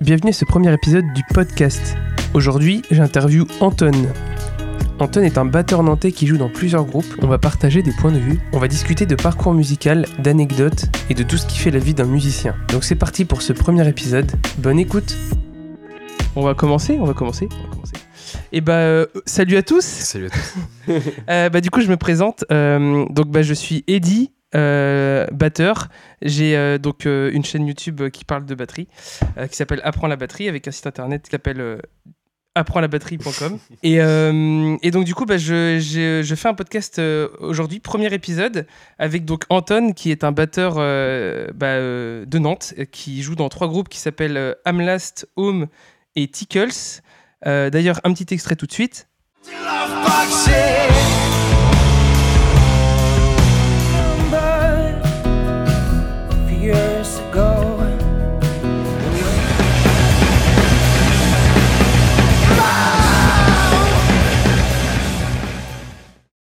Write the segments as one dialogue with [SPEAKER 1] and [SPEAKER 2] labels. [SPEAKER 1] Bienvenue à ce premier épisode du podcast. Aujourd'hui, j'interviewe Anton. Anton est un batteur nantais qui joue dans plusieurs groupes. On va partager des points de vue, on va discuter de parcours musical, d'anecdotes et de tout ce qui fait la vie d'un musicien. Donc c'est parti pour ce premier épisode. Bonne écoute. On va commencer, on va commencer, on va commencer. Et bah euh, salut à tous.
[SPEAKER 2] Salut à tous.
[SPEAKER 1] Euh, bah du coup je me présente. Euh, donc bah je suis Eddy, euh, batteur. J'ai euh, donc euh, une chaîne YouTube euh, qui parle de batterie, euh, qui s'appelle Apprends la batterie, avec un site internet qui s'appelle euh, apprendslabatterie.com. et, euh, et donc du coup, bah, je, j'ai- je fais un podcast euh, aujourd'hui, premier épisode, avec donc Anton, qui est un batteur euh, bah, euh, de Nantes, euh, qui joue dans trois groupes qui s'appellent euh, Amlast, Home et Tickles. Euh, d'ailleurs, un petit extrait tout de suite.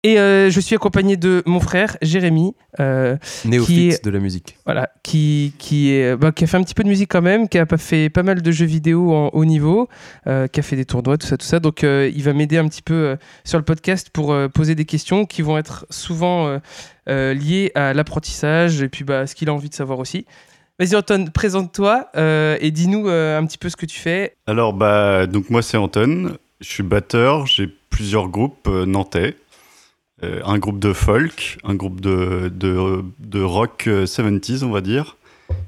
[SPEAKER 1] Et euh, je suis accompagné de mon frère Jérémy, euh, Qui
[SPEAKER 2] Néophyte
[SPEAKER 1] est-
[SPEAKER 2] de la musique.
[SPEAKER 1] voilà, qui, qui, est, bah, qui a fait un petit peu de musique quand même, qui a pas- fait pas mal de jeux vidéo en haut niveau, euh, qui a fait des tournois, tout ça, tout ça. Donc euh, il va m'aider un petit peu euh, sur le podcast pour euh, poser des questions qui vont être souvent euh, euh, liées à l'apprentissage et puis bah, à ce qu'il a envie de savoir aussi. Vas-y Anton, présente-toi euh, et dis-nous euh, un petit peu ce que tu fais.
[SPEAKER 3] Alors, bah, donc moi, c'est Anton. Je suis batteur. J'ai plusieurs groupes euh, nantais. Euh, un groupe de folk, un groupe de, de, de rock euh, 70s, on va dire,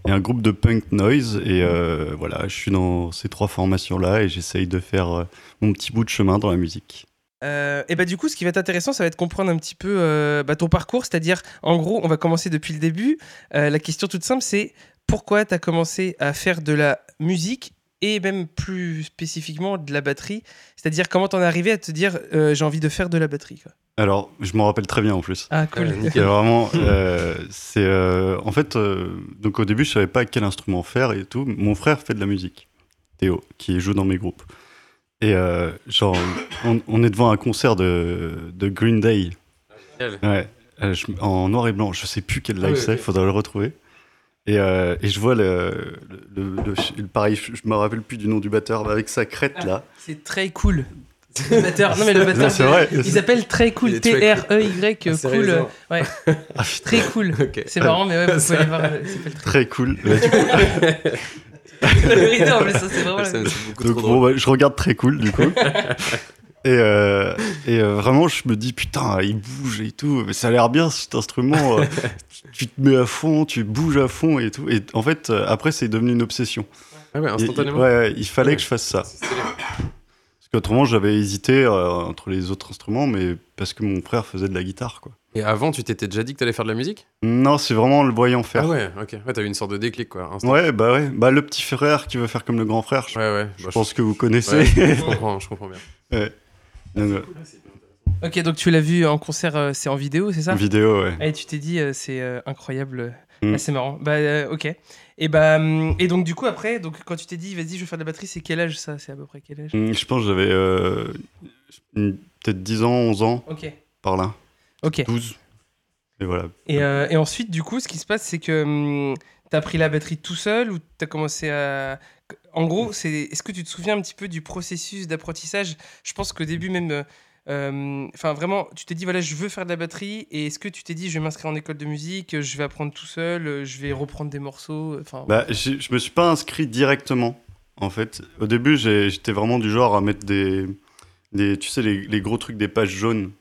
[SPEAKER 3] et un groupe de punk noise. Et euh, voilà, je suis dans ces trois formations-là et j'essaye de faire euh, mon petit bout de chemin dans la musique.
[SPEAKER 1] Euh, et bah du coup, ce qui va être intéressant, ça va être comprendre un petit peu euh, bah, ton parcours, c'est-à-dire, en gros, on va commencer depuis le début. Euh, la question toute simple, c'est pourquoi tu as commencé à faire de la musique et même plus spécifiquement de la batterie C'est-à-dire, comment t'en es arrivé à te dire euh, j'ai envie de faire de la batterie quoi.
[SPEAKER 3] Alors, je m'en rappelle très bien en plus.
[SPEAKER 1] Ah,
[SPEAKER 2] cool.
[SPEAKER 1] cool.
[SPEAKER 2] Euh, nickel.
[SPEAKER 3] C'est vraiment, euh, c'est euh, en fait, euh, donc au début, je savais pas quel instrument faire et tout. Mon frère fait de la musique, Théo, qui joue dans mes groupes. Et euh, genre, on, on est devant un concert de, de Green Day. Ouais. Euh, je- en noir et blanc, je sais plus quel live
[SPEAKER 2] Ah oui,
[SPEAKER 3] c'est,
[SPEAKER 2] ok.
[SPEAKER 3] faudra le retrouver. Et, euh, et je vois le, le- le- le- pareil, je je me rappelle plus du nom du batteur, mais avec sa crête là.
[SPEAKER 1] C'est très cool. Le batteur, non mais le
[SPEAKER 3] Non,
[SPEAKER 1] batteur,
[SPEAKER 3] c'est vrai.
[SPEAKER 1] il s'appelle très
[SPEAKER 2] Il
[SPEAKER 1] cool.
[SPEAKER 2] est très cool.
[SPEAKER 1] T-R-E-Y, euh, cool. euh,
[SPEAKER 3] Ah, putain.
[SPEAKER 1] Très cool.
[SPEAKER 2] Ok.
[SPEAKER 1] C'est marrant, mais ouais, vous pouvez aller voir. euh, il s'appelle
[SPEAKER 3] Très cool. Ouais, du coup,
[SPEAKER 1] très- La vérité, en plus, ça, c'est vraiment. la-
[SPEAKER 2] Ça, c'est beaucoup
[SPEAKER 3] Donc,
[SPEAKER 2] trop
[SPEAKER 3] bon,
[SPEAKER 2] drôle.
[SPEAKER 3] bah, je regarde très cool du coup. et euh, et euh, vraiment, je me dis putain, il bouge et tout. Mais ça a l'air bien cet instrument. euh, tu te mets à fond, tu bouges à fond et tout. Et en fait, euh, après, c'est devenu une obsession.
[SPEAKER 2] Ah ouais,
[SPEAKER 3] Il-
[SPEAKER 2] instantanément.
[SPEAKER 3] il- ouais, ouais, il fallait
[SPEAKER 2] Ouais.
[SPEAKER 3] que je fasse ça. Parce
[SPEAKER 2] C'est stylé.
[SPEAKER 3] qu'autrement, j'avais hésité euh, entre les autres instruments, mais parce que mon frère faisait de la guitare quoi.
[SPEAKER 2] Et avant, tu t'étais déjà dit que t'allais faire de la musique
[SPEAKER 3] Non, c'est vraiment en le voyant faire.
[SPEAKER 2] Ah
[SPEAKER 3] ouais.
[SPEAKER 2] ouais, ok. Ouais, t'as eu une sorte de déclic, quoi. instant.
[SPEAKER 3] bah ouais. Bah le petit frère qui veut faire comme le grand frère, je,
[SPEAKER 2] Ouais, ouais. bah,
[SPEAKER 3] je pense que vous connaissez.
[SPEAKER 2] ouais, je comprends, je comprends bien.
[SPEAKER 3] Donc, euh,
[SPEAKER 1] Ok, donc tu l'as vu en concert, euh, c'est en vidéo, c'est ça
[SPEAKER 3] vidéo, ouais.
[SPEAKER 1] Et tu t'es dit, euh, c'est euh, incroyable,
[SPEAKER 3] Mm.
[SPEAKER 1] Ah, c'est marrant. Bah, euh, ok. Et, bah, hum, et donc, du coup, après, donc, quand tu t'es dit, vas-y, je vais faire de la batterie, c'est quel âge ça C'est à peu près quel âge
[SPEAKER 3] Mm, Je pense que j'avais euh, une- peut-être 10 ans, 11 ans,
[SPEAKER 1] Ok.
[SPEAKER 3] par là.
[SPEAKER 1] Ok.
[SPEAKER 3] 12. Et voilà.
[SPEAKER 1] Et, euh, et ensuite, du coup, ce qui se passe, c'est que hum, t'as pris la batterie tout seul ou t'as commencé à. En gros, c'est est-ce que tu te souviens un petit peu du processus d'apprentissage Je pense qu'au début, même. euh, euh, Enfin, vraiment, tu t'es dit, voilà, je veux faire de la batterie. Et est-ce que tu t'es dit, je vais m'inscrire en école de musique, je vais apprendre tout seul, euh, je vais reprendre des morceaux Enfin,
[SPEAKER 3] Bah, je, je me suis pas inscrit directement, en fait. Au début, j'ai- j'étais vraiment du genre à mettre des. des- tu sais, les, les gros trucs des pages jaunes,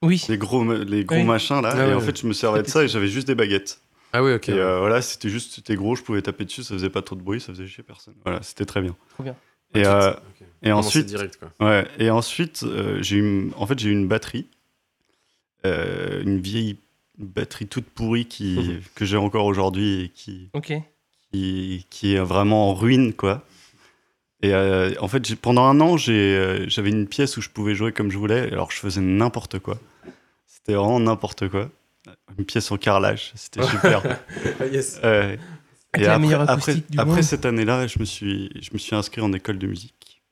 [SPEAKER 1] oui.
[SPEAKER 3] les gros, ma- les gros
[SPEAKER 1] Oui.
[SPEAKER 3] machins là.
[SPEAKER 2] Ah
[SPEAKER 3] et
[SPEAKER 2] ouais,
[SPEAKER 3] en
[SPEAKER 2] ouais.
[SPEAKER 3] fait, je me servais de ça et j'avais juste des baguettes.
[SPEAKER 2] Ah ouais, ok.
[SPEAKER 3] Et
[SPEAKER 2] ouais.
[SPEAKER 3] euh, voilà, c'était juste, c'était gros, je pouvais taper dessus, ça faisait pas trop de bruit, ça faisait chier personne. Voilà, c'était très bien.
[SPEAKER 1] Trop bien.
[SPEAKER 3] Et,
[SPEAKER 2] Ok,
[SPEAKER 3] euh,
[SPEAKER 2] ok.
[SPEAKER 3] et
[SPEAKER 2] Commencer
[SPEAKER 3] ensuite,
[SPEAKER 2] direct, quoi.
[SPEAKER 3] Ouais, et ensuite, euh, j'ai eu, en fait, j'ai eu une batterie, euh, une vieille batterie toute pourrie qui, que j'ai encore aujourd'hui et qui,
[SPEAKER 1] Ok.
[SPEAKER 3] qui, qui est vraiment en ruine, quoi. Et euh, en fait, j'ai- pendant un an, j'ai, euh, j'avais une pièce où je pouvais jouer comme je voulais, alors je faisais n'importe quoi. C'était vraiment n'importe quoi. Une pièce en carrelage, c'était super.
[SPEAKER 2] Ah, yes.
[SPEAKER 3] Ouais.
[SPEAKER 1] Avec la meilleure Ah, acoustique du
[SPEAKER 3] après
[SPEAKER 1] monde.
[SPEAKER 3] cette année-là, je me, suis, je me suis inscrit en école de musique.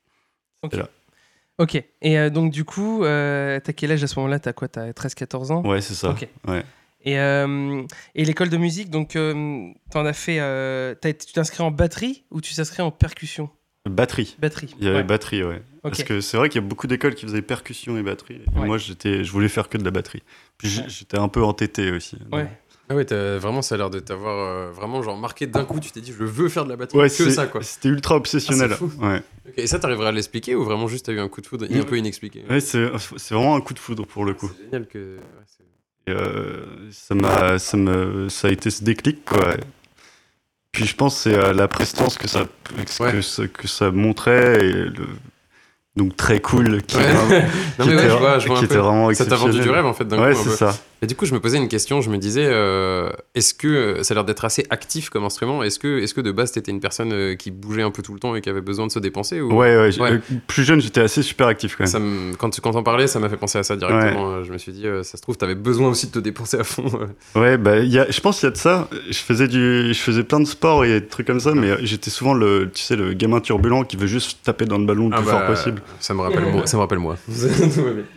[SPEAKER 1] Ok. Et euh, donc, du coup, euh, t'as quel âge à ce moment-là T'as quoi T'as 13-14 ans
[SPEAKER 3] Ouais, c'est ça.
[SPEAKER 1] Ok.
[SPEAKER 3] ouais.
[SPEAKER 1] Et, euh, et l'école de musique, donc, euh, t'en as fait. euh, t'as été- tu t'inscris en batterie ou tu t'inscris en percussion
[SPEAKER 3] Batterie.
[SPEAKER 1] Batterie.
[SPEAKER 3] Il y avait
[SPEAKER 1] ouais,
[SPEAKER 3] batterie, ouais.
[SPEAKER 1] ok.
[SPEAKER 3] Parce que c'est vrai qu'il y a beaucoup d'écoles qui faisaient percussion et batterie. Et
[SPEAKER 1] Ouais.
[SPEAKER 3] Moi, j'étais, je voulais faire que de la batterie. Puis j'ai-
[SPEAKER 1] Ouais.
[SPEAKER 3] j'étais un peu entêté aussi.
[SPEAKER 1] Ouais.
[SPEAKER 2] Ah ouais, t'as- vraiment, ça a l'air de t'avoir euh, vraiment genre marqué d'un coup. Tu t'es dit, je veux faire de la batterie.
[SPEAKER 3] Ouais,
[SPEAKER 2] que
[SPEAKER 3] c'est-
[SPEAKER 2] ça, quoi.
[SPEAKER 3] c'était ultra obsessionnel.
[SPEAKER 2] Ah, c'est fou.
[SPEAKER 3] ouais.
[SPEAKER 2] Ok, Et ça, t'arriverais à l'expliquer ou vraiment juste t'as eu un coup de foudre
[SPEAKER 3] Mm.
[SPEAKER 2] un peu inexpliqué
[SPEAKER 3] Ouais, c'est, c'est vraiment un coup de foudre pour le coup.
[SPEAKER 2] C'est génial que. ouais, c'est-
[SPEAKER 3] Et, euh, ça, m'a, ça, me, ça a été ce déclic, quoi. Puis je pense que c'est euh, la prestance que ça, que,
[SPEAKER 2] Ouais.
[SPEAKER 3] ça- que ça montrait. Et le... Donc très cool. Qui,
[SPEAKER 2] Ouais. non,
[SPEAKER 3] qui
[SPEAKER 2] mais ouais,
[SPEAKER 3] était,
[SPEAKER 2] je vois, je vois
[SPEAKER 3] qui
[SPEAKER 2] un
[SPEAKER 3] était
[SPEAKER 2] peu.
[SPEAKER 3] vraiment
[SPEAKER 2] Ça t'a vendu du
[SPEAKER 3] exceptionnel.
[SPEAKER 2] rêve en fait d'un
[SPEAKER 3] Ouais,
[SPEAKER 2] coup. un
[SPEAKER 3] c'est
[SPEAKER 2] peu.
[SPEAKER 3] ça.
[SPEAKER 2] Et du coup, je me posais une question. Je me disais, euh, est-ce que euh, ça a l'air d'être assez actif comme instrument Est-ce que, est-ce que de base, t'étais une personne euh, qui bougeait un peu tout le temps et qui avait besoin de se dépenser ou...
[SPEAKER 3] Ouais, ouais, j'-
[SPEAKER 2] Ouais.
[SPEAKER 3] euh, plus jeune, j'étais assez super actif quand même.
[SPEAKER 2] Ça me- quand, quand t'en parlais, ça m'a fait penser à ça directement. Euh, Je me suis dit, euh, ça se trouve, t'avais besoin aussi de te dépenser à fond. euh.
[SPEAKER 3] Ouais, bah, il y a, je pense qu'il y a de ça. Je faisais, du, je faisais plein de sports et des trucs comme ça, mais j'étais souvent le, tu sais, le gamin turbulent qui veut juste taper dans le ballon le
[SPEAKER 2] Ah
[SPEAKER 3] plus
[SPEAKER 2] bah,
[SPEAKER 3] fort possible.
[SPEAKER 2] Ça me rappelle moi. Ça me rappelle moi.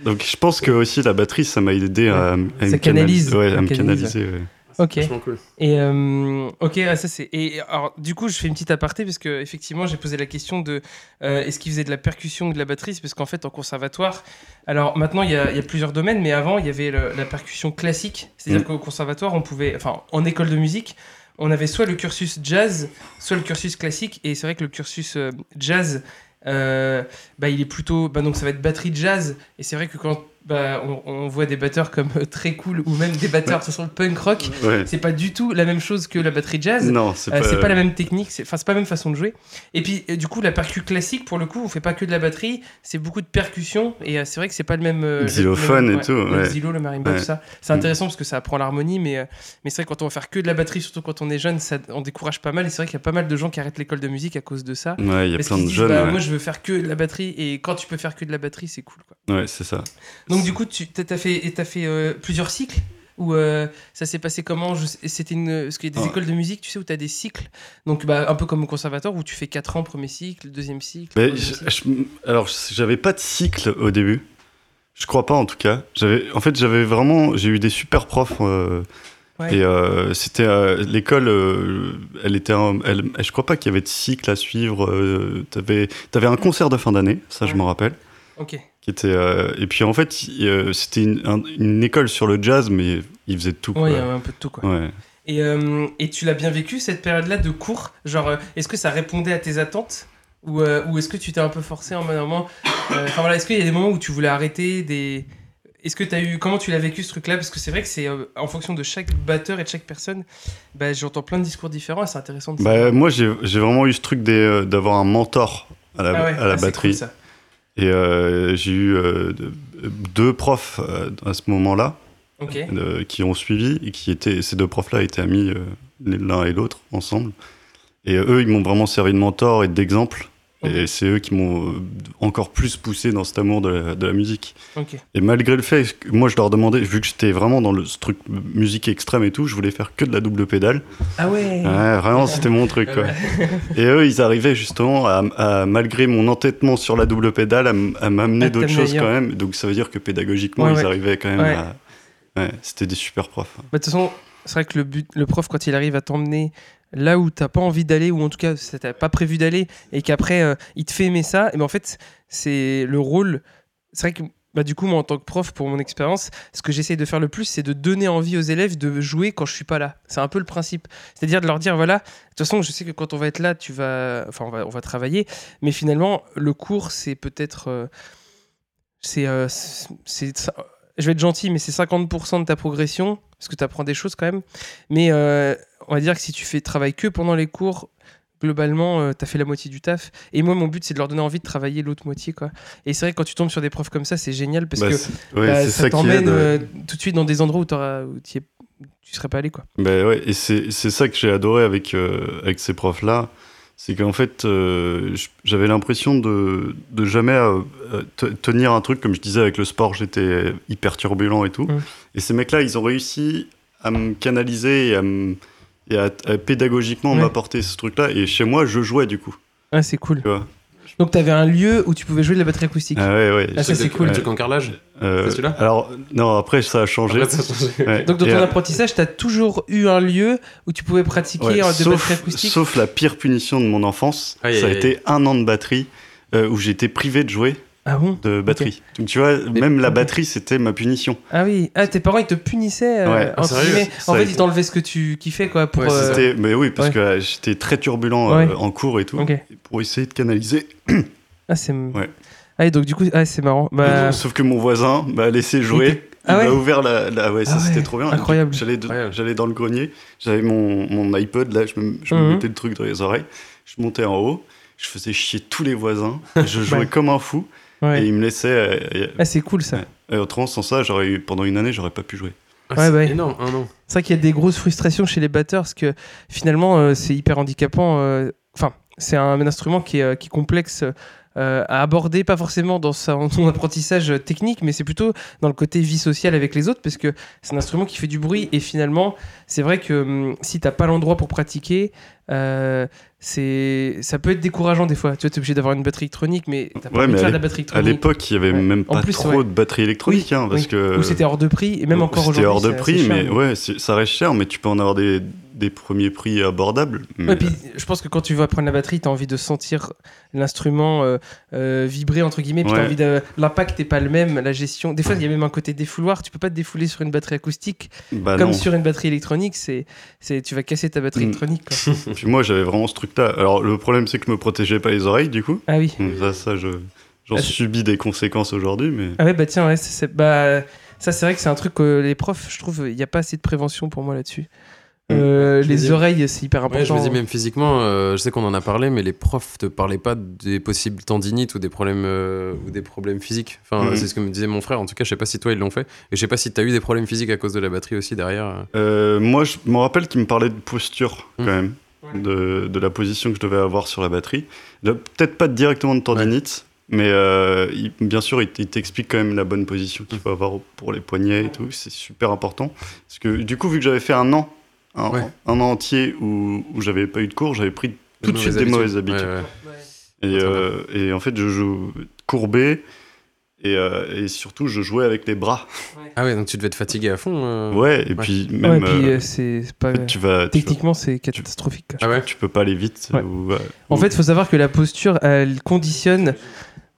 [SPEAKER 3] Donc je pense que aussi la batterie, ça m'a aidé à, à me canal-
[SPEAKER 1] canalise.
[SPEAKER 3] ouais, à
[SPEAKER 1] Ça
[SPEAKER 3] me
[SPEAKER 1] canalise.
[SPEAKER 3] canaliser. ouais.
[SPEAKER 1] Ok.
[SPEAKER 2] Franchement cool.
[SPEAKER 1] Et euh, ok, ah, ça c'est. Et alors, du coup, je fais une petite aparté parce que effectivement, j'ai posé la question de euh, est-ce qu'il faisait de la percussion ou de la batterie, c'est parce qu'en fait, en conservatoire, alors maintenant il y, a, il y a plusieurs domaines, mais avant il y avait le- la percussion classique, c'est-à-dire
[SPEAKER 3] Mm.
[SPEAKER 1] qu'au conservatoire, on pouvait, enfin, en école de musique, on avait soit le cursus jazz, soit le cursus classique, et c'est vrai que le cursus euh, jazz. euh, bah, il est plutôt bah, donc ça va être batterie jazz et c'est vrai que quand bah, on, on voit des batteurs comme euh, très cool ou même des batteurs sur le punk rock
[SPEAKER 3] Ouais.
[SPEAKER 1] c'est pas du tout la même chose que la batterie jazz. Euh,
[SPEAKER 3] Non, c'est
[SPEAKER 1] C'est
[SPEAKER 3] pas,
[SPEAKER 1] pas la même technique, c'est enfin, c'est pas la même façon de jouer. Et puis euh, du coup, la percu classique, pour le coup, on fait pas que de la batterie, c'est beaucoup de percussions et euh, c'est vrai que c'est pas le même. euh, le-
[SPEAKER 3] Xylophone
[SPEAKER 1] le-
[SPEAKER 3] et
[SPEAKER 1] ouais,
[SPEAKER 3] tout,
[SPEAKER 1] Le
[SPEAKER 3] ouais.
[SPEAKER 1] xylo, le marimba,
[SPEAKER 3] Ouais. Mm.
[SPEAKER 1] tout ça. C'est intéressant parce que ça apprend l'harmonie, mais, euh, mais c'est vrai que quand on va faire que de la batterie, surtout quand on est jeune, ça, on décourage pas mal. Et c'est vrai qu'il y a pas mal de gens qui arrêtent l'école de musique à cause de ça.
[SPEAKER 3] Ouais, il y a
[SPEAKER 1] Parce
[SPEAKER 3] plein
[SPEAKER 1] qu'ils
[SPEAKER 3] de
[SPEAKER 1] disent,
[SPEAKER 3] jeunes.
[SPEAKER 1] bah,
[SPEAKER 3] ouais.
[SPEAKER 1] moi je veux faire que de la batterie et quand tu peux faire que de la batterie, c'est cool. Quoi.
[SPEAKER 3] ouais, c'est ça.
[SPEAKER 1] Donc du coup, tu as fait, et t'as fait euh, plusieurs cycles ou euh, ça s'est passé comment Je sais- C'était une parce qu'il y a des
[SPEAKER 3] Ouais.
[SPEAKER 1] écoles de musique, tu sais, où tu as des cycles. Donc bah, un peu comme au conservatoire où tu fais 4 ans premier cycle, deuxième cycle.
[SPEAKER 3] Mais
[SPEAKER 1] troisième
[SPEAKER 3] je-
[SPEAKER 1] cycle.
[SPEAKER 3] je- alors, j'avais pas de cycle au début. Je crois pas, en tout cas. J'avais, en fait, j'avais vraiment, j'ai eu des super profs. euh,
[SPEAKER 1] Ouais.
[SPEAKER 3] Et euh, c'était euh, l'école, euh, elle était, un- elle, je crois pas qu'il y avait de cycle à suivre. euh, t'avais, t'avais un concert de fin d'année, ça je
[SPEAKER 1] Ouais.
[SPEAKER 3] me rappelle,
[SPEAKER 1] Ok.
[SPEAKER 3] qui était. euh, et puis en fait, il- euh, c'était une, un- une école sur le jazz, mais ils faisaient de tout.
[SPEAKER 1] Ouais, il y
[SPEAKER 3] quoi.
[SPEAKER 1] a un peu de tout quoi.
[SPEAKER 3] Ouais.
[SPEAKER 1] Et, euh, et tu l'as bien vécu cette période-là de cours Genre, euh, est-ce que ça répondait à tes attentes ou, euh, ou est-ce que tu t'es un peu forcé en mode à un moment euh, Enfin voilà, est-ce qu'il y a des moments où tu voulais arrêter des... Est-ce que tu eu comment tu l'as vécu ce truc-là Parce que c'est vrai que c'est euh, en fonction de chaque batteur et de chaque personne, bah, j'entends plein de discours différents et c'est intéressant de
[SPEAKER 3] Bah, moi, j'ai, j'ai vraiment eu ce truc des, euh, d'avoir un mentor à la,
[SPEAKER 1] Ah ouais,
[SPEAKER 3] à la
[SPEAKER 1] ah, c'est
[SPEAKER 3] batterie.
[SPEAKER 1] cool, ça.
[SPEAKER 3] Et euh, j'ai eu euh, de- deux profs euh, à ce moment-là
[SPEAKER 1] Ok.
[SPEAKER 3] euh, qui ont suivi et qui étaient ces deux profs-là étaient amis euh, l'un et l'autre ensemble. Et euh, eux, ils m'ont vraiment servi de mentor et d'exemple. Et c'est eux qui m'ont euh, encore plus poussé dans cet amour de la, de la musique.
[SPEAKER 1] Ok.
[SPEAKER 3] Et malgré le fait que moi, je leur demandais, vu que j'étais vraiment dans le ce truc musique extrême et tout, je voulais faire que de la double pédale.
[SPEAKER 1] Ah ouais.
[SPEAKER 3] Ouais, vraiment, c'était mon truc. Quoi. Et eux, ils arrivaient justement à, à- malgré mon entêtement sur la double pédale, à, m- à m'amener
[SPEAKER 1] À
[SPEAKER 3] d'autres
[SPEAKER 1] t'amener
[SPEAKER 3] choses
[SPEAKER 1] ailleurs.
[SPEAKER 3] quand même. Donc ça veut dire que pédagogiquement,
[SPEAKER 1] Ouais,
[SPEAKER 3] ils
[SPEAKER 1] ouais.
[SPEAKER 3] arrivaient quand même
[SPEAKER 1] Ouais.
[SPEAKER 3] à. Ouais, c'était des super profs.
[SPEAKER 1] Bah, de toute façon, c'est vrai que le, but, le prof, quand il arrive à t'emmener là où t'as pas envie d'aller, ou en tout cas, ça t'as pas prévu d'aller, et qu'après, euh, il te fait aimer ça, et ben en fait, c'est le rôle. C'est vrai que. Bah du coup, moi, en tant que prof, pour mon expérience, ce que j'essaye de faire le plus, c'est de donner envie aux élèves de jouer quand je suis pas là. C'est un peu le principe. C'est-à-dire de leur dire, voilà, de toute façon, je sais que quand on va être là, tu vas... Enfin, on va, on va travailler. Mais finalement, le cours, c'est peut-être... euh, c'est... euh, c'est- c'est je vais être gentil, mais c'est 50% de ta progression, parce que tu apprends des choses quand même. Mais euh, on va dire que si tu fais travail que pendant les cours, globalement, tu as fait la moitié du taf. Et moi, mon but, c'est de leur donner envie de travailler l'autre moitié. quoi. Et c'est vrai que quand tu tombes sur des profs comme ça, c'est génial, parce
[SPEAKER 3] Bah,
[SPEAKER 1] que
[SPEAKER 3] c'est- ouais,
[SPEAKER 1] bah,
[SPEAKER 3] c'est
[SPEAKER 1] ça,
[SPEAKER 3] ça qui
[SPEAKER 1] t'emmène
[SPEAKER 3] aide. ouais.
[SPEAKER 1] euh, tout de suite dans des endroits où, t'auras- où t'y es- tu serais pas allé. quoi.
[SPEAKER 3] Bah ouais, et c'est c'est ça que j'ai adoré avec, euh, avec ces profs-là. C'est qu'en fait, euh, j- j'avais l'impression de, de jamais euh, euh, te- tenir un truc. Comme je disais, avec le sport, j'étais hyper turbulent et tout.
[SPEAKER 1] Mm.
[SPEAKER 3] Et ces mecs-là, ils ont réussi à me canaliser et à, me- et à- à pédagogiquement
[SPEAKER 1] Ouais.
[SPEAKER 3] m'apporter ce truc-là. Et chez moi, je jouais du coup.
[SPEAKER 1] Ah, c'est cool.
[SPEAKER 3] Tu vois.
[SPEAKER 1] Donc, tu avais un lieu où tu pouvais jouer de la batterie acoustique.
[SPEAKER 3] Ah ouais, ouais.
[SPEAKER 1] Ah, ça,
[SPEAKER 2] Un truc
[SPEAKER 1] c'est
[SPEAKER 2] de-
[SPEAKER 1] cool.
[SPEAKER 2] Un truc en carrelage
[SPEAKER 3] Euh,
[SPEAKER 2] C'est celui-là
[SPEAKER 3] Alors, non, après, ça a changé.
[SPEAKER 2] Après, ça a changé.
[SPEAKER 3] Ouais.
[SPEAKER 1] Donc, dans
[SPEAKER 3] Et,
[SPEAKER 1] ton
[SPEAKER 3] euh,
[SPEAKER 1] apprentissage, tu as toujours eu un lieu où tu pouvais pratiquer
[SPEAKER 3] ouais,
[SPEAKER 1] euh, de batterie
[SPEAKER 3] sauf,
[SPEAKER 1] acoustique
[SPEAKER 3] sauf la pire punition de mon enfance,
[SPEAKER 2] Aïe,
[SPEAKER 3] ça a
[SPEAKER 2] aïe,
[SPEAKER 3] été un an de batterie euh, où j'étais privé de jouer
[SPEAKER 1] Ah bon
[SPEAKER 3] de batterie. Donc, tu vois,
[SPEAKER 1] Mais-
[SPEAKER 3] même la
[SPEAKER 1] ok.
[SPEAKER 3] batterie, c'était ma punition.
[SPEAKER 1] Ah oui, ah, tes parents ils te punissaient. euh,
[SPEAKER 3] Ouais.
[SPEAKER 1] entre
[SPEAKER 2] Sérieux
[SPEAKER 1] guillemets.
[SPEAKER 3] Ça
[SPEAKER 1] en
[SPEAKER 3] a
[SPEAKER 1] fait,
[SPEAKER 3] été-
[SPEAKER 1] ils t'enlevaient ce que tu kiffais quoi. Pour,
[SPEAKER 2] Ouais, c'est
[SPEAKER 1] euh,
[SPEAKER 2] ça.
[SPEAKER 3] C'était- Mais oui, parce
[SPEAKER 1] Ouais.
[SPEAKER 3] que euh, j'étais très turbulent euh,
[SPEAKER 1] Ouais.
[SPEAKER 3] en cours et tout,
[SPEAKER 1] Ok.
[SPEAKER 3] et pour essayer de canaliser.
[SPEAKER 1] Ah, c'est.
[SPEAKER 3] Ouais.
[SPEAKER 1] Ah, et donc du coup, ah, c'est marrant. Bah,
[SPEAKER 3] Euh, Sauf que mon voisin m'a laissé jouer.
[SPEAKER 1] Ah
[SPEAKER 3] il
[SPEAKER 1] ouais
[SPEAKER 3] m'a ouvert la. la- ouais, ça
[SPEAKER 1] Ah ouais,
[SPEAKER 3] c'était trop bien.
[SPEAKER 1] incroyable.
[SPEAKER 3] J'allais de-
[SPEAKER 2] Incroyable.
[SPEAKER 3] j'allais dans le grenier, j'avais mon, mon iPod là, je, me, je me
[SPEAKER 1] Mhm.
[SPEAKER 3] mettais le truc dans les oreilles, je montais en haut, je faisais chier tous les voisins, je jouais
[SPEAKER 1] Ouais.
[SPEAKER 3] comme un fou
[SPEAKER 1] ouais.
[SPEAKER 3] et il me laissait. euh, et-
[SPEAKER 1] Ah, c'est cool ça.
[SPEAKER 3] Ouais. et Euh, autrement, sans ça, j'aurais eu, pendant une année, j'aurais pas pu jouer.
[SPEAKER 2] Ah,
[SPEAKER 1] Ouais,
[SPEAKER 2] c'est
[SPEAKER 1] ouais.
[SPEAKER 2] énorme, un an.
[SPEAKER 1] C'est vrai qu'il y a des grosses frustrations chez les batteurs parce que finalement, euh, c'est hyper handicapant. euh, Enfin, c'est un, instrument qui est, euh, qui est complexe. euh, à aborder, pas forcément dans sa- son apprentissage euh, technique, mais c'est plutôt dans le côté vie sociale avec les autres, parce que c'est un instrument qui fait du bruit, et finalement, c'est vrai que hum, si t'as pas l'endroit pour pratiquer, euh, c'est ça peut être décourageant des fois. Tu vois, t'es obligé d'avoir une batterie électronique, mais t'as pas
[SPEAKER 3] Ouais,
[SPEAKER 1] envie de
[SPEAKER 3] mais
[SPEAKER 1] faire
[SPEAKER 3] à
[SPEAKER 1] de la batterie
[SPEAKER 3] À
[SPEAKER 1] électronique.
[SPEAKER 3] l'époque, il y avait
[SPEAKER 1] Ouais.
[SPEAKER 3] même
[SPEAKER 1] En
[SPEAKER 3] pas
[SPEAKER 1] plus,
[SPEAKER 3] trop
[SPEAKER 1] ouais.
[SPEAKER 3] de batterie électronique, hein, parce
[SPEAKER 1] Oui.
[SPEAKER 3] que.
[SPEAKER 1] Ou c'était hors de prix, et même
[SPEAKER 3] Ou
[SPEAKER 1] encore
[SPEAKER 3] euh, C'était
[SPEAKER 1] aujourd'hui.
[SPEAKER 3] hors de
[SPEAKER 1] c'est assez
[SPEAKER 3] prix,
[SPEAKER 1] cher,
[SPEAKER 3] mais ouais, c'est- ça reste cher, mais tu peux en avoir des, des premiers prix abordables. mais-
[SPEAKER 1] Ouais, puis, je pense que quand tu vas prendre la batterie, tu as envie de sentir l'instrument euh, euh, vibrer, entre guillemets, puis t'as
[SPEAKER 3] Ouais.
[SPEAKER 1] envie de... l'impact n'est pas le même, la gestion. Des fois, il y a même un côté défouloir, tu peux pas te défouler sur une batterie acoustique,
[SPEAKER 3] bah
[SPEAKER 1] comme
[SPEAKER 3] non.
[SPEAKER 1] sur une batterie électronique, c'est, c'est... tu vas casser ta batterie
[SPEAKER 3] Mm.
[SPEAKER 1] électronique. quoi.
[SPEAKER 3] Puis moi, j'avais vraiment ce truc-là. Alors, le problème, c'est que je me protégeais pas les oreilles, du coup.
[SPEAKER 1] ah oui.
[SPEAKER 3] Donc, ça, ça, je- j'en
[SPEAKER 1] Ah, c'est-
[SPEAKER 3] subis des conséquences aujourd'hui, mais.
[SPEAKER 1] Ah ouais, bah tiens, ouais, c'est- c'est- bah, ça c'est vrai que c'est un truc que les profs, je trouve, il n'y a pas assez de prévention pour moi là-dessus.
[SPEAKER 3] Mm.
[SPEAKER 1] Euh,
[SPEAKER 2] Je me
[SPEAKER 1] les
[SPEAKER 2] dis-
[SPEAKER 1] oreilles, c'est hyper important.
[SPEAKER 2] Ouais, je me dis
[SPEAKER 3] hein.
[SPEAKER 2] même physiquement, euh, je sais qu'on en a parlé, mais les profs te parlaient pas des possibles tendinites ou des problèmes euh, ou des problèmes physiques. Enfin,
[SPEAKER 3] Mhm.
[SPEAKER 2] c'est ce que me disait mon frère. En tout cas, je sais pas si toi ils l'ont fait, et je sais pas si t'as eu des problèmes physiques à cause de la batterie aussi derrière.
[SPEAKER 3] Euh, moi, je me rappelle qu'il me parlait de posture, quand
[SPEAKER 2] Mm.
[SPEAKER 3] même,
[SPEAKER 1] Ouais.
[SPEAKER 3] de, de la position que je devais avoir sur la batterie. De- Peut-être pas directement de tendinite, mais euh, il- bien sûr, il, t- il t'explique quand même la bonne position qu'il faut avoir pour les poignets et tout. C'est super important. Parce que du coup, vu que j'avais fait un an, un,
[SPEAKER 2] Ouais.
[SPEAKER 3] un an entier où, où j'avais pas eu de cours, j'avais pris tout de suite des mauvaises habitudes.
[SPEAKER 2] Ouais, ouais.
[SPEAKER 3] Et,
[SPEAKER 2] Très
[SPEAKER 3] euh, et en fait, je joue courbé. Et, euh, et surtout, je jouais avec les bras.
[SPEAKER 2] Ah ouais, donc tu devais te fatiguer à fond. euh.
[SPEAKER 3] Ouais, et
[SPEAKER 2] Ouais.
[SPEAKER 3] puis
[SPEAKER 1] Ouais,
[SPEAKER 3] même.
[SPEAKER 1] puis
[SPEAKER 3] euh,
[SPEAKER 1] euh, c'est, c'est pas...
[SPEAKER 3] tu vas, tu vas-
[SPEAKER 1] Techniquement, c'est catastrophique. quoi.
[SPEAKER 2] Ah ouais.
[SPEAKER 3] tu peux pas aller vite.
[SPEAKER 1] Ouais.
[SPEAKER 3] ou, euh,
[SPEAKER 1] En
[SPEAKER 3] ou-
[SPEAKER 1] fait, il faut savoir que la posture, elle conditionne.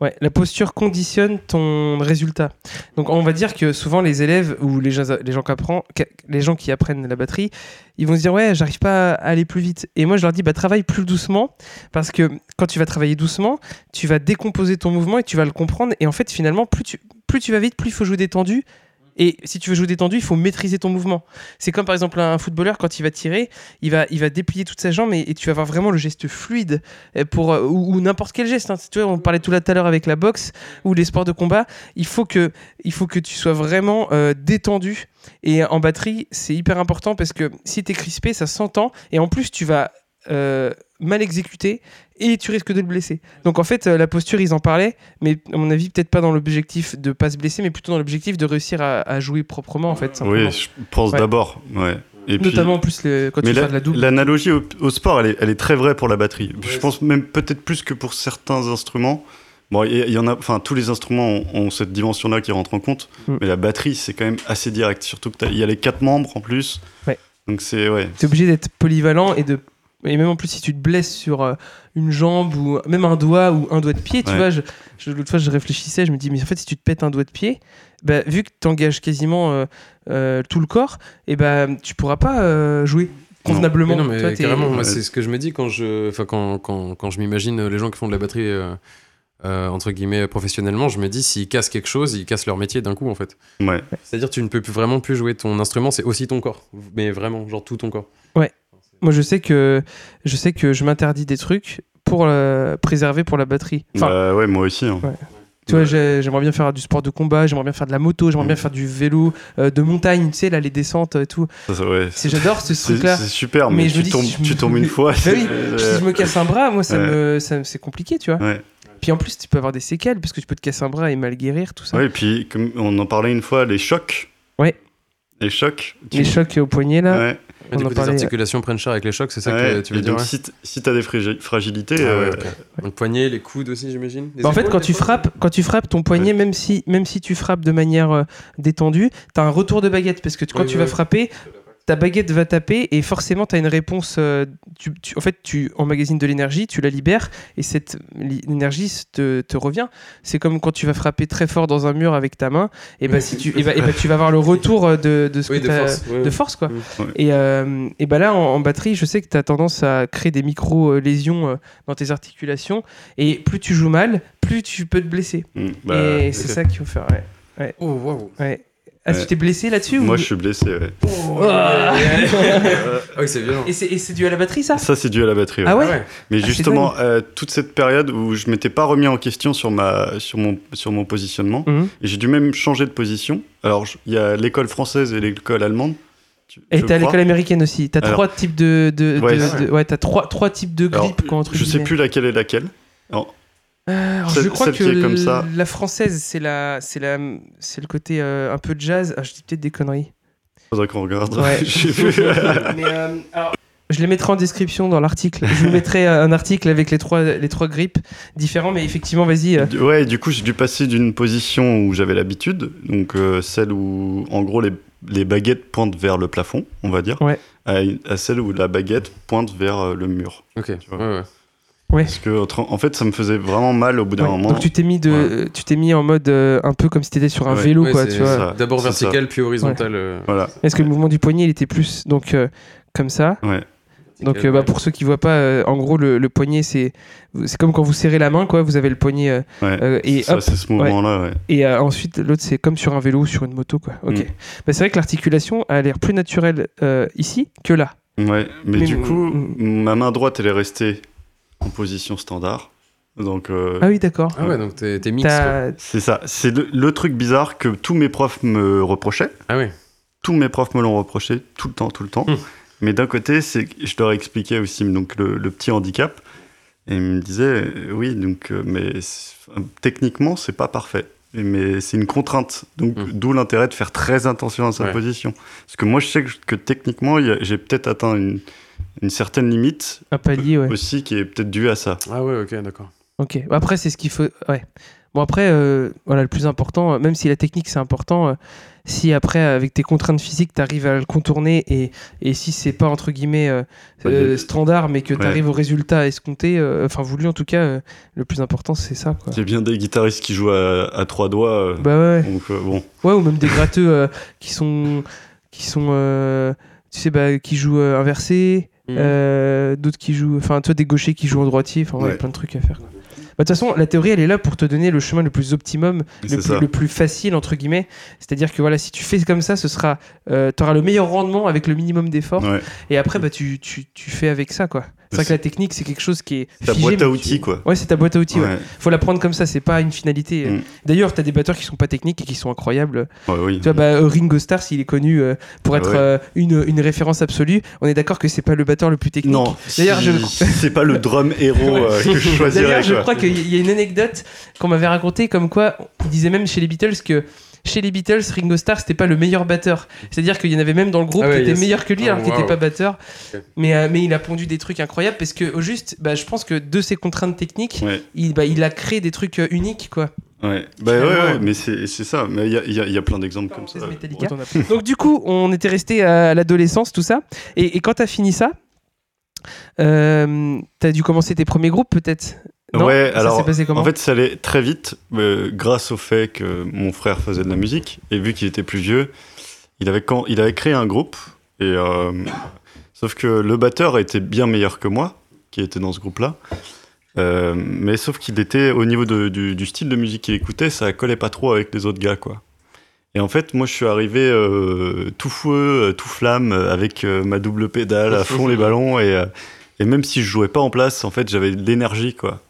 [SPEAKER 1] Ouais, la posture conditionne ton résultat. Donc, on va dire que souvent les élèves ou les gens, les gens, qui, apprennent, qui- les gens qui apprennent la batterie, ils vont se dire ouais, j'arrive pas à aller plus vite. Et moi, je leur dis bah travaille plus doucement parce que quand tu vas travailler doucement, tu vas décomposer ton mouvement et tu vas le comprendre. Et en fait, finalement, plus tu, plus tu vas vite, plus il faut jouer détendu. Et si tu veux jouer détendu, il faut maîtriser ton mouvement. C'est comme par exemple un footballeur quand il va tirer, il va, il va déplier toute sa jambe et, et tu vas avoir vraiment le geste fluide euh, pour, euh, ou, ou n'importe quel geste. hein. Tu vois, on parlait tout à l'heure avec la boxe ou les sports de combat. Il faut que, il faut que tu sois vraiment euh, détendu. Et en batterie, c'est hyper important parce que si tu es crispé, ça s'entend. Et en plus, tu vas euh, mal exécuter et tu risques de le blesser. Donc en fait, euh, la posture, ils en parlaient, mais à mon avis, peut-être pas dans l'objectif de pas se blesser, mais plutôt dans l'objectif de réussir à, à jouer proprement, en fait. simplement.
[SPEAKER 3] Oui, je pense
[SPEAKER 1] Ouais.
[SPEAKER 3] d'abord. Ouais. Et puis-
[SPEAKER 1] Notamment en plus le- quand
[SPEAKER 3] mais
[SPEAKER 1] tu
[SPEAKER 3] la-
[SPEAKER 1] fais de la double.
[SPEAKER 3] l'analogie au, au sport, elle est, elle est très vraie pour la batterie. Je
[SPEAKER 2] Ouais.
[SPEAKER 3] pense même peut-être plus que pour certains instruments. Bon, il y, il y en a, enfin, tous les instruments ont, ont cette dimension-là qui rentre en compte,
[SPEAKER 1] Mm.
[SPEAKER 3] mais la batterie, c'est quand même assez direct. Surtout que t'as- il y a les quatre membres en plus.
[SPEAKER 1] Ouais.
[SPEAKER 3] Donc c'est ouais.
[SPEAKER 1] T'es obligé d'être polyvalent et de et même en plus si tu te blesses sur euh, une jambe ou même un doigt ou un doigt de pied, tu
[SPEAKER 3] Ouais.
[SPEAKER 1] vois, je, je- l'autre fois je réfléchissais, je me dis mais en fait si tu te pètes un doigt de pied, bah, vu que t'engages quasiment euh, euh, tout le corps, et ben tu pourras pas euh, jouer convenablement.
[SPEAKER 2] Mais non, mais
[SPEAKER 1] Tu vois, t'es-
[SPEAKER 2] carrément, moi,
[SPEAKER 3] Ouais.
[SPEAKER 2] c'est ce que je me dis quand je, enfin, quand, quand, quand je m'imagine euh, les gens qui font de la batterie, euh, euh, entre guillemets, professionnellement, je me dis s'ils cassent quelque chose, ils cassent leur métier d'un coup, en fait.
[SPEAKER 3] Ouais.
[SPEAKER 2] C'est-à-dire, tu ne peux plus vraiment plus jouer ton instrument, c'est aussi ton corps, mais vraiment, genre tout ton corps.
[SPEAKER 1] Moi je sais que je sais que je m'interdis des trucs pour euh, préserver pour la batterie. Enfin,
[SPEAKER 3] Bah ouais, moi aussi. hein.
[SPEAKER 1] Ouais. Tu vois, j'ai- j'aimerais bien faire du sport de combat, j'aimerais bien faire de la moto, j'aimerais
[SPEAKER 3] Mm.
[SPEAKER 1] bien faire du vélo, euh, de montagne, tu sais, là, les descentes et tout.
[SPEAKER 3] Ça, ça, ouais.
[SPEAKER 1] C'est- J'adore ce
[SPEAKER 3] C'est
[SPEAKER 1] truc-là.
[SPEAKER 3] c'est super,
[SPEAKER 1] Mais
[SPEAKER 3] mais,
[SPEAKER 1] je me
[SPEAKER 3] tu,
[SPEAKER 1] dis,
[SPEAKER 3] tombes,
[SPEAKER 1] si je
[SPEAKER 3] tu
[SPEAKER 1] me-
[SPEAKER 3] tombes une fois.
[SPEAKER 1] Bah oui,
[SPEAKER 3] euh,
[SPEAKER 1] Si je me casse un bras, moi, ça
[SPEAKER 3] Ouais.
[SPEAKER 1] me, ça me- c'est compliqué, tu vois.
[SPEAKER 3] ouais.
[SPEAKER 1] Puis en plus, tu peux avoir des séquelles, parce que tu peux te casser un bras et mal guérir, tout ça.
[SPEAKER 3] Oui, et puis comme on en parlait une fois, les chocs.
[SPEAKER 1] Ouais.
[SPEAKER 3] Les chocs. tu-
[SPEAKER 1] Les chocs au poignet, là.
[SPEAKER 3] Ouais.
[SPEAKER 2] Ah, du
[SPEAKER 1] On en
[SPEAKER 2] coup, tes
[SPEAKER 1] parlait.
[SPEAKER 2] articulations prennent cher avec les chocs, c'est ça que
[SPEAKER 3] Ouais.
[SPEAKER 2] tu veux
[SPEAKER 3] Et
[SPEAKER 2] dire
[SPEAKER 3] donc,
[SPEAKER 2] ouais
[SPEAKER 3] si t- si t'as des fragi- fragilités,
[SPEAKER 2] Ah ouais,
[SPEAKER 3] euh,
[SPEAKER 2] ok. Donc, poignet, les coudes aussi, j'imagine Les
[SPEAKER 1] Bah, en fait,
[SPEAKER 2] épaules,
[SPEAKER 1] quand
[SPEAKER 2] des
[SPEAKER 1] tu
[SPEAKER 2] fois
[SPEAKER 1] frappes, quand tu frappes ton poignet, même si, même si tu frappes de manière euh, détendue, t'as un retour de baguette parce que t- quand
[SPEAKER 2] Oui,
[SPEAKER 1] tu
[SPEAKER 2] oui,
[SPEAKER 1] vas
[SPEAKER 2] oui.
[SPEAKER 1] frapper, ta baguette va taper et forcément t'as une réponse. euh, tu, tu- en fait, tu emmagasines de l'énergie, tu la libères et cette li- énergie s- te, te revient. C'est comme quand tu vas frapper très fort dans un mur avec ta main, et bah si tu, et bah- et bah, tu vas avoir le retour euh, de, de ce
[SPEAKER 2] Oui,
[SPEAKER 1] que
[SPEAKER 2] de
[SPEAKER 1] t'as-
[SPEAKER 2] force. ouais,
[SPEAKER 1] de
[SPEAKER 2] ouais.
[SPEAKER 1] force quoi.
[SPEAKER 2] Mm.
[SPEAKER 3] Euh, Ouais.
[SPEAKER 1] Et, euh, et bah là en, en batterie, je sais que tu as tendance à créer des micro euh, lésions euh, dans tes articulations et plus tu joues mal, plus tu peux te blesser.
[SPEAKER 3] mm, bah,
[SPEAKER 1] et c'est
[SPEAKER 2] ok.
[SPEAKER 1] ça qu'il faut faire. Ouais.
[SPEAKER 2] Oh, waouh
[SPEAKER 1] ouais. Ah,
[SPEAKER 3] Ouais.
[SPEAKER 1] tu t'es blessé là-dessus ou-
[SPEAKER 3] moi je suis blessé. ouais.
[SPEAKER 1] Ah.
[SPEAKER 2] Ah oui, c'est violent.
[SPEAKER 1] Et c'est- Et c'est dû à la batterie ça
[SPEAKER 3] Ça c'est dû à la batterie. ouais.
[SPEAKER 1] Ah ouais,
[SPEAKER 3] Mais
[SPEAKER 1] Ah, c'est
[SPEAKER 3] justement, euh, toute cette période où je m'étais pas remis en question sur ma sur mon sur mon positionnement,
[SPEAKER 1] Mhm.
[SPEAKER 3] et j'ai dû même changer de position. Alors je- il y a l'école française et l'école allemande. tu-
[SPEAKER 1] Et
[SPEAKER 3] je
[SPEAKER 1] t'es à
[SPEAKER 3] crois.
[SPEAKER 1] l'école américaine aussi. T'as
[SPEAKER 3] Alors-
[SPEAKER 1] trois types de, de,
[SPEAKER 3] Ouais,
[SPEAKER 1] de-
[SPEAKER 3] c'est
[SPEAKER 1] de- ouais, t'as trois trois types de
[SPEAKER 3] Alors,
[SPEAKER 1] grippe quoi entre
[SPEAKER 3] Je sais
[SPEAKER 1] guillemets.
[SPEAKER 3] plus laquelle est laquelle.
[SPEAKER 1] Euh, alors,
[SPEAKER 3] Celle-
[SPEAKER 1] je crois
[SPEAKER 3] celle
[SPEAKER 1] que
[SPEAKER 3] qui est comme ça.
[SPEAKER 1] la française c'est la c'est la c'est le côté euh, un peu jazz. Ah, je dis peut-être des conneries.
[SPEAKER 3] Faudrait qu'on regarde.
[SPEAKER 1] Ouais.
[SPEAKER 3] J'ai vu.
[SPEAKER 1] Mais, euh, alors, Je les mettrai en description dans l'article. Je vous mettrai euh, un article avec les trois, les trois grippes différents, mais effectivement, vas-y. euh,
[SPEAKER 3] Du- Ouais, du coup, j'ai dû passer d'une position où j'avais l'habitude, donc euh, celle où, en gros, les, les baguettes pointent vers le plafond, on va dire,
[SPEAKER 1] Ouais.
[SPEAKER 3] à, une- à celle où la baguette pointe vers euh, le mur.
[SPEAKER 2] Ok, ouais,
[SPEAKER 3] vois.
[SPEAKER 2] ouais.
[SPEAKER 3] Parce que, autre- en fait, ça me faisait vraiment mal au bout d'un
[SPEAKER 1] ouais.
[SPEAKER 3] moment.
[SPEAKER 1] Donc tu t'es mis de,
[SPEAKER 3] Ouais.
[SPEAKER 1] tu t'es mis en mode euh, un peu comme si t'étais sur un
[SPEAKER 3] Ouais.
[SPEAKER 1] vélo,
[SPEAKER 2] Ouais,
[SPEAKER 1] quoi.
[SPEAKER 2] c'est-
[SPEAKER 1] Tu vois.
[SPEAKER 3] ça.
[SPEAKER 2] D'abord
[SPEAKER 3] C'est ça.
[SPEAKER 2] vertical, puis horizontal. euh,
[SPEAKER 3] Voilà.
[SPEAKER 1] Parce que le mouvement du poignet, il était plus donc euh, comme ça.
[SPEAKER 3] Ouais.
[SPEAKER 1] Donc euh, bah, pour ceux qui voient pas, euh, en gros, le, le poignet, c'est, c'est comme quand vous serrez la main, quoi. Vous avez le poignet euh,
[SPEAKER 3] Ouais.
[SPEAKER 1] euh, et
[SPEAKER 3] Ça,
[SPEAKER 1] hop,
[SPEAKER 3] c'est ce mouvement-là, ouais.
[SPEAKER 1] Et euh, ensuite, l'autre, c'est comme sur un vélo ou sur une moto, quoi. Ok.
[SPEAKER 3] Mm.
[SPEAKER 1] Bah, c'est vrai que l'articulation a l'air plus naturelle euh, ici que là.
[SPEAKER 3] Ouais, mais,
[SPEAKER 1] Mais-
[SPEAKER 3] du coup,
[SPEAKER 1] Mm.
[SPEAKER 3] ma main droite, elle est restée en position standard. Donc, euh,
[SPEAKER 1] Ah oui, d'accord.
[SPEAKER 2] Ah ouais, donc t'es t'es mix. quoi.
[SPEAKER 1] T'as-
[SPEAKER 3] c'est ça. C'est le, le truc bizarre que tous mes profs me reprochaient.
[SPEAKER 2] Ah ouais.
[SPEAKER 3] tous mes profs me l'ont reproché tout le temps, tout le temps.
[SPEAKER 2] Hmm.
[SPEAKER 3] Mais d'un côté, c'est que je leur expliquais aussi donc le, le petit handicap et ils me disaient euh, oui donc euh, mais c'est- enfin, techniquement c'est pas parfait Et- mais c'est une contrainte donc
[SPEAKER 2] Hmm.
[SPEAKER 3] d'où l'intérêt de faire très attention à sa
[SPEAKER 2] Ouais.
[SPEAKER 3] position parce que moi je sais que, que techniquement il y a- j'ai peut-être atteint une, une certaine limite
[SPEAKER 1] Un palier, ouais.
[SPEAKER 3] aussi qui est peut-être due à ça.
[SPEAKER 2] Ah ouais, ok, d'accord.
[SPEAKER 1] Ok. Après, c'est ce qu'il faut. Ouais. Bon, après, euh, voilà, le plus important, euh, même si la technique c'est important, euh, si après, avec tes contraintes physiques, t'arrives à le contourner et, et si c'est pas entre guillemets euh,
[SPEAKER 3] Ouais,
[SPEAKER 1] euh,
[SPEAKER 3] y a-
[SPEAKER 1] standard, mais que
[SPEAKER 3] Ouais.
[SPEAKER 1] t'arrives au résultat escompté, euh, enfin voulu en tout cas, euh, le plus important c'est ça, quoi.
[SPEAKER 3] J'ai bien des guitaristes qui jouent à, à trois doigts. euh,
[SPEAKER 1] Bah ouais.
[SPEAKER 3] Donc euh, bon,
[SPEAKER 1] Ouais, ou même des gratteux euh, qui sont. qui sont. euh, tu sais, bah, qui jouent euh, inversé,
[SPEAKER 2] Mhm.
[SPEAKER 1] euh, d'autres qui jouent. Enfin, toi, des gauchers qui jouent en droitier, enfin, ouais, il y a
[SPEAKER 3] Ouais.
[SPEAKER 1] plein de trucs à faire. quoi. Bah, De toute façon, la théorie, elle est là pour te donner le chemin le plus optimum, le
[SPEAKER 3] c'est
[SPEAKER 1] plus,
[SPEAKER 3] ça.
[SPEAKER 1] le plus facile, entre guillemets. C'est-à-dire que voilà, si tu fais comme ça, ce sera. euh, t'auras le meilleur rendement avec le minimum d'efforts.
[SPEAKER 3] Ouais.
[SPEAKER 1] Et après, bah, tu, tu, tu fais avec ça, quoi. C'est vrai que
[SPEAKER 3] C'est-
[SPEAKER 1] la technique, c'est quelque chose qui est.
[SPEAKER 3] C'est ta
[SPEAKER 1] figé,
[SPEAKER 3] boîte à
[SPEAKER 1] mais tu-
[SPEAKER 3] outils, quoi.
[SPEAKER 1] Ouais, c'est ta boîte à outils, ouais.
[SPEAKER 3] Ouais.
[SPEAKER 1] Faut la prendre comme ça, c'est pas une finalité.
[SPEAKER 3] Mhm.
[SPEAKER 1] D'ailleurs, t'as des batteurs qui sont pas techniques et qui sont incroyables.
[SPEAKER 3] Ouais, oui.
[SPEAKER 1] Tu vois, bah, euh, Ringo Starr, s'il est connu euh, pour
[SPEAKER 3] Ah
[SPEAKER 1] être
[SPEAKER 3] ouais.
[SPEAKER 1] euh, une, une référence absolue, on est d'accord que c'est pas le batteur le plus technique.
[SPEAKER 3] Non,
[SPEAKER 1] D'ailleurs,
[SPEAKER 3] si-
[SPEAKER 1] je-
[SPEAKER 3] c'est pas le drum héros euh, que je choisirais.
[SPEAKER 1] D'ailleurs, je
[SPEAKER 3] quoi.
[SPEAKER 1] crois qu'il y a une anecdote qu'on m'avait racontée comme quoi il disait même chez les Beatles que chez les Beatles, Ringo Starr c'était pas le meilleur batteur. C'est-à-dire qu'il y en avait même dans le groupe
[SPEAKER 2] Ah ouais,
[SPEAKER 1] qui était
[SPEAKER 2] yes.
[SPEAKER 1] meilleur que lui
[SPEAKER 2] Oh,
[SPEAKER 1] alors qu'il
[SPEAKER 2] wow.
[SPEAKER 1] était pas batteur.
[SPEAKER 2] Ok.
[SPEAKER 1] Mais, euh, mais il a pondu des trucs incroyables parce que au juste, bah, je pense que de ses contraintes techniques,
[SPEAKER 3] Ouais,
[SPEAKER 1] il, bah, il a créé des trucs euh, uniques quoi.
[SPEAKER 3] ouais. Bah ouais,
[SPEAKER 1] Finalement, euh,
[SPEAKER 3] ouais,
[SPEAKER 1] ouais.
[SPEAKER 3] mais c'est c'est ça. Mais il y a, il y a- il y a plein d'exemples comme ça.
[SPEAKER 1] Parenthèse Metallica. Donc du coup, on était resté à l'adolescence, tout ça. Et, et quand t'as fini ça, euh, t'as dû commencer tes premiers groupes peut-être Non
[SPEAKER 3] ouais,
[SPEAKER 1] Ça
[SPEAKER 3] alors
[SPEAKER 1] s'est passé comment
[SPEAKER 3] en fait, ça allait très vite euh, grâce au fait que mon frère faisait de la musique et vu qu'il était plus vieux, il avait quand il avait créé un groupe et euh, sauf que le batteur était bien meilleur que moi qui était dans ce groupe-là. Euh, mais sauf qu'il était au niveau de- du, du style de musique qu'il écoutait, ça collait pas trop avec les autres gars quoi. Et en fait, moi je suis arrivé euh, tout feu, euh, tout flamme euh, avec euh, ma double pédale à fond les ballons et euh, et même si je jouais pas en place, en fait, j'avais de l'énergie, quoi.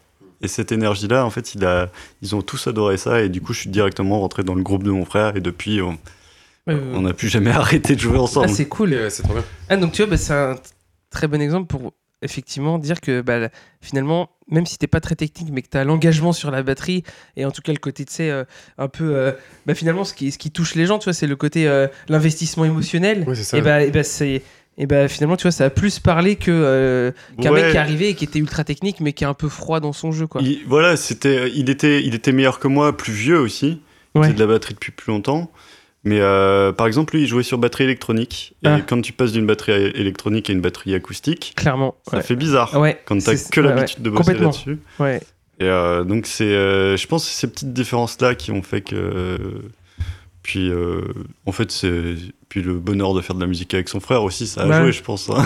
[SPEAKER 3] Et cette énergie-là, en fait, il a, ils ont tous adoré ça. Et du coup, je suis directement rentré dans le groupe de mon frère. Et depuis, on
[SPEAKER 1] Ouais, ouais, ouais.
[SPEAKER 3] on n'a plus jamais arrêté de jouer
[SPEAKER 1] Euh, Ah,
[SPEAKER 3] ensemble.
[SPEAKER 1] c'est cool.
[SPEAKER 2] Ouais, c'est trop bien.
[SPEAKER 1] Ah donc tu vois, bah, c'est un t- très bon exemple pour effectivement dire que bah, finalement, même si t'es pas très technique, mais que tu as l'engagement sur la batterie, et en tout cas le côté, tu sais, euh, un peu, euh, bah, finalement, ce qui, ce qui touche les gens, tu vois, c'est le côté, euh, l'investissement émotionnel.
[SPEAKER 2] Ouais, c'est ça.
[SPEAKER 1] Et bah, et bah, c'est. Et bah finalement, tu vois, ça a plus parlé que, euh, qu'un
[SPEAKER 3] Ouais.
[SPEAKER 1] mec qui est arrivé et qui était ultra technique, mais qui est un peu froid dans son jeu, quoi.
[SPEAKER 3] Il- voilà, c'était, il était, il était meilleur que moi, plus vieux aussi. Il
[SPEAKER 1] Ouais.
[SPEAKER 3] faisait de la batterie depuis plus longtemps. Mais euh, par exemple, lui, il jouait sur batterie électronique. Et
[SPEAKER 1] Ah.
[SPEAKER 3] quand tu passes d'une batterie électronique à une batterie acoustique,
[SPEAKER 1] Clairement.
[SPEAKER 3] ça fait bizarre.
[SPEAKER 1] Ouais,
[SPEAKER 3] Quand t'as
[SPEAKER 1] c'est-
[SPEAKER 3] que
[SPEAKER 1] ouais,
[SPEAKER 3] l'habitude de bosser
[SPEAKER 1] Complètement.
[SPEAKER 3] là-dessus.
[SPEAKER 1] ouais, ouais.
[SPEAKER 3] Et euh, donc, c'est, euh, je pense que c'est ces petites différences-là qui ont fait que. euh, puis, euh, en fait, c'est. Puis le bonheur de faire de la musique avec son frère aussi, ça a
[SPEAKER 1] Ouais.
[SPEAKER 3] joué, je pense. hein.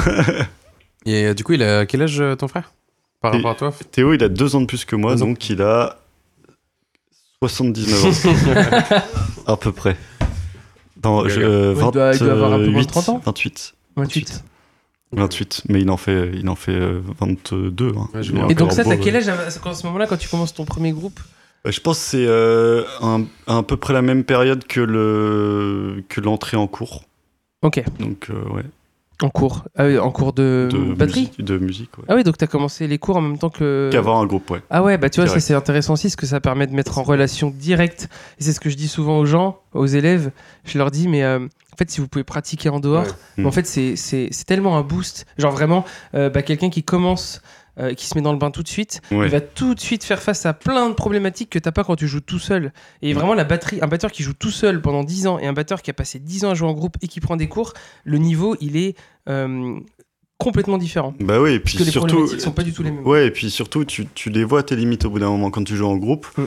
[SPEAKER 2] Et euh, du coup, il a quel âge euh, ton frère Par
[SPEAKER 3] Et-
[SPEAKER 2] rapport à toi
[SPEAKER 3] Théo, il a deux ans de plus que moi,
[SPEAKER 2] Deux ans.
[SPEAKER 3] donc il a 79 ans. à peu près. Non,
[SPEAKER 2] Ouais,
[SPEAKER 3] je- euh,
[SPEAKER 1] il doit- il doit avoir un peu moins de
[SPEAKER 3] 28,
[SPEAKER 1] 30 ans.
[SPEAKER 3] 28.
[SPEAKER 1] 28.
[SPEAKER 3] 28, mais il en fait, il en fait euh, 22. hein.
[SPEAKER 2] Ouais, je
[SPEAKER 3] Il
[SPEAKER 2] vois.
[SPEAKER 3] est
[SPEAKER 1] Et
[SPEAKER 3] encore
[SPEAKER 1] donc ça,
[SPEAKER 3] beau,
[SPEAKER 1] t'as
[SPEAKER 3] ouais.
[SPEAKER 1] quel âge à à ce moment-là quand tu commences ton premier groupe
[SPEAKER 3] Euh, Je pense que c'est euh, un- à peu près la même période que le que l'entrée en cours.
[SPEAKER 1] Ok,
[SPEAKER 3] Donc euh, ouais,
[SPEAKER 1] en cours. Ah oui, en cours de,
[SPEAKER 3] de
[SPEAKER 1] batterie Euh,
[SPEAKER 3] musique, de musique ouais.
[SPEAKER 1] Ah oui, donc t'as commencé les cours en même temps que...
[SPEAKER 3] Qu'avoir un groupe, ouais.
[SPEAKER 1] Ah ouais, bah tu vois, ça
[SPEAKER 3] Direct.
[SPEAKER 1] c'est intéressant aussi, parce que ça permet de mettre en relation directe. Et c'est ce que je dis souvent aux gens, aux élèves. Je leur dis, mais euh, en fait, si vous pouvez pratiquer en dehors,
[SPEAKER 2] Ouais.
[SPEAKER 1] mais
[SPEAKER 3] Mm.
[SPEAKER 1] en fait, c'est- c'est c'est tellement un boost. Genre vraiment, euh, bah, quelqu'un qui commence, euh, qui se met dans le bain tout de suite,
[SPEAKER 3] Ouais.
[SPEAKER 1] il va tout de suite faire face à plein de problématiques que t'as pas quand tu joues tout seul. Et
[SPEAKER 3] Mm.
[SPEAKER 1] vraiment, la batterie, un batteur qui joue tout seul pendant 10 ans et un batteur qui a passé 10 ans à jouer en groupe et qui prend des cours, le niveau, il est euh, complètement différent.
[SPEAKER 3] Bah oui, et
[SPEAKER 1] Parce
[SPEAKER 3] puis
[SPEAKER 1] que les
[SPEAKER 3] surtout, euh,
[SPEAKER 1] problématiques sont pas du tout les mêmes.
[SPEAKER 3] Ouais, et puis surtout, tu, tu les vois tes limites au bout d'un moment quand tu joues en groupe.
[SPEAKER 1] Mm.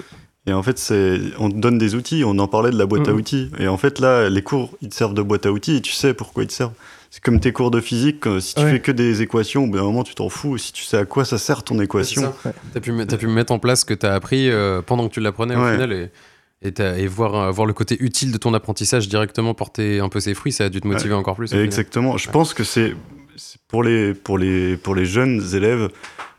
[SPEAKER 3] Et en fait, c'est, on te donne des outils, on en parlait de la boîte à
[SPEAKER 1] Mm.
[SPEAKER 3] outils. Et en fait, là, les cours, ils te servent de boîte à outils et tu sais pourquoi ils te servent. C'est comme tes cours de physique, quand- si tu
[SPEAKER 1] Ouais.
[SPEAKER 3] fais que des équations, au bout d'un moment, tu t'en fous. Si tu sais à quoi ça sert ton équation.
[SPEAKER 1] Ouais.
[SPEAKER 2] T'as pu, me- t'as pu mettre en place ce que t'as appris euh, pendant que tu l'apprenais au
[SPEAKER 3] Ouais.
[SPEAKER 2] final et, et, t'as- et voir, euh, voir le côté utile de ton apprentissage directement porter un peu ses fruits, ça a dû te motiver encore plus. au final.
[SPEAKER 3] Exactement. Je
[SPEAKER 2] Ouais.
[SPEAKER 3] pense que c'est, c'est pour, les, pour, les, pour les jeunes élèves,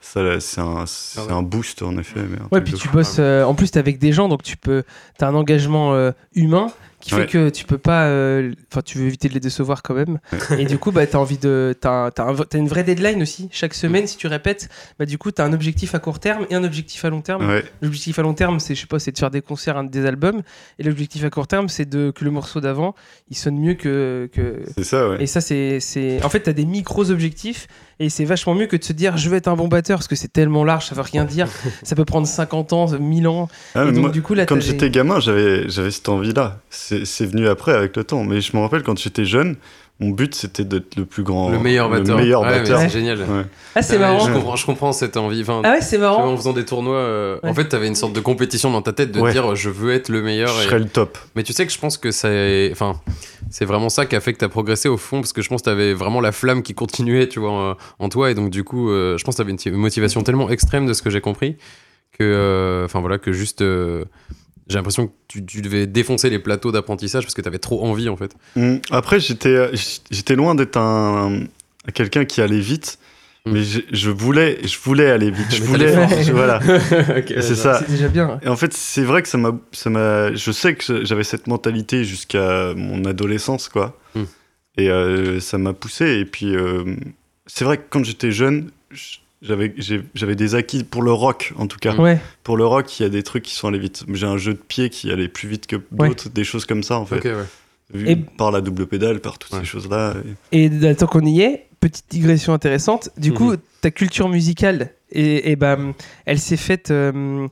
[SPEAKER 3] ça, c'est, un, c'est
[SPEAKER 2] Ah ouais.
[SPEAKER 3] un boost, en effet. mais un
[SPEAKER 1] Ouais,
[SPEAKER 3] truc
[SPEAKER 1] puis
[SPEAKER 3] de Ah
[SPEAKER 1] tu
[SPEAKER 3] fou.
[SPEAKER 1] bosses. euh, en plus, t'es avec des gens, donc tu peux. T'as un engagement euh, humain qui fait
[SPEAKER 3] Ouais.
[SPEAKER 1] que tu peux pas. euh, Enfin, tu veux éviter de les décevoir quand même. Et du coup, bah, t'as envie de. T'as, un- t'as un v- t'as une vraie deadline aussi. Chaque
[SPEAKER 3] Mm.
[SPEAKER 1] semaine, si tu répètes, bah, du coup, t'as un objectif à court terme et un objectif à long terme.
[SPEAKER 3] Ouais.
[SPEAKER 1] L'objectif à long terme, c'est, je sais pas, c'est de faire des concerts, un- des albums. Et l'objectif à court terme, c'est de que le morceau d'avant, il sonne mieux que. que...
[SPEAKER 3] C'est ça, ouais.
[SPEAKER 1] Et ça, c'est. c'est- En fait, t'as des micros objectifs et c'est vachement mieux que de se dire je veux être un bon batteur parce que c'est tellement large, ça veut rien dire. ça peut prendre 50 ans, 1000 ans.
[SPEAKER 3] Ah,
[SPEAKER 1] Et
[SPEAKER 3] mais
[SPEAKER 1] donc,
[SPEAKER 3] moi-
[SPEAKER 1] du coup, là,
[SPEAKER 3] Quand
[SPEAKER 1] t'as des-
[SPEAKER 3] j'étais gamin, j'avais j'avais cette envie-là. C'est c'est venu après avec le temps. Mais je me rappelle quand j'étais jeune, mon but c'était d'être le plus grand.
[SPEAKER 2] Le meilleur batteur.
[SPEAKER 3] meilleur
[SPEAKER 2] Ouais, mais
[SPEAKER 3] batteur.
[SPEAKER 2] C'est génial.
[SPEAKER 3] Ouais.
[SPEAKER 1] Ah, c'est
[SPEAKER 2] Ouais,
[SPEAKER 1] marrant.
[SPEAKER 2] Je comprends, je comprends cette envie. Enfin,
[SPEAKER 1] Ah ouais, c'est
[SPEAKER 2] tu vois,
[SPEAKER 1] marrant.
[SPEAKER 2] en faisant des tournois, euh, en
[SPEAKER 1] Ouais.
[SPEAKER 2] fait, t'avais une sorte de compétition dans ta tête de
[SPEAKER 3] Ouais.
[SPEAKER 2] dire je veux être le
[SPEAKER 3] Je
[SPEAKER 2] meilleur. et-
[SPEAKER 3] serais le top.
[SPEAKER 2] Mais tu sais que je pense que c'est, enfin, c'est vraiment ça qui a fait que t'as progressé au fond, parce que je pense que t'avais vraiment la flamme qui continuait, tu vois, en, en toi, et donc du coup, euh, je pense que t'avais une t- une motivation tellement extrême de ce que j'ai compris que, euh, enfin voilà, que juste, euh, j'ai l'impression que tu, tu devais défoncer les plateaux d'apprentissage parce que t'avais trop envie en fait.
[SPEAKER 3] Mm. Après, j'étais euh, j- j'étais loin d'être un quelqu'un qui allait vite.
[SPEAKER 2] Mm.
[SPEAKER 3] Mais je, je voulais, je voulais aller vite. Je
[SPEAKER 2] Mais
[SPEAKER 3] voulais,
[SPEAKER 1] t'allais fort.
[SPEAKER 3] je- voilà.
[SPEAKER 2] c'est
[SPEAKER 3] C'est ça.
[SPEAKER 1] C'est déjà bien.
[SPEAKER 3] Et en fait, c'est vrai que ça m'a, ça m'a, je sais que j'avais cette mentalité jusqu'à mon adolescence, quoi.
[SPEAKER 2] Hmm.
[SPEAKER 3] Et euh, ça m'a poussé. Et puis, euh, c'est vrai que quand j'étais jeune, j- j'avais, j'ai- j'avais des acquis pour le rock, en tout cas.
[SPEAKER 1] Ouais.
[SPEAKER 3] Pour le rock, il y a des trucs qui sont allés vite. J'ai un jeu de pied qui allait plus vite que
[SPEAKER 1] Ouais.
[SPEAKER 3] d'autres, des choses comme ça, en fait.
[SPEAKER 2] Ok, ouais.
[SPEAKER 3] Vu-
[SPEAKER 1] Et-
[SPEAKER 3] Par la double pédale, par toutes
[SPEAKER 2] Ouais.
[SPEAKER 3] ces choses-là. Et-
[SPEAKER 1] Et d- tant qu'on y est, petite digression intéressante. Du
[SPEAKER 3] Mhm.
[SPEAKER 1] coup, ta culture musicale, et, et ben, elle s'est faite euh,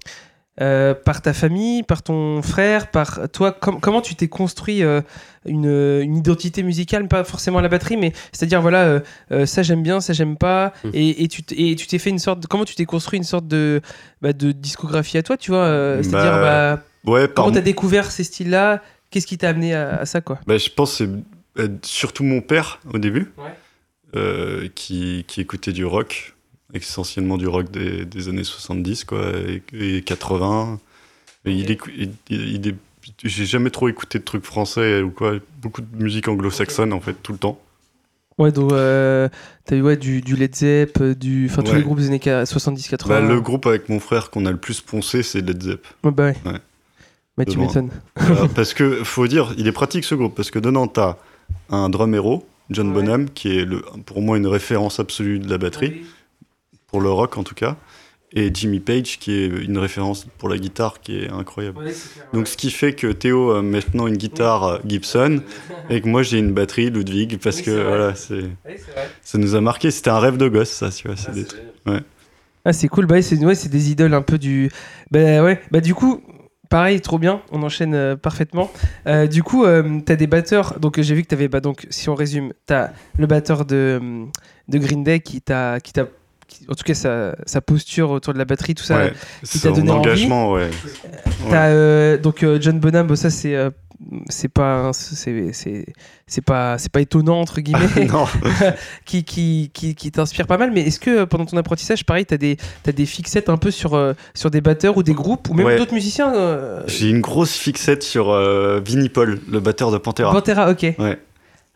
[SPEAKER 1] euh, par ta famille, par ton frère, par toi. Com- comment tu t'es construit euh, une, une identité musicale, pas forcément à la batterie, mais c'est-à-dire voilà, euh, euh, ça j'aime bien, ça j'aime pas.
[SPEAKER 2] Mhm.
[SPEAKER 1] Et, et tu t- et tu t'es fait une sorte. de- comment tu t'es construit une sorte de, bah, de discographie à toi, tu vois euh, C'est-à-dire
[SPEAKER 3] Bah,
[SPEAKER 1] bah,
[SPEAKER 3] Ouais, par
[SPEAKER 1] comment t'as découvert ces styles-là Qu'est-ce qui t'a amené à, à ça, quoi
[SPEAKER 3] Bah, je pense que c'est euh, surtout mon père au début,
[SPEAKER 1] Ouais.
[SPEAKER 3] euh, qui, qui écoutait du rock, essentiellement du rock des, des années 70 quoi, et, et 80. Et il écou- il- il- il est- J'ai jamais trop écouté de trucs français ou quoi. Beaucoup de musique anglo-saxonne en fait, tout le temps.
[SPEAKER 1] Ouais, donc euh, t'as eu ouais, du, du Led Zepp, euh, du... enfin tous
[SPEAKER 3] Ouais.
[SPEAKER 1] les groupes des années 70-80.
[SPEAKER 3] Bah, le groupe avec mon frère qu'on a le plus poncé, c'est Led Zepp.
[SPEAKER 1] Ouais, bah ouais.
[SPEAKER 3] Ouais.
[SPEAKER 1] Bah, tu
[SPEAKER 3] Devant.
[SPEAKER 1] m'étonnes.
[SPEAKER 3] Voilà, parce que faut dire, il est pratique ce groupe parce que dedans t'as un drum hero, John
[SPEAKER 1] Ouais.
[SPEAKER 3] Bonham, qui est le, pour moi une référence absolue de la batterie. pour le rock en tout cas. Et Jimmy Page, qui est une référence pour la guitare, qui est incroyable. Donc ce qui fait que Théo a maintenant une guitare euh, Gibson et que moi j'ai une batterie Ludwig parce
[SPEAKER 1] Oui,
[SPEAKER 3] que
[SPEAKER 1] c'est vrai.
[SPEAKER 3] voilà, c'est
[SPEAKER 1] c'est vrai.
[SPEAKER 3] ça nous a marqué. C'était un rêve de gosse, ça, tu vois. c'est des trucs.
[SPEAKER 1] Ah, c'est cool. Bah, ouais, c'est ouais, c'est des idoles un peu du. Bah, ouais. Bah, du coup, pareil, trop bien. On enchaîne euh, parfaitement. Euh, du coup, euh, t'as des batteurs. Donc, euh, j'ai vu que t'avais. Bah, donc, si on résume, t'as le batteur de, euh, de Green Day qui t'a. qui t'a- qui- En tout cas, sa, sa posture autour de la batterie, tout ça.
[SPEAKER 3] Ouais,
[SPEAKER 1] qui t'a
[SPEAKER 3] son
[SPEAKER 1] donné envie.
[SPEAKER 3] engagement, ouais.
[SPEAKER 1] T'as, euh, donc euh, John Bonham, bon, ça c'est euh, c'est pas un- c'est c'est c'est pas c'est pas étonnant entre guillemets
[SPEAKER 3] Ah, non,
[SPEAKER 1] qui qui, qui, qui t'inspire pas mal. Mais est-ce que euh, pendant ton apprentissage, pareil, t'as des t'as des fixettes un peu sur euh, sur des batteurs ou des groupes ou même
[SPEAKER 3] Ouais.
[SPEAKER 1] d'autres musiciens. euh,
[SPEAKER 3] j'ai une grosse fixette sur euh, Vinnie Paul, le batteur de Pantera.
[SPEAKER 1] Pantera, ok.
[SPEAKER 3] Ouais.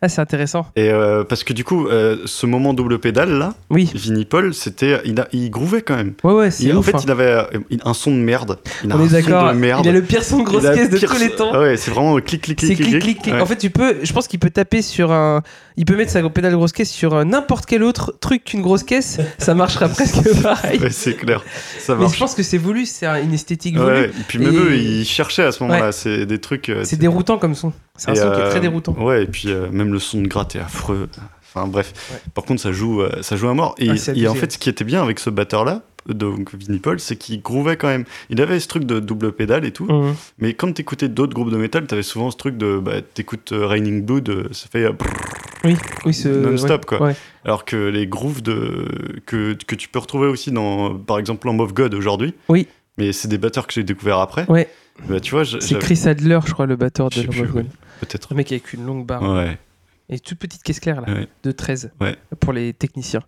[SPEAKER 1] Ah c'est intéressant.
[SPEAKER 3] Et euh, parce que du coup, euh, ce moment double pédale là,
[SPEAKER 1] Oui.
[SPEAKER 3] Vinnie Paul, c'était, il, a- il grouvait quand même.
[SPEAKER 1] Ouais ouais c'est
[SPEAKER 3] Il- en
[SPEAKER 1] ouf.
[SPEAKER 3] fait,
[SPEAKER 1] hein.
[SPEAKER 3] il avait euh, il- un son de merde. Il a
[SPEAKER 1] On
[SPEAKER 3] un
[SPEAKER 1] est
[SPEAKER 3] son
[SPEAKER 1] d'accord.
[SPEAKER 3] de
[SPEAKER 1] Il
[SPEAKER 3] merde.
[SPEAKER 1] a le pire son de grosse
[SPEAKER 3] Il a
[SPEAKER 1] caisse de
[SPEAKER 3] pire-
[SPEAKER 1] tous les temps.
[SPEAKER 3] Ah ouais, c'est vraiment clic clic clic
[SPEAKER 1] C'est clic, clic, clic.
[SPEAKER 3] Ouais.
[SPEAKER 1] En fait, tu peux, je pense qu'il peut taper sur un. Il peut mettre sa pédale grosse caisse sur un n'importe quel autre truc qu'une grosse caisse, ça marchera presque pareil.
[SPEAKER 3] Ouais, c'est clair. Ça
[SPEAKER 1] Mais je
[SPEAKER 3] marche.
[SPEAKER 1] pense que c'est voulu, c'est un- une esthétique voulue.
[SPEAKER 3] Ouais, et puis même
[SPEAKER 1] Et-
[SPEAKER 3] eux, ils cherchaient à ce moment-là. C'est des trucs. euh,
[SPEAKER 1] C'est déroutant comme son. C'est un
[SPEAKER 3] Et,
[SPEAKER 1] son qui est
[SPEAKER 3] euh,
[SPEAKER 1] très déroutant.
[SPEAKER 3] Ouais, et puis euh, même le son de gratte est affreux. Enfin bref.
[SPEAKER 1] Ouais.
[SPEAKER 3] Par contre, ça joue, euh, ça joue à mort. Et,
[SPEAKER 1] Ah, c'est
[SPEAKER 3] et en
[SPEAKER 1] abusé.
[SPEAKER 3] fait, ce qui était bien avec ce batteur-là, donc Vinnie Paul, c'est qu'il grouvait quand même. Il avait ce truc de double pédale et tout.
[SPEAKER 1] Mmh.
[SPEAKER 3] Mais quand t'écoutais d'autres groupes de métal, t'avais souvent ce truc de. Bah, t'écoutes euh, Raining Blood, euh, ça fait. euh, brrr,
[SPEAKER 1] Oui, oui, ce.
[SPEAKER 3] Non-stop,
[SPEAKER 1] euh, ouais.
[SPEAKER 3] quoi.
[SPEAKER 1] Ouais.
[SPEAKER 3] alors que les grooves de, que, que tu peux retrouver aussi dans, par exemple, Lamb of God aujourd'hui.
[SPEAKER 1] Oui.
[SPEAKER 3] Mais c'est des batteurs que j'ai découvert après.
[SPEAKER 1] Ouais.
[SPEAKER 3] Bah, tu vois, je-
[SPEAKER 1] C'est
[SPEAKER 3] j'avais-
[SPEAKER 1] Chris Adler, je crois, le batteur
[SPEAKER 3] Je
[SPEAKER 1] de
[SPEAKER 3] sais
[SPEAKER 1] Lamb
[SPEAKER 3] plus,
[SPEAKER 1] of God.
[SPEAKER 3] ouais. peut-être.
[SPEAKER 1] Le mec avec une longue barbe
[SPEAKER 3] Ouais.
[SPEAKER 1] et une toute petite caisse claire, là,
[SPEAKER 3] Ouais.
[SPEAKER 1] de 13,
[SPEAKER 3] Ouais.
[SPEAKER 1] pour les techniciens.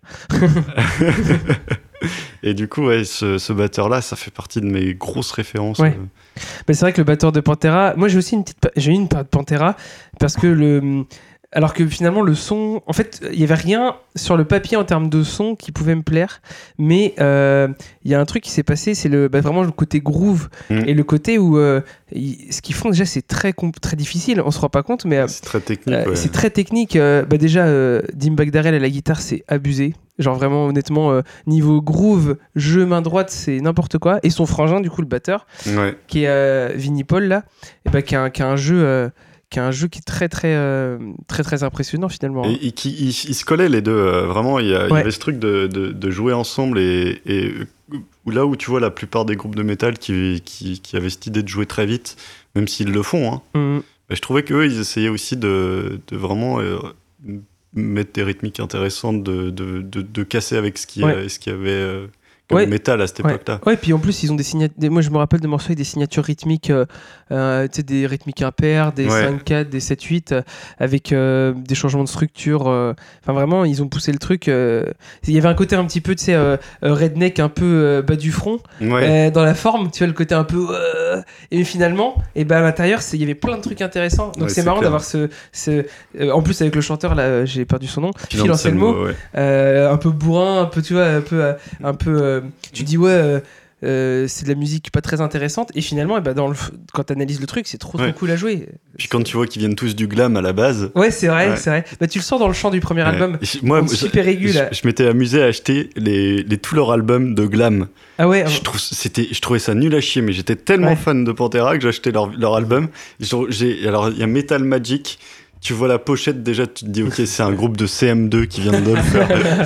[SPEAKER 3] Et du coup, ouais, ce, ce batteur-là, ça fait partie de mes grosses références.
[SPEAKER 1] Ouais.
[SPEAKER 3] euh.
[SPEAKER 1] Mais c'est vrai que le batteur de Pantera, moi j'ai aussi une petite, pa- j'ai eu une part de Pantera parce que le, alors que finalement le son, en fait, il y avait rien sur le papier en termes de son qui pouvait me plaire, mais euh, il y a un truc qui s'est passé, c'est le, bah, vraiment le côté groove
[SPEAKER 3] Mm.
[SPEAKER 1] et le côté où euh, ils- ce qu'ils font déjà c'est très compl- très difficile, on se rend pas compte, mais euh,
[SPEAKER 3] C'est très technique.
[SPEAKER 1] euh,
[SPEAKER 3] ouais.
[SPEAKER 1] c'est très technique. euh, bah déjà, euh, Dim Bagdarel à la guitare, c'est abusé. Genre vraiment, honnêtement, euh, niveau groove, jeu main droite, c'est n'importe quoi. Et son frangin, du coup, le batteur,
[SPEAKER 3] Ouais.
[SPEAKER 1] qui est euh, Vinnie Paul là, et ben qui a, un- qui a un jeu euh, qui a un jeu qui est très très euh, très très impressionnant finalement. hein.
[SPEAKER 3] Et, et qui, ils, ils se collaient les deux. euh, vraiment, il y, a- il y
[SPEAKER 1] Ouais.
[SPEAKER 3] avait ce truc de, de- de jouer ensemble. Et, et, euh, où là où tu vois la plupart des groupes de métal qui, qui, qui avaient cette idée de jouer très vite, même s'ils le font, hein,
[SPEAKER 1] Mm.
[SPEAKER 3] Bah, je trouvais qu'eux, ils essayaient aussi de, de vraiment euh, m- mettre des rythmiques intéressantes, de, de, de, de casser avec ce qu'il y a- ce qu'il y avait euh, comme
[SPEAKER 1] Ouais.
[SPEAKER 3] métal à cette
[SPEAKER 1] Ouais.
[SPEAKER 3] époque-là.
[SPEAKER 1] Ouais, puis en plus ils ont des signatures. Moi je me rappelle de morceaux avec des signatures rythmiques, euh, euh, tu sais, des rythmiques impairs, des
[SPEAKER 3] Ouais.
[SPEAKER 1] 5-4, des 7-8, euh, avec euh, des changements de structure. euh. Enfin vraiment, ils ont poussé le truc. euh. Il y avait un côté un petit peu, tu sais, euh, euh, redneck un peu euh, bas du front.
[SPEAKER 3] Ouais.
[SPEAKER 1] Euh, dans la forme, tu vois le côté un peu euh, et finalement, et ben à l'intérieur, c'est- il y avait plein de trucs intéressants. Donc
[SPEAKER 3] Ouais,
[SPEAKER 1] c'est
[SPEAKER 3] c'est
[SPEAKER 1] marrant
[SPEAKER 3] clair.
[SPEAKER 1] d'avoir ce, ce- euh, en plus avec le chanteur là, euh, j'ai perdu son nom,
[SPEAKER 3] Phil
[SPEAKER 1] Phil Anselmo,
[SPEAKER 3] Anselmo, ouais.
[SPEAKER 1] euh, un peu bourrin, un peu tu vois, un peu, euh, un peu, euh, tu dis ouais. euh, euh, c'est de la musique pas très intéressante et finalement eh ben dans le, f- quand t'analyses le truc c'est trop, trop
[SPEAKER 3] Ouais.
[SPEAKER 1] cool à jouer
[SPEAKER 3] Puis quand tu vois qu'ils viennent tous du glam à la base.
[SPEAKER 1] ouais c'est vrai
[SPEAKER 3] Ouais.
[SPEAKER 1] c'est vrai bah tu le sens dans le chant du premier
[SPEAKER 3] ouais.
[SPEAKER 1] album
[SPEAKER 3] Et je- Moi,
[SPEAKER 1] Une
[SPEAKER 3] je-
[SPEAKER 1] super aigu là
[SPEAKER 3] je, je m'étais amusé à acheter les, les, tout leur album de glam.
[SPEAKER 1] ah ouais
[SPEAKER 3] Je, trouve, c'était, je trouvais ça nul à chier, mais j'étais tellement
[SPEAKER 1] Ouais.
[SPEAKER 3] fan de Pantera que j'ai acheté leur, leur album. Ils ont- j'ai- alors, il y a Metal Magic. Tu vois la pochette, déjà, tu te dis, ok, c'est un groupe de CM2 qui vient de le faire.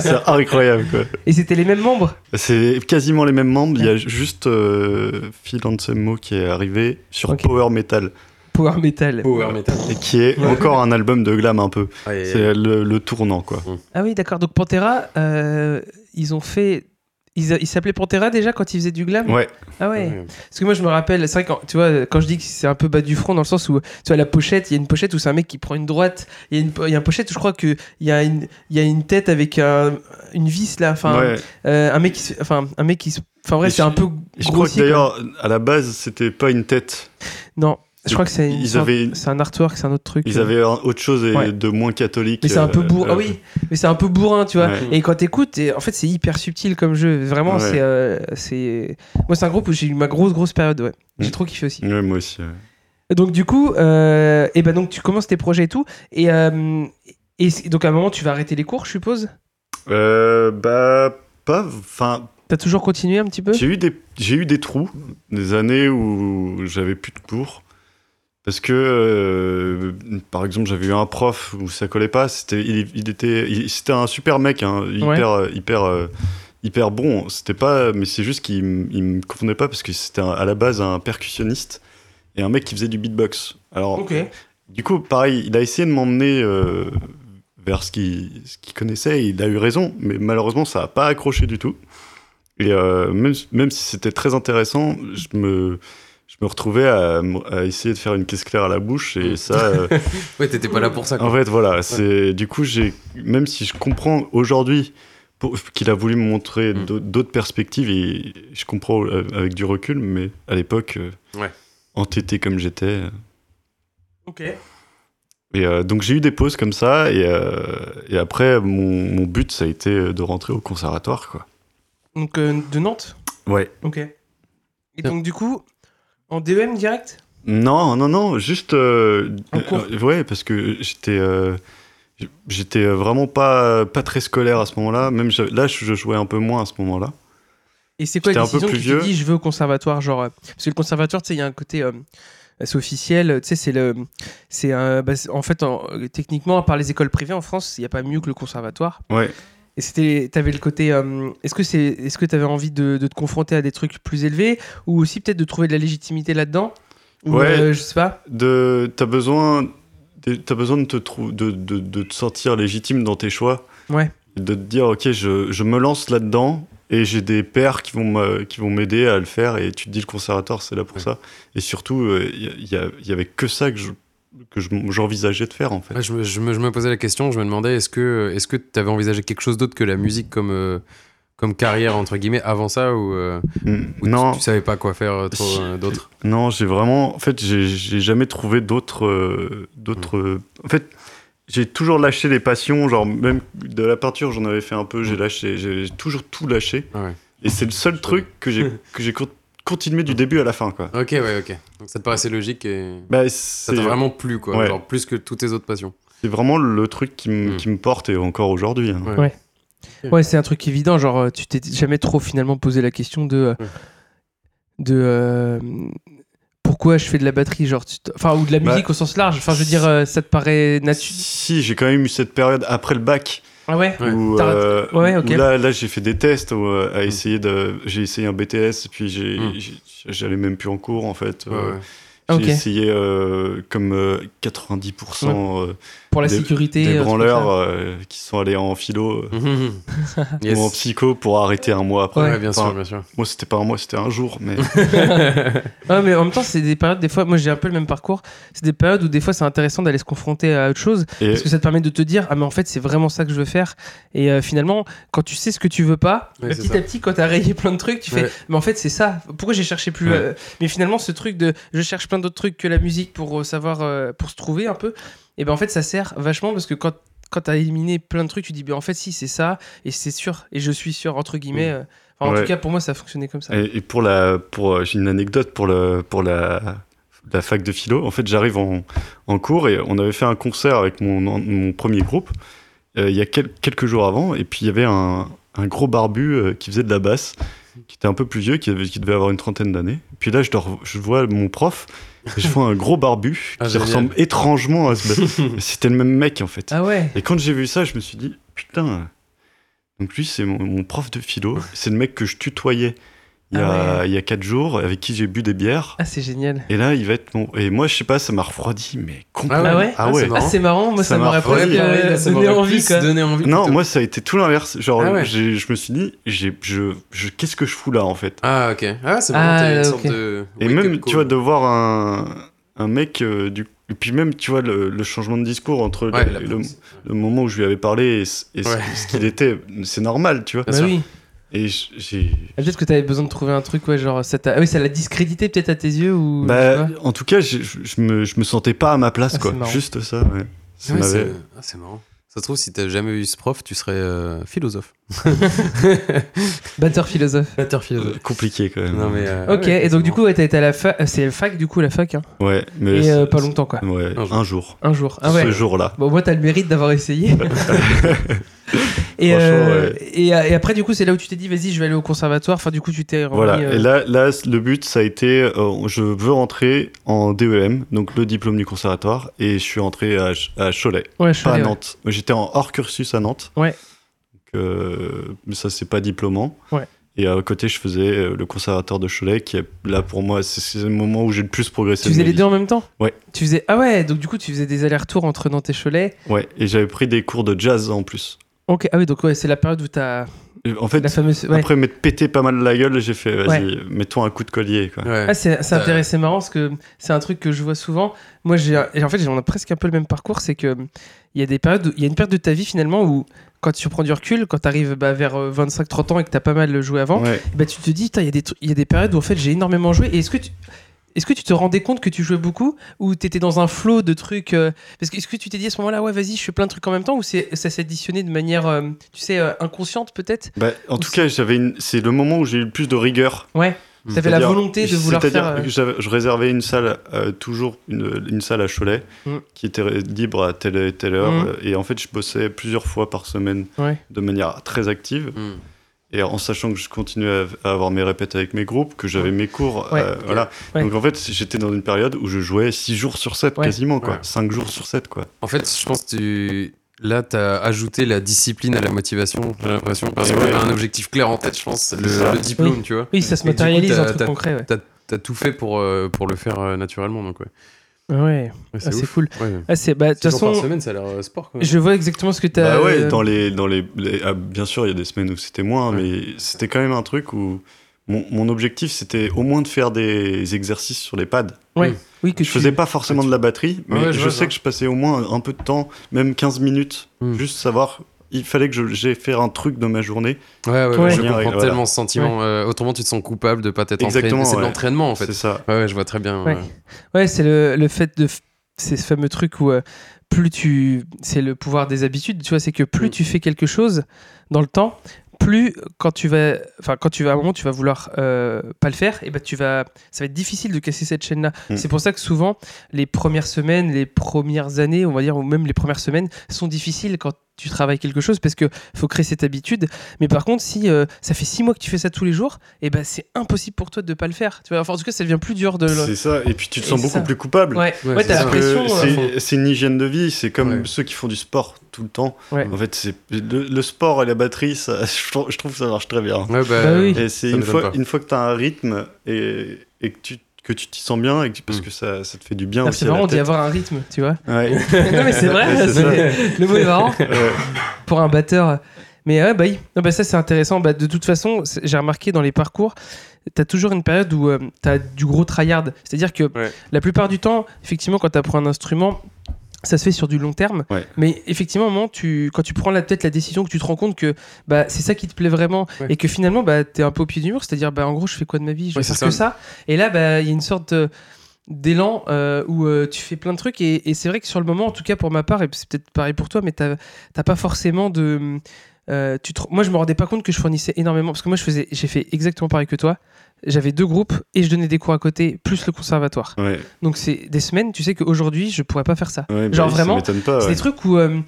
[SPEAKER 3] c'est incroyable, quoi.
[SPEAKER 1] et c'était les mêmes membres
[SPEAKER 3] C'est quasiment les mêmes membres. Il y a juste euh, Phil Anselmo qui est arrivé sur
[SPEAKER 1] Ok.
[SPEAKER 3] Power Metal
[SPEAKER 1] power metal
[SPEAKER 2] Power metal.
[SPEAKER 3] et qui est
[SPEAKER 1] Ouais.
[SPEAKER 3] encore un album de glam un peu.
[SPEAKER 2] Ah, et-
[SPEAKER 3] C'est le, le tournant, quoi.
[SPEAKER 1] Ah oui, d'accord. Donc Pantera, euh, ils ont fait. Ils, a- ils s'appelaient Pantera déjà quand ils faisaient du glam
[SPEAKER 3] Ouais,
[SPEAKER 1] Ah ouais.
[SPEAKER 2] Ouais.
[SPEAKER 1] Parce que moi, je me rappelle, c'est vrai, quand, tu vois, quand je dis que c'est un peu bas du front, dans le sens où, tu vois, la pochette, il y a une pochette où c'est un mec qui prend une droite, il y a une, po- il y a une pochette où je crois qu'il y, a une- il y a une tête avec un- une vis là, enfin,
[SPEAKER 3] ouais.
[SPEAKER 1] euh, un mec qui se. Enfin, un mec qui se. Enfin,
[SPEAKER 3] Et
[SPEAKER 1] bref, c'est
[SPEAKER 3] je-
[SPEAKER 1] un peu.
[SPEAKER 3] Et je crois que
[SPEAKER 1] grossier,
[SPEAKER 3] d'ailleurs, à la base, c'était pas une tête.
[SPEAKER 1] quoi. Non, je crois que c'est. une
[SPEAKER 3] Ils
[SPEAKER 1] sorte-
[SPEAKER 3] avaient-
[SPEAKER 1] C'est un artwork, c'est un autre truc.
[SPEAKER 3] Ils avaient un- autre chose et
[SPEAKER 1] Ouais.
[SPEAKER 3] de moins catholique.
[SPEAKER 1] Mais c'est un peu
[SPEAKER 3] euh,
[SPEAKER 1] bourrin.
[SPEAKER 3] euh,
[SPEAKER 1] Ah oui, mais c'est un peu bourrin, tu vois.
[SPEAKER 3] Ouais.
[SPEAKER 1] Et quand t'écoutes, t'es- en fait, c'est hyper subtil comme jeu. Vraiment,
[SPEAKER 3] Mm. Ouais.
[SPEAKER 1] c'est, euh, c'est. Moi, c'est un groupe où j'ai eu ma grosse, grosse période. Ouais, j'ai
[SPEAKER 3] Mm.
[SPEAKER 1] trop kiffé aussi.
[SPEAKER 3] Ouais, moi aussi. ouais.
[SPEAKER 1] Donc du coup, euh, et ben donc tu commences tes projets et tout, et, euh, et c- donc à un moment tu vas arrêter les cours, je suppose.
[SPEAKER 3] Euh, bah, pas. Enfin,
[SPEAKER 1] T'as toujours continué un petit peu
[SPEAKER 3] j'ai eu des j'ai eu des trous, des années où j'avais plus de cours. Parce que, euh, par exemple, j'avais eu un prof où ça collait pas. C'était, il, il était, il- c'était un super mec, hein, hyper, euh, hyper, euh, hyper bon. C'était pas, mais c'est juste qu'il m- il me confondait pas parce que c'était un- à la base un percussionniste et un mec qui faisait du beatbox. Alors,
[SPEAKER 1] Ok.
[SPEAKER 3] du coup, pareil, il a essayé de m'emmener euh, vers ce qu'il ce qu'il connaissait. et Il a eu raison, mais malheureusement, ça n'a pas accroché du tout. Et euh, même, même si c'était très intéressant, je me, je me retrouvais à, m- à essayer de faire une caisse claire à la bouche. Et ça, euh,
[SPEAKER 2] Ouais, t'étais pas là pour ça.
[SPEAKER 3] en
[SPEAKER 2] Quoi.
[SPEAKER 3] fait, voilà. c'est Du coup, j'ai même si je comprends aujourd'hui pour- qu'il a voulu me montrer
[SPEAKER 2] Mm.
[SPEAKER 3] d'au- d'autres perspectives, et je comprends euh, avec du recul, mais à l'époque, euh,
[SPEAKER 2] Ouais.
[SPEAKER 3] entêté comme j'étais. euh,
[SPEAKER 1] Ok.
[SPEAKER 3] et euh, donc j'ai eu des pauses comme ça, et, euh, et après, mon, mon but, ça a été euh, de rentrer au conservatoire, quoi.
[SPEAKER 1] Donc euh, de Nantes
[SPEAKER 3] Ouais.
[SPEAKER 1] Ok. Et
[SPEAKER 2] Bien.
[SPEAKER 1] donc du coup, en DEM direct
[SPEAKER 3] Non, non, non, juste... euh,
[SPEAKER 1] En cours.
[SPEAKER 3] euh, ouais, parce que j'étais... euh, J'étais vraiment pas, pas très scolaire à ce moment-là. Même je- là, je jouais un peu moins à ce moment-là.
[SPEAKER 1] Et c'est quoi
[SPEAKER 3] J'étais
[SPEAKER 1] la
[SPEAKER 3] un peu
[SPEAKER 1] décision que
[SPEAKER 3] plus
[SPEAKER 1] tu
[SPEAKER 3] vieux.
[SPEAKER 1] t'es dit je veux au conservatoire genre euh, parce que le conservatoire tu sais il y a un côté euh, c'est officiel euh, tu sais c'est le c'est un bah, c'est- en fait en- euh, techniquement à part les écoles privées en France il n'y a pas mieux que le conservatoire
[SPEAKER 3] Ouais.
[SPEAKER 1] et c'était t'avais le côté euh, est-ce que c'est est-ce que t'avais envie de, de te confronter à des trucs plus élevés ou aussi peut-être de trouver de la légitimité là-dedans Ou,
[SPEAKER 3] Ouais.
[SPEAKER 1] euh, je sais pas
[SPEAKER 3] De, t'as besoin, de- t'as besoin de te trou- de, de- de te sentir légitime dans tes choix.
[SPEAKER 1] Ouais.
[SPEAKER 3] Et De te dire, ok, je, je me lance là-dedans et j'ai des pairs qui vont m'a- qui vont m'aider à le faire. Et tu te dis, le conservatoire, c'est là pour
[SPEAKER 2] Ouais.
[SPEAKER 3] ça. Et surtout, il y, a- y avait que ça que je- que je- j'envisageais de faire en fait.
[SPEAKER 2] Ouais, je, me, je me- je me posais la question, je me demandais est-ce que est-ce que t'avais envisagé quelque chose d'autre que la musique comme euh, comme carrière entre guillemets avant ça ou, euh,
[SPEAKER 3] Mm.
[SPEAKER 2] ou tu-
[SPEAKER 3] non,
[SPEAKER 2] tu, savais pas quoi faire euh, trop
[SPEAKER 3] Si.
[SPEAKER 2] euh, d'autre
[SPEAKER 3] non, j'ai vraiment, en fait, j'ai- j'ai jamais trouvé d'autres, euh, d'autres.
[SPEAKER 2] Mm.
[SPEAKER 3] En fait, j'ai toujours lâché les passions, genre même de la peinture, j'en avais fait un peu. J'ai lâché, j'ai j'ai toujours tout lâché.
[SPEAKER 2] Mm. Ah ouais.
[SPEAKER 3] Et c'est le seul truc que j'ai que j'ai con- continué
[SPEAKER 2] Mm.
[SPEAKER 3] du début à la fin, quoi.
[SPEAKER 2] Ok ouais ok donc ça te paraissait logique et
[SPEAKER 3] Bah,
[SPEAKER 2] ça
[SPEAKER 3] c'est
[SPEAKER 2] t'a
[SPEAKER 3] vraiment...
[SPEAKER 2] vraiment plu quoi
[SPEAKER 3] Ouais.
[SPEAKER 2] genre plus que toutes tes autres passions
[SPEAKER 3] vraiment le truc qui me
[SPEAKER 2] Mm.
[SPEAKER 3] qui me porte et encore aujourd'hui. hein.
[SPEAKER 2] Ouais.
[SPEAKER 1] ouais c'est un truc évident genre euh, tu t'es jamais trop finalement posé la question de euh,
[SPEAKER 2] Ouais.
[SPEAKER 1] de euh, pourquoi je fais de la batterie genre tu t- enfin ou de la
[SPEAKER 3] Bah,
[SPEAKER 1] musique au sens large enfin je veux dire euh, ça te paraît naturel
[SPEAKER 3] Si j'ai quand même eu cette période après le bac
[SPEAKER 1] ah ouais
[SPEAKER 2] Ouais.
[SPEAKER 3] où,
[SPEAKER 1] T'as-
[SPEAKER 3] euh,
[SPEAKER 1] ouais,
[SPEAKER 3] où
[SPEAKER 1] ok.
[SPEAKER 3] là, là j'ai fait des tests où, euh, à essayer de j'ai essayé un BTS puis j'ai
[SPEAKER 2] Mm.
[SPEAKER 3] j'ai- j'allais même plus en cours en fait.
[SPEAKER 2] Ouais,
[SPEAKER 3] Euh,
[SPEAKER 2] ouais.
[SPEAKER 1] Ah,
[SPEAKER 3] J'ai
[SPEAKER 1] ok.
[SPEAKER 3] essayé euh, comme euh, 90% euh,
[SPEAKER 1] pour la
[SPEAKER 3] des-
[SPEAKER 1] sécurité
[SPEAKER 3] des
[SPEAKER 1] euh,
[SPEAKER 3] branleurs euh, qui sont allés en philo euh,
[SPEAKER 2] Yes.
[SPEAKER 3] ou en psycho pour arrêter un mois après.
[SPEAKER 2] Ouais, bien
[SPEAKER 3] Enfin,
[SPEAKER 2] sûr bien sûr
[SPEAKER 3] Moi c'était pas un mois, c'était un jour, mais
[SPEAKER 1] Ouais, Ah, mais en même temps, c'est des périodes, des fois, moi j'ai un peu le même parcours, c'est des périodes où des fois c'est intéressant d'aller se confronter à autre chose,
[SPEAKER 3] et-
[SPEAKER 1] parce que ça te permet de te dire, ah mais en fait c'est vraiment ça que je veux faire, et euh, finalement, quand tu sais ce que tu veux pas,
[SPEAKER 2] Ouais,
[SPEAKER 1] bah,
[SPEAKER 2] c'est
[SPEAKER 1] petit
[SPEAKER 2] ça.
[SPEAKER 1] à petit, quand t'as rayé plein de trucs, tu
[SPEAKER 2] Ouais.
[SPEAKER 1] fais, mais en fait c'est ça, pourquoi j'ai cherché plus...
[SPEAKER 2] Ouais.
[SPEAKER 1] euh, Mais finalement, ce truc de, je cherche plein d'autres trucs que la musique pour euh, savoir, euh, pour se trouver un peu, et ben en fait ça sert vachement, parce que quand... Quand t'as éliminé plein de trucs, tu dis, ben en fait, si, c'est ça, et c'est sûr, et je suis sûr, entre guillemets.
[SPEAKER 2] Mm.
[SPEAKER 1] euh. Enfin, en
[SPEAKER 3] Ouais.
[SPEAKER 1] tout cas, pour moi, ça fonctionnait comme ça.
[SPEAKER 3] Et, et pour la, pour, euh, j'ai une anecdote pour le, pour la, la fac de philo. En fait, j'arrive en, en cours et on avait fait un concert avec mon, an- mon premier groupe euh, il y a quel- quelques jours avant. Et puis il y avait un, un gros barbu euh, qui faisait de la basse, qui était un peu plus vieux, qui, avait- qui devait avoir une trentaine d'années. Puis là, je, le re- je vois mon prof. et Je vois un gros barbu
[SPEAKER 2] Ah,
[SPEAKER 3] qui
[SPEAKER 2] génial.
[SPEAKER 3] ressemble étrangement à ce. C'était le même mec en fait.
[SPEAKER 1] Ah ouais
[SPEAKER 3] Et quand j'ai vu ça, je me suis dit, putain. Donc lui, c'est mon, mon prof de philo. C'est le mec que je tutoyais il y,
[SPEAKER 1] Ah
[SPEAKER 3] a, il y a quatre jours, avec qui j'ai bu des bières.
[SPEAKER 1] Ah, c'est génial.
[SPEAKER 3] Et là, il va être mon. Et moi, je sais pas, ça m'a refroidi, mais complètement.
[SPEAKER 1] Ah ouais
[SPEAKER 3] Ah
[SPEAKER 2] c'est
[SPEAKER 3] ouais.
[SPEAKER 1] Ah,
[SPEAKER 2] marrant.
[SPEAKER 1] c'est marrant, moi ça,
[SPEAKER 3] Ça
[SPEAKER 1] m'aurait
[SPEAKER 3] m'a refroidi.
[SPEAKER 1] presque
[SPEAKER 2] Ouais,
[SPEAKER 1] euh,
[SPEAKER 2] Ah là, ça
[SPEAKER 1] donné
[SPEAKER 2] m'aurait
[SPEAKER 1] envie
[SPEAKER 2] plus
[SPEAKER 1] quoi.
[SPEAKER 2] donné envie,
[SPEAKER 3] Non,
[SPEAKER 2] plutôt.
[SPEAKER 3] moi, ça a été tout l'inverse. Genre,
[SPEAKER 2] Ah ouais.
[SPEAKER 3] j'ai- je me suis dit, j'ai- je, je- qu'est-ce que je fous là, en fait
[SPEAKER 2] ah ok ah c'est vraiment
[SPEAKER 1] Ah,
[SPEAKER 2] t'as eu une
[SPEAKER 1] ok.
[SPEAKER 2] sorte de
[SPEAKER 3] Et
[SPEAKER 2] wake-up
[SPEAKER 3] même, tu
[SPEAKER 2] call.
[SPEAKER 3] vois, de voir un, un mec euh, du. Et puis même, tu vois, le, le changement de discours entre
[SPEAKER 2] Ouais,
[SPEAKER 3] le,
[SPEAKER 2] la
[SPEAKER 3] le-
[SPEAKER 2] prise.
[SPEAKER 3] le moment où je lui avais parlé et, ce- et ce-
[SPEAKER 2] Ouais.
[SPEAKER 3] ce qu'il était, c'est normal, tu vois.
[SPEAKER 1] Bah
[SPEAKER 2] sûr.
[SPEAKER 1] oui.
[SPEAKER 3] Et j- j'ai.
[SPEAKER 1] Ah, Peut-être que t'avais besoin de trouver un truc, ouais, genre ça t'a. Ah oui, ça l'a discrédité peut-être à tes yeux ou. je sais
[SPEAKER 3] Bah,
[SPEAKER 1] pas.
[SPEAKER 3] en tout cas, j'ai- je, je me, je me sentais pas à ma place,
[SPEAKER 1] Ah,
[SPEAKER 3] quoi.
[SPEAKER 1] c'est marrant.
[SPEAKER 3] Juste ça, ouais. Ça
[SPEAKER 2] Ouais,
[SPEAKER 3] m'avait-
[SPEAKER 2] c'est ah, c'est marrant ça se trouve si t'as jamais eu ce prof tu serais euh, philosophe
[SPEAKER 1] Batteur philosophe.
[SPEAKER 2] batteur
[SPEAKER 3] euh, compliqué, quand même.
[SPEAKER 2] non mais euh,
[SPEAKER 1] Ok,
[SPEAKER 2] ouais,
[SPEAKER 1] et donc du
[SPEAKER 2] c'est
[SPEAKER 1] coup, ouais, t'as été à la fac, c'est la fac du coup, la fac, hein.
[SPEAKER 3] Ouais, mais.
[SPEAKER 1] Et
[SPEAKER 3] c'est-
[SPEAKER 1] euh, pas longtemps quoi.
[SPEAKER 3] Ouais,
[SPEAKER 2] Un jour.
[SPEAKER 3] un jour.
[SPEAKER 1] Un jour. Ah ouais.
[SPEAKER 3] Ce jour-là.
[SPEAKER 1] Bon, moi t'as le mérite d'avoir essayé. Et,
[SPEAKER 3] Franchement,
[SPEAKER 1] euh,
[SPEAKER 3] ouais.
[SPEAKER 1] et, et après, du coup, c'est là où tu t'es dit, vas-y, je vais aller au conservatoire. Enfin, du coup, tu t'es remis.
[SPEAKER 3] Voilà,
[SPEAKER 1] euh,
[SPEAKER 3] et là, là, le but, ça a été, euh, je veux rentrer en DEM, donc le diplôme du conservatoire, et je suis entré à, Ch- à Cholet,
[SPEAKER 1] ouais, je suis
[SPEAKER 3] pas à
[SPEAKER 1] allé, ouais.
[SPEAKER 3] Nantes. J'étais en hors cursus à Nantes.
[SPEAKER 1] Ouais.
[SPEAKER 3] Donc, euh, mais ça, c'est pas diplômant.
[SPEAKER 1] Ouais.
[SPEAKER 3] Et à côté, je faisais euh, le conservatoire de Cholet, qui est là pour moi, c'est c'est le moment où j'ai le plus progressé.
[SPEAKER 1] Tu
[SPEAKER 3] de
[SPEAKER 1] faisais
[SPEAKER 3] ma
[SPEAKER 1] les
[SPEAKER 3] vie.
[SPEAKER 1] deux en même temps
[SPEAKER 3] Ouais.
[SPEAKER 1] Tu faisais... Ah ouais, donc du coup, tu faisais des allers-retours entre Nantes et Cholet.
[SPEAKER 3] Ouais, et j'avais pris des cours de jazz en plus.
[SPEAKER 1] Ok, ah oui, donc ouais, c'est la période où t'as.
[SPEAKER 3] Et En fait,
[SPEAKER 1] La fameuse. Ouais.
[SPEAKER 3] après m'être pété pas mal la gueule, j'ai fait, vas-y, mettons un coup de collier. Quoi.
[SPEAKER 2] Ouais.
[SPEAKER 1] Ah, c'est c'est
[SPEAKER 2] Euh,
[SPEAKER 1] intéressant, c'est marrant parce que c'est un truc que je vois souvent. Moi, j'ai et en fait, j'ai- on a presque un peu le même parcours. C'est que il y a des périodes, où- il y a une période de ta vie finalement où quand tu prends du recul, quand tu arrives vers 25-30 ans et que t'as pas mal joué avant,
[SPEAKER 3] Ouais.
[SPEAKER 1] bah, tu te dis, putain, il y, a des tru- il y a des périodes où en fait j'ai énormément joué. Et est-ce que tu. Est-ce que tu te rendais compte que tu jouais beaucoup ou t'étais dans un flot de trucs euh, Parce que est-ce que tu t'es dit à ce moment-là, ouais, vas-y, je fais plein de trucs en même temps ou c'est ça s'est additionné de manière, euh, tu sais, euh, inconsciente peut-être
[SPEAKER 3] Bah, en tout cas, j'avais une... c'est le moment où j'ai eu le plus de rigueur.
[SPEAKER 1] Ouais.
[SPEAKER 2] Mm.
[SPEAKER 1] T'avais la
[SPEAKER 3] C'est-à-dire-
[SPEAKER 1] volonté de vouloir
[SPEAKER 3] c'est-à-dire
[SPEAKER 1] faire. euh,
[SPEAKER 3] que j'avais- je réservais une salle, euh, toujours une, une salle à Cholet,
[SPEAKER 1] Mm.
[SPEAKER 3] qui était libre à telle et telle heure.
[SPEAKER 1] Mm.
[SPEAKER 3] euh, Et en fait, je bossais plusieurs fois par semaine
[SPEAKER 1] Ouais.
[SPEAKER 3] de manière très
[SPEAKER 1] ah,
[SPEAKER 3] active.
[SPEAKER 2] Mm.
[SPEAKER 3] Et en sachant que je continuais à, à avoir mes répètes avec mes groupes, que j'avais mes cours.
[SPEAKER 1] Ouais.
[SPEAKER 3] euh, voilà.
[SPEAKER 1] Ouais.
[SPEAKER 3] Donc en fait, j'étais dans une période où je jouais 6 jours sur 7
[SPEAKER 1] Ouais.
[SPEAKER 3] quasiment, quoi.
[SPEAKER 2] Ouais.
[SPEAKER 3] 5 jours sur 7, quoi.
[SPEAKER 2] En fait, je pense que tu... là, tu as ajouté la discipline à la motivation, j'ai l'impression. Parce que
[SPEAKER 3] Ouais.
[SPEAKER 2] t'as un objectif clair en tête, je pense,
[SPEAKER 3] C'est ça.
[SPEAKER 2] le, le diplôme, tu vois.
[SPEAKER 1] Oui, ça se
[SPEAKER 2] Et du coup,
[SPEAKER 1] matérialise en
[SPEAKER 2] t'as-
[SPEAKER 1] truc
[SPEAKER 2] t'as-
[SPEAKER 1] concret. Ouais.
[SPEAKER 2] T'as tout fait pour, euh, pour le faire euh, naturellement, donc ouais.
[SPEAKER 1] Ouais,
[SPEAKER 2] Ouais,
[SPEAKER 1] ah, c'est
[SPEAKER 2] ouf.
[SPEAKER 1] cool.
[SPEAKER 2] Ouais.
[SPEAKER 1] Ah, c'est bah de toute
[SPEAKER 2] Six jours par
[SPEAKER 1] façon,
[SPEAKER 2] semaine, ça a l'air euh, sport, quoi.
[SPEAKER 1] je vois exactement ce que t'as.
[SPEAKER 3] Bah ouais,
[SPEAKER 1] euh,
[SPEAKER 3] dans les, dans les, les- ah, bien sûr, il y a des semaines où c'était moins,
[SPEAKER 2] Ouais.
[SPEAKER 3] mais c'était quand même un truc où mon, mon objectif c'était au moins de faire des exercices sur les pads.
[SPEAKER 1] Oui, que
[SPEAKER 3] Je faisais pas forcément de la batterie, mais
[SPEAKER 2] Ouais, je
[SPEAKER 3] je,
[SPEAKER 2] vois, je
[SPEAKER 3] sais
[SPEAKER 2] vois.
[SPEAKER 3] que je passais au moins un peu de temps, même 15 minutes,
[SPEAKER 2] Hmm.
[SPEAKER 3] juste savoir. Il fallait que je- j'aille faire un truc de ma journée.
[SPEAKER 2] Ouais, ouais,
[SPEAKER 1] Ouais.
[SPEAKER 2] je comprends
[SPEAKER 3] Ouais, voilà.
[SPEAKER 2] tellement ce sentiment. Euh, autrement, tu te sens coupable de pas t'être entraîné.
[SPEAKER 3] Exactement,
[SPEAKER 2] C'est de
[SPEAKER 3] ouais.
[SPEAKER 2] l'entraînement, en fait.
[SPEAKER 3] C'est ça.
[SPEAKER 2] Ouais, ouais, je vois très bien.
[SPEAKER 1] Ouais.
[SPEAKER 2] ouais.
[SPEAKER 1] Ouais, c'est le, le fait de. f- C'est ce fameux truc où euh, plus tu. C'est le pouvoir des habitudes, tu vois, c'est que plus
[SPEAKER 2] Mm.
[SPEAKER 1] tu fais quelque chose dans le temps, plus quand tu vas. Enfin, quand tu vas à un moment, tu vas vouloir euh, pas le faire, et ben tu vas. Ça va être difficile de casser cette chaîne-là.
[SPEAKER 3] Mm.
[SPEAKER 1] C'est pour ça que souvent, les premières semaines, les premières années, on va dire, ou même les premières semaines, sont difficiles quand tu travailles quelque chose parce que faut créer cette habitude. Mais par contre, si euh, ça fait six mois que tu fais ça tous les jours, et ben c'est impossible pour toi de pas le faire. Tu vois, enfin, en tout cas, ça devient plus dur de. le...
[SPEAKER 3] C'est ça. Et puis tu te
[SPEAKER 1] Et
[SPEAKER 3] sens
[SPEAKER 1] c'est
[SPEAKER 3] beaucoup
[SPEAKER 1] ça.
[SPEAKER 3] plus coupable.
[SPEAKER 1] Ouais, ouais,
[SPEAKER 2] c'est
[SPEAKER 1] t'as
[SPEAKER 2] ça.
[SPEAKER 1] la
[SPEAKER 3] Parce que
[SPEAKER 1] pression. euh,
[SPEAKER 3] c'est- C'est une hygiène de vie. C'est comme
[SPEAKER 2] Ouais.
[SPEAKER 3] ceux qui font du sport tout le temps.
[SPEAKER 1] Ouais.
[SPEAKER 3] En fait, c'est le, le sport et la batterie, ça, je trouve- je trouve que ça marche très bien.
[SPEAKER 2] Ouais, bah,
[SPEAKER 1] Bah oui.
[SPEAKER 3] Et c'est
[SPEAKER 2] Ça
[SPEAKER 3] une
[SPEAKER 2] m'étonne
[SPEAKER 3] fois,
[SPEAKER 2] pas.
[SPEAKER 3] une fois que tu as un rythme et, et que tu que tu t'y sens bien et que tu- parce
[SPEAKER 2] Mm.
[SPEAKER 3] que ça, ça te fait du bien
[SPEAKER 1] Ah,
[SPEAKER 3] aussi
[SPEAKER 1] c'est
[SPEAKER 3] à la
[SPEAKER 1] marrant d'y
[SPEAKER 3] tête.
[SPEAKER 1] avoir un rythme, tu vois.
[SPEAKER 3] Ouais.
[SPEAKER 1] non, mais c'est vrai,
[SPEAKER 3] C'est ça.
[SPEAKER 1] c'est- le mot est marrant
[SPEAKER 3] Ouais.
[SPEAKER 1] pour un batteur. Mais ouais, bah, oui. Non, bah, ça, c'est intéressant. Bah, de toute façon, c'est- j'ai remarqué dans les parcours, t'as toujours une période où tu t'as du gros tryhard. C'est-à-dire que
[SPEAKER 2] Ouais.
[SPEAKER 1] la plupart du temps, effectivement, quand t'apprends un instrument, ça se fait sur du long terme.
[SPEAKER 3] Ouais.
[SPEAKER 1] Mais effectivement, au moment, où tu, quand tu prends la- peut-être la décision, que tu te rends compte que bah, c'est ça qui te plaît vraiment
[SPEAKER 2] Ouais.
[SPEAKER 1] et que finalement, bah, t'es un peu au pied du mur. C'est-à-dire, bah, en gros, je fais quoi de ma vie Je vais
[SPEAKER 2] Ouais,
[SPEAKER 1] faire
[SPEAKER 2] c'est
[SPEAKER 1] que ça. Et là, bah, il y a une sorte de- d'élan euh, où euh, tu fais plein de trucs et, et c'est vrai que sur le moment en tout cas pour ma part et c'est peut-être pareil pour toi mais t'as t'as pas forcément de euh, tu te- moi je me rendais pas compte que je fournissais énormément parce que moi je faisais j'ai fait exactement pareil que toi j'avais deux groupes et je donnais des cours à côté plus le conservatoire
[SPEAKER 3] Ouais.
[SPEAKER 1] donc c'est des semaines tu sais qu'aujourd'hui je pourrais pas faire ça
[SPEAKER 3] Ouais, bah
[SPEAKER 1] Genre
[SPEAKER 3] oui, ça
[SPEAKER 1] vraiment,
[SPEAKER 3] m'étonne pas,
[SPEAKER 1] c'est
[SPEAKER 3] ouais.
[SPEAKER 1] des trucs où, euh,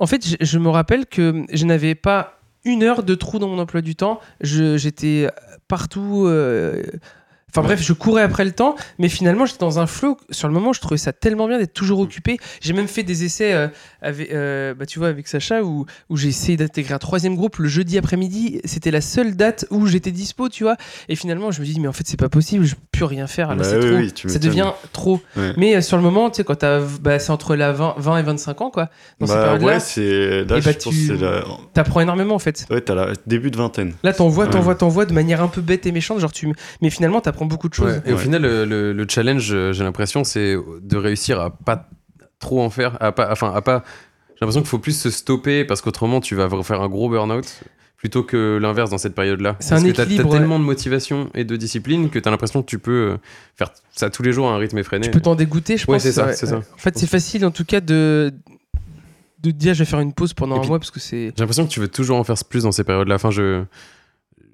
[SPEAKER 1] en fait, je, je me rappelle que je n'avais pas une heure de trou dans mon emploi du temps. Je- J'étais partout. euh, Enfin bref, je courais après le temps, mais finalement j'étais dans un flow. Sur le moment, je trouvais ça tellement bien d'être toujours
[SPEAKER 3] Mm.
[SPEAKER 1] occupé. J'ai même fait des essais euh, avec, euh, bah, tu vois, avec Sacha où, où j'ai essayé d'intégrer un troisième groupe le jeudi après-midi. C'était la seule date où j'étais dispo, tu vois. Et finalement, je me dis mais en fait c'est pas possible, je peux plus rien faire. Là,
[SPEAKER 3] Bah
[SPEAKER 1] c'est
[SPEAKER 3] oui,
[SPEAKER 1] trop.
[SPEAKER 3] oui, tu
[SPEAKER 1] ça
[SPEAKER 3] m'étonnes.
[SPEAKER 1] devient trop.
[SPEAKER 3] Ouais.
[SPEAKER 1] Mais euh, sur le moment, tu sais, quand t'as, bah, c'est entre la 20, 20 et 25 ans, quoi. Dans ces
[SPEAKER 3] Bah
[SPEAKER 1] périodes-là,
[SPEAKER 3] ouais, c'est là
[SPEAKER 1] Et
[SPEAKER 3] je
[SPEAKER 1] bah,
[SPEAKER 3] pense
[SPEAKER 1] tu-
[SPEAKER 3] que c'est la
[SPEAKER 1] t'apprends énormément, en fait.
[SPEAKER 3] ouais, t'as la début de vingtaine.
[SPEAKER 1] Là, t'en vois, t'en
[SPEAKER 3] Ouais.
[SPEAKER 1] vois, t'en vois de manière un peu bête et méchante, genre tu. Mais finalement, t'apprends beaucoup de choses.
[SPEAKER 2] Ouais, Et au
[SPEAKER 3] Ouais.
[SPEAKER 2] final, le, le- le challenge, euh, j'ai l'impression, c'est de réussir à pas trop en faire, à pas, enfin, à pas. J'ai l'impression qu'il faut plus se stopper parce qu'autrement, tu vas faire un gros burn-out plutôt que l'inverse dans cette période-là.
[SPEAKER 1] C'est
[SPEAKER 2] Parce
[SPEAKER 1] un
[SPEAKER 2] que t'as-
[SPEAKER 1] équilibre,
[SPEAKER 2] T'as tellement de motivation et de discipline que t'as l'impression que tu peux euh, faire ça tous les jours à un rythme effréné.
[SPEAKER 1] Tu peux t'en dégoûter, je
[SPEAKER 2] Ouais,
[SPEAKER 1] pense.
[SPEAKER 2] c'est ça, c'est ça.
[SPEAKER 1] En fait, c'est facile, en tout cas, de de te dire je vais faire une pause pendant
[SPEAKER 2] Et
[SPEAKER 1] un
[SPEAKER 2] puis-
[SPEAKER 1] mois parce que c'est.
[SPEAKER 2] J'ai l'impression que tu veux toujours en faire plus dans ces périodes-là. Enfin, je.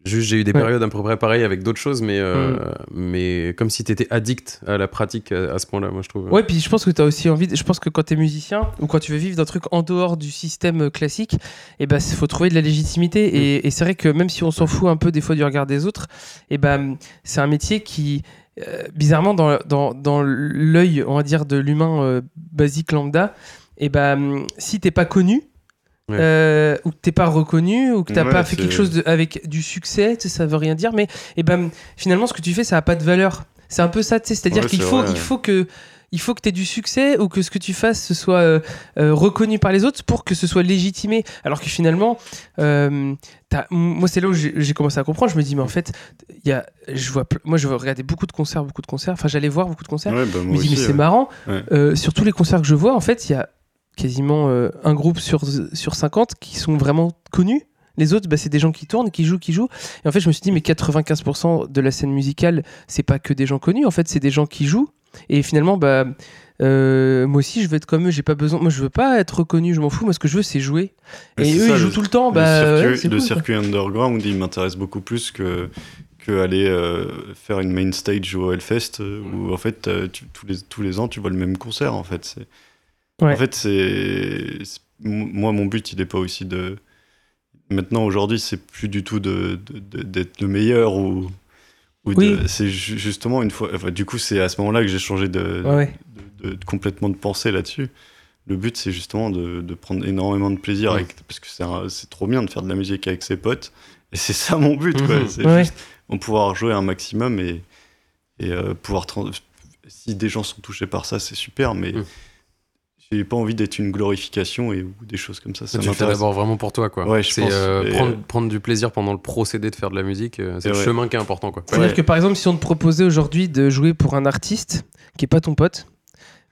[SPEAKER 2] Juste, j'ai eu des
[SPEAKER 1] Ouais. Mm.
[SPEAKER 2] périodes à peu près pareilles avec d'autres choses, mais, euh, mais comme si t'étais addict à la pratique à, à ce point-là, moi je trouve. euh.
[SPEAKER 1] Ouais, puis je pense que tu as aussi envie. de- Je pense que quand tu es musicien ou quand tu veux vivre d'un truc en dehors du système euh, classique, et ben il faut trouver de la légitimité. Et, et c'est vrai que même si on s'en fout un peu des fois du regard des autres, et ben c'est un métier qui, euh, bizarrement, dans, dans, dans l'œil, on va dire, de l'humain euh, basique lambda, et ben si t'es pas connu,
[SPEAKER 2] Ouais.
[SPEAKER 1] euh, ou que t'es pas reconnu, ou que t'as
[SPEAKER 3] Ouais,
[SPEAKER 1] pas fait quelque
[SPEAKER 3] c'est-
[SPEAKER 1] chose de- avec du succès, tu sais, ça veut rien dire, mais et ben finalement ce que tu fais ça a pas de valeur. C'est un peu ça, tu sais, c'est-à-dire
[SPEAKER 3] Ouais,
[SPEAKER 1] qu'il
[SPEAKER 3] c'est
[SPEAKER 1] faut,
[SPEAKER 3] vrai,
[SPEAKER 1] il
[SPEAKER 3] ouais.
[SPEAKER 1] faut que il faut que tu aies du succès ou que ce que tu fasses ce soit euh, euh, reconnu par les autres pour que ce soit légitimé. Alors que finalement, euh, t'as- m- moi c'est là où j'ai j'ai commencé à comprendre. Je me dis mais en fait, il y a, je vois, ple- moi je regardais beaucoup de concerts, beaucoup de concerts. Enfin j'allais voir beaucoup de concerts.
[SPEAKER 3] Ouais, bah,
[SPEAKER 1] je me
[SPEAKER 3] moi
[SPEAKER 1] dis
[SPEAKER 3] aussi,
[SPEAKER 1] mais c'est
[SPEAKER 3] ouais.
[SPEAKER 1] marrant.
[SPEAKER 3] Ouais.
[SPEAKER 1] Euh, sur tous les concerts que je vois, en fait, il y a quasiment euh, un groupe sur sur 50 qui sont vraiment connus. Les autres, bah, c'est des gens qui tournent, qui jouent, qui jouent. Et en fait, je me suis dit, mais 95% de la scène musicale, c'est pas que des gens connus. En fait, c'est des gens qui jouent. Et finalement, bah, euh, moi aussi, je veux être comme eux. J'ai pas besoin. Moi, je veux pas être reconnu. Je m'en fous. Moi, ce que je veux, c'est jouer.
[SPEAKER 3] Mais
[SPEAKER 1] Et
[SPEAKER 3] c'est
[SPEAKER 1] eux,
[SPEAKER 3] ça,
[SPEAKER 1] ils
[SPEAKER 3] le-
[SPEAKER 1] jouent tout le temps.
[SPEAKER 3] Le
[SPEAKER 1] Bah, ouais,
[SPEAKER 3] circuit,
[SPEAKER 1] c'est
[SPEAKER 3] le
[SPEAKER 1] cool, quoi.
[SPEAKER 3] circuit underground, il m'intéresse beaucoup plus que, que aller euh, faire une main stage au Hellfest euh, où en fait euh, tu- tous, les, tous les ans tu vois le même concert en fait. C'est-
[SPEAKER 1] Ouais.
[SPEAKER 3] En fait c'est c'est- m- moi mon but il est pas aussi de maintenant aujourd'hui c'est plus du tout de- de- de- d'être le meilleur ou, ou de-
[SPEAKER 1] Oui.
[SPEAKER 3] c'est ju- justement une fois enfin, du coup c'est à ce moment-là que j'ai changé de,
[SPEAKER 1] Ouais, ouais.
[SPEAKER 3] de, de- complètement de penser là-dessus. Le but, c'est justement de, de prendre énormément de plaisir,
[SPEAKER 2] Mm.
[SPEAKER 3] avec, parce que c'est un- c'est trop bien de faire de la musique avec ses potes. Et c'est ça mon but, quoi.
[SPEAKER 2] Mhm.
[SPEAKER 3] C'est
[SPEAKER 1] Ouais.
[SPEAKER 3] juste en pouvoir jouer un maximum et, et euh, pouvoir. trans- Si des gens sont touchés par ça, c'est super, mais
[SPEAKER 1] Mhm.
[SPEAKER 2] Mm.
[SPEAKER 3] j'ai pas envie d'être une glorification et, ou des choses comme ça. Ça
[SPEAKER 2] tu le fais
[SPEAKER 3] m'intéresse.
[SPEAKER 2] d'abord vraiment pour toi, quoi.
[SPEAKER 3] Ouais, je
[SPEAKER 2] c'est
[SPEAKER 3] pense.
[SPEAKER 2] euh,
[SPEAKER 3] Et,
[SPEAKER 2] prendre,
[SPEAKER 3] euh,
[SPEAKER 2] prendre du plaisir pendant le procédé de faire de la musique, euh, c'est
[SPEAKER 3] Et
[SPEAKER 2] le
[SPEAKER 3] ouais.
[SPEAKER 2] chemin qui est important, quoi.
[SPEAKER 1] C'est-à-dire
[SPEAKER 3] Ouais.
[SPEAKER 1] que par exemple, si on te proposait aujourd'hui de jouer pour un artiste qui est pas ton pote,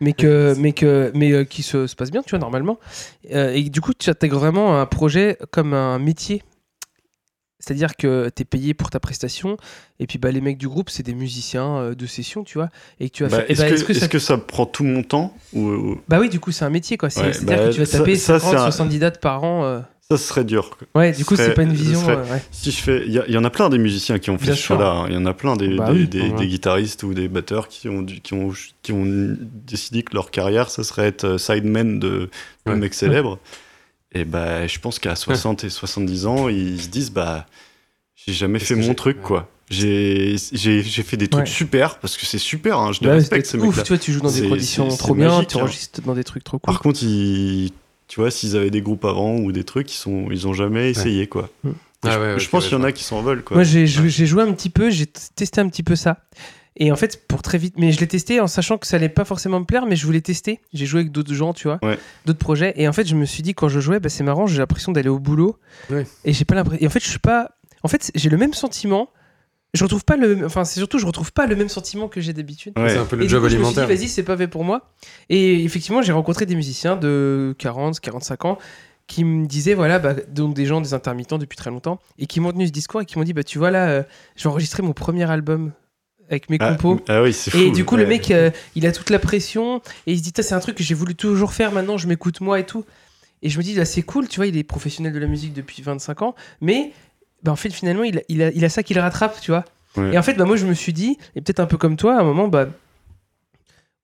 [SPEAKER 1] mais que mais que mais euh, qui se, se passe bien, tu vois normalement, euh, et que du coup tu intègres vraiment un projet comme un métier. C'est-à-dire que tu es payé pour ta prestation, et puis bah, les mecs du groupe, c'est des musiciens euh, de session, tu vois, et que tu vas
[SPEAKER 3] Bah,
[SPEAKER 1] faire. et
[SPEAKER 3] Est-ce
[SPEAKER 1] bah,
[SPEAKER 3] que,
[SPEAKER 1] est-ce que ça-
[SPEAKER 3] est-ce que ça prend tout mon temps ou, ou-
[SPEAKER 1] bah oui, du coup, c'est un métier, quoi. C'est-
[SPEAKER 3] Ouais,
[SPEAKER 1] C'est-à-dire
[SPEAKER 3] bah,
[SPEAKER 1] que tu vas
[SPEAKER 3] ça-
[SPEAKER 1] taper
[SPEAKER 3] ça, c'est
[SPEAKER 1] 50,
[SPEAKER 3] un-
[SPEAKER 1] 70 dates par an. euh.
[SPEAKER 3] Ça, ce serait dur. quoi.
[SPEAKER 1] Ouais, du coup,
[SPEAKER 3] Ce
[SPEAKER 1] c'est
[SPEAKER 3] serait-
[SPEAKER 1] pas une
[SPEAKER 3] ce
[SPEAKER 1] vision.
[SPEAKER 3] serait-
[SPEAKER 1] euh, ouais.
[SPEAKER 3] Si je fais, il y, a- il y en a plein des musiciens qui ont fait
[SPEAKER 1] Bien
[SPEAKER 3] ce
[SPEAKER 1] sûr.
[SPEAKER 3] choix-là. hein. Il y en a plein des,
[SPEAKER 1] Bah
[SPEAKER 3] des-
[SPEAKER 1] oui,
[SPEAKER 3] des-
[SPEAKER 2] voilà.
[SPEAKER 3] des guitaristes ou des batteurs qui ont, du- qui ont, qui ont décidé que leur carrière, ça serait être euh, sideman de, de
[SPEAKER 2] Ouais.
[SPEAKER 3] mecs célèbres. Et bah, je pense qu'à 60 et 70 ans, ils se disent, bah, j'ai jamais
[SPEAKER 2] Qu'est-ce
[SPEAKER 3] fait
[SPEAKER 2] que
[SPEAKER 3] mon
[SPEAKER 2] j'ai-
[SPEAKER 3] truc, quoi. J'ai j'ai- j'ai fait des trucs
[SPEAKER 1] Ouais.
[SPEAKER 3] super parce que c'est super. hein, je les
[SPEAKER 1] Bah ouais,
[SPEAKER 3] respecte,
[SPEAKER 1] c'est
[SPEAKER 3] ces
[SPEAKER 1] ouf,
[SPEAKER 3] mecs-là.
[SPEAKER 1] tu vois, tu joues dans des
[SPEAKER 3] C'est-
[SPEAKER 1] conditions
[SPEAKER 3] c'est-
[SPEAKER 1] trop
[SPEAKER 3] c'est
[SPEAKER 1] bien,
[SPEAKER 3] magique,
[SPEAKER 1] tu
[SPEAKER 3] hein.
[SPEAKER 1] enregistres dans des trucs trop cool.
[SPEAKER 3] Par contre, ils- tu vois, s'ils avaient des groupes avant ou des trucs, ils, sont, ils ont jamais essayé, quoi.
[SPEAKER 1] Mm.
[SPEAKER 2] Ah
[SPEAKER 3] Et je
[SPEAKER 2] ouais, ouais,
[SPEAKER 3] je
[SPEAKER 2] tu
[SPEAKER 3] pense
[SPEAKER 2] vois,
[SPEAKER 3] qu'il y en
[SPEAKER 2] ça.
[SPEAKER 3] a qui s'en veulent, quoi.
[SPEAKER 1] Moi, j'ai joué, j'ai joué un petit peu, j'ai t- testé un petit peu ça. Et en fait, pour très vite, mais je l'ai testé en sachant que ça allait pas forcément me plaire, mais je voulais tester. J'ai joué avec d'autres gens, tu vois,
[SPEAKER 3] Ouais.
[SPEAKER 1] d'autres projets. Et en fait, je me suis dit, quand je jouais, bah, c'est marrant, j'ai l'impression d'aller au boulot.
[SPEAKER 2] Ouais.
[SPEAKER 1] Et j'ai pas l'impression. Et en fait, je suis pas. En fait, j'ai le même sentiment. Je retrouve pas le. Enfin, c'est surtout, je retrouve pas le même sentiment que j'ai d'habitude.
[SPEAKER 3] Ouais.
[SPEAKER 2] C'est un peu le
[SPEAKER 1] Et du
[SPEAKER 2] job
[SPEAKER 1] coup,
[SPEAKER 2] alimentaire.
[SPEAKER 1] Je me suis dit, vas-y, c'est pas fait pour moi. Et effectivement, j'ai rencontré des musiciens de 40, 45 ans qui me disaient, voilà, bah, donc des gens, des intermittents depuis très longtemps, et qui m'ont tenu ce discours et qui m'ont dit, bah, tu vois, là, euh, j'ai enregistré mon premier album avec mes
[SPEAKER 3] Ah,
[SPEAKER 1] compos.
[SPEAKER 3] ah oui, c'est fou.
[SPEAKER 1] Et du coup, le
[SPEAKER 3] ouais.
[SPEAKER 1] mec, euh, il a toute la pression et il se dit, Tain, c'est un truc que j'ai voulu toujours faire, maintenant je m'écoute moi et tout. Et je me dis, là, c'est cool, tu vois, il est professionnel de la musique depuis 25 ans, mais bah, en fait, finalement, il a, il a, il a ça qu'il rattrape, tu vois.
[SPEAKER 3] Ouais.
[SPEAKER 1] Et en fait, bah, moi, je me suis dit, et peut-être un peu comme toi, à un moment, bah,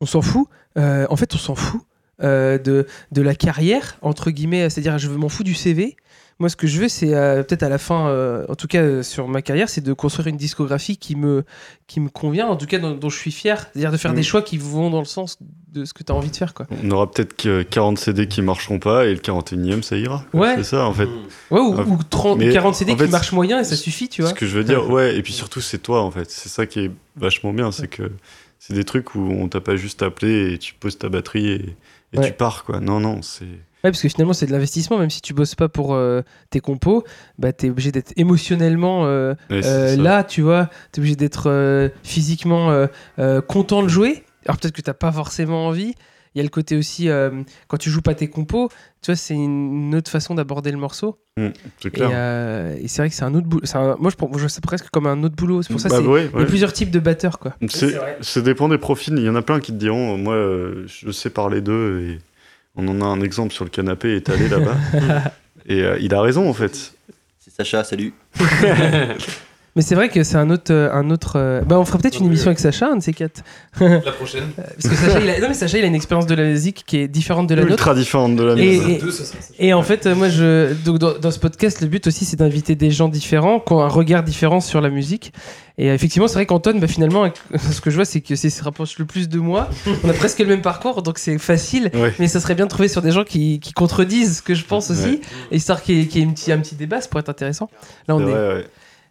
[SPEAKER 1] on s'en fout. Euh, en fait, on s'en fout euh, de, de la carrière, entre guillemets, c'est-à-dire, je veux- m'en fous du CV. Moi, ce que je veux, c'est euh, peut-être à la fin, euh, en tout cas euh, sur ma carrière, c'est de construire une discographie qui me, qui me convient, en tout cas dont, dont je suis fier. C'est-à-dire de faire
[SPEAKER 3] Mm.
[SPEAKER 1] des choix qui vont dans le sens de ce que tu as envie de faire. Quoi.
[SPEAKER 3] On aura peut-être que 40 CD qui marcheront pas et le 41e ça ira. quoi.
[SPEAKER 1] Ouais.
[SPEAKER 3] C'est ça en fait.
[SPEAKER 1] Ouais, ou,
[SPEAKER 3] Ah,
[SPEAKER 1] ou 30
[SPEAKER 3] mais
[SPEAKER 1] 40 CD
[SPEAKER 3] en
[SPEAKER 1] qui
[SPEAKER 3] fait,
[SPEAKER 1] marchent moyen et ça
[SPEAKER 3] ce-
[SPEAKER 1] suffit, tu vois.
[SPEAKER 3] Ce que je veux dire, ouais, et puis surtout c'est toi en fait. C'est ça qui est vachement bien, c'est que c'est des trucs où on t'a pas juste appelé et tu poses ta batterie et, et
[SPEAKER 1] Ouais.
[SPEAKER 3] tu pars quoi. Non, non, c'est.
[SPEAKER 1] Ouais, parce que finalement, c'est de l'investissement, même si tu bosses pas pour euh, tes compos, bah, tu es obligé d'être émotionnellement euh,
[SPEAKER 3] ouais, c'est
[SPEAKER 1] Euh,
[SPEAKER 3] ça.
[SPEAKER 1] là, tu vois, t'es obligé d'être euh, physiquement euh, euh, content de jouer. Alors peut-être que t'as pas forcément envie. Il y a le côté aussi, euh, quand tu joues pas tes compos, tu vois, c'est une autre façon d'aborder le morceau.
[SPEAKER 3] c'est
[SPEAKER 1] Et,
[SPEAKER 3] clair.
[SPEAKER 1] euh, et c'est vrai que c'est un autre boulot. c'est un- Moi, je, prends- je vois ça presque comme un autre boulot. C'est pour ça
[SPEAKER 3] Bah
[SPEAKER 1] c'est
[SPEAKER 3] ouais,
[SPEAKER 1] il y
[SPEAKER 3] ouais.
[SPEAKER 1] a plusieurs types de batteurs, quoi.
[SPEAKER 3] C'est-
[SPEAKER 1] Oui, c'est vrai.
[SPEAKER 3] ça dépend des profils. Il y en a plein qui te diront, moi, euh, je sais parler d'eux et on en a un exemple sur le canapé étalé là-bas. et euh, il a raison en fait.
[SPEAKER 4] Sacha, salut.
[SPEAKER 1] Mais c'est vrai que c'est un autre. euh, Un autre euh, bah, on fera peut-être une émission avec Sacha, un de ces quatre. Euh,
[SPEAKER 2] La prochaine.
[SPEAKER 1] Parce que Sacha, il a... Non, mais Sacha, il a une expérience de la musique qui est différente de la nôtre.
[SPEAKER 3] Ultra différente de la
[SPEAKER 1] Et-
[SPEAKER 3] mienne.
[SPEAKER 1] et- Et en fait, euh, moi, je, donc, dans, dans ce podcast, le but aussi, c'est d'inviter des gens différents, qui ont un regard différent sur la musique. Et euh, effectivement, c'est vrai qu'Anton, bah, finalement, avec- ce que je vois, c'est que c'est se rapproche le plus de moi. On a presque le même parcours, donc c'est facile.
[SPEAKER 3] Ouais.
[SPEAKER 1] Mais ça serait bien de trouver sur des gens qui, qui contredisent ce que je pense aussi,
[SPEAKER 3] Ouais.
[SPEAKER 1] histoire qu'il y ait, qu'il y ait une petit- un petit débat, ça pourrait être intéressant. Là, on
[SPEAKER 3] Ouais,
[SPEAKER 1] est.
[SPEAKER 3] ouais.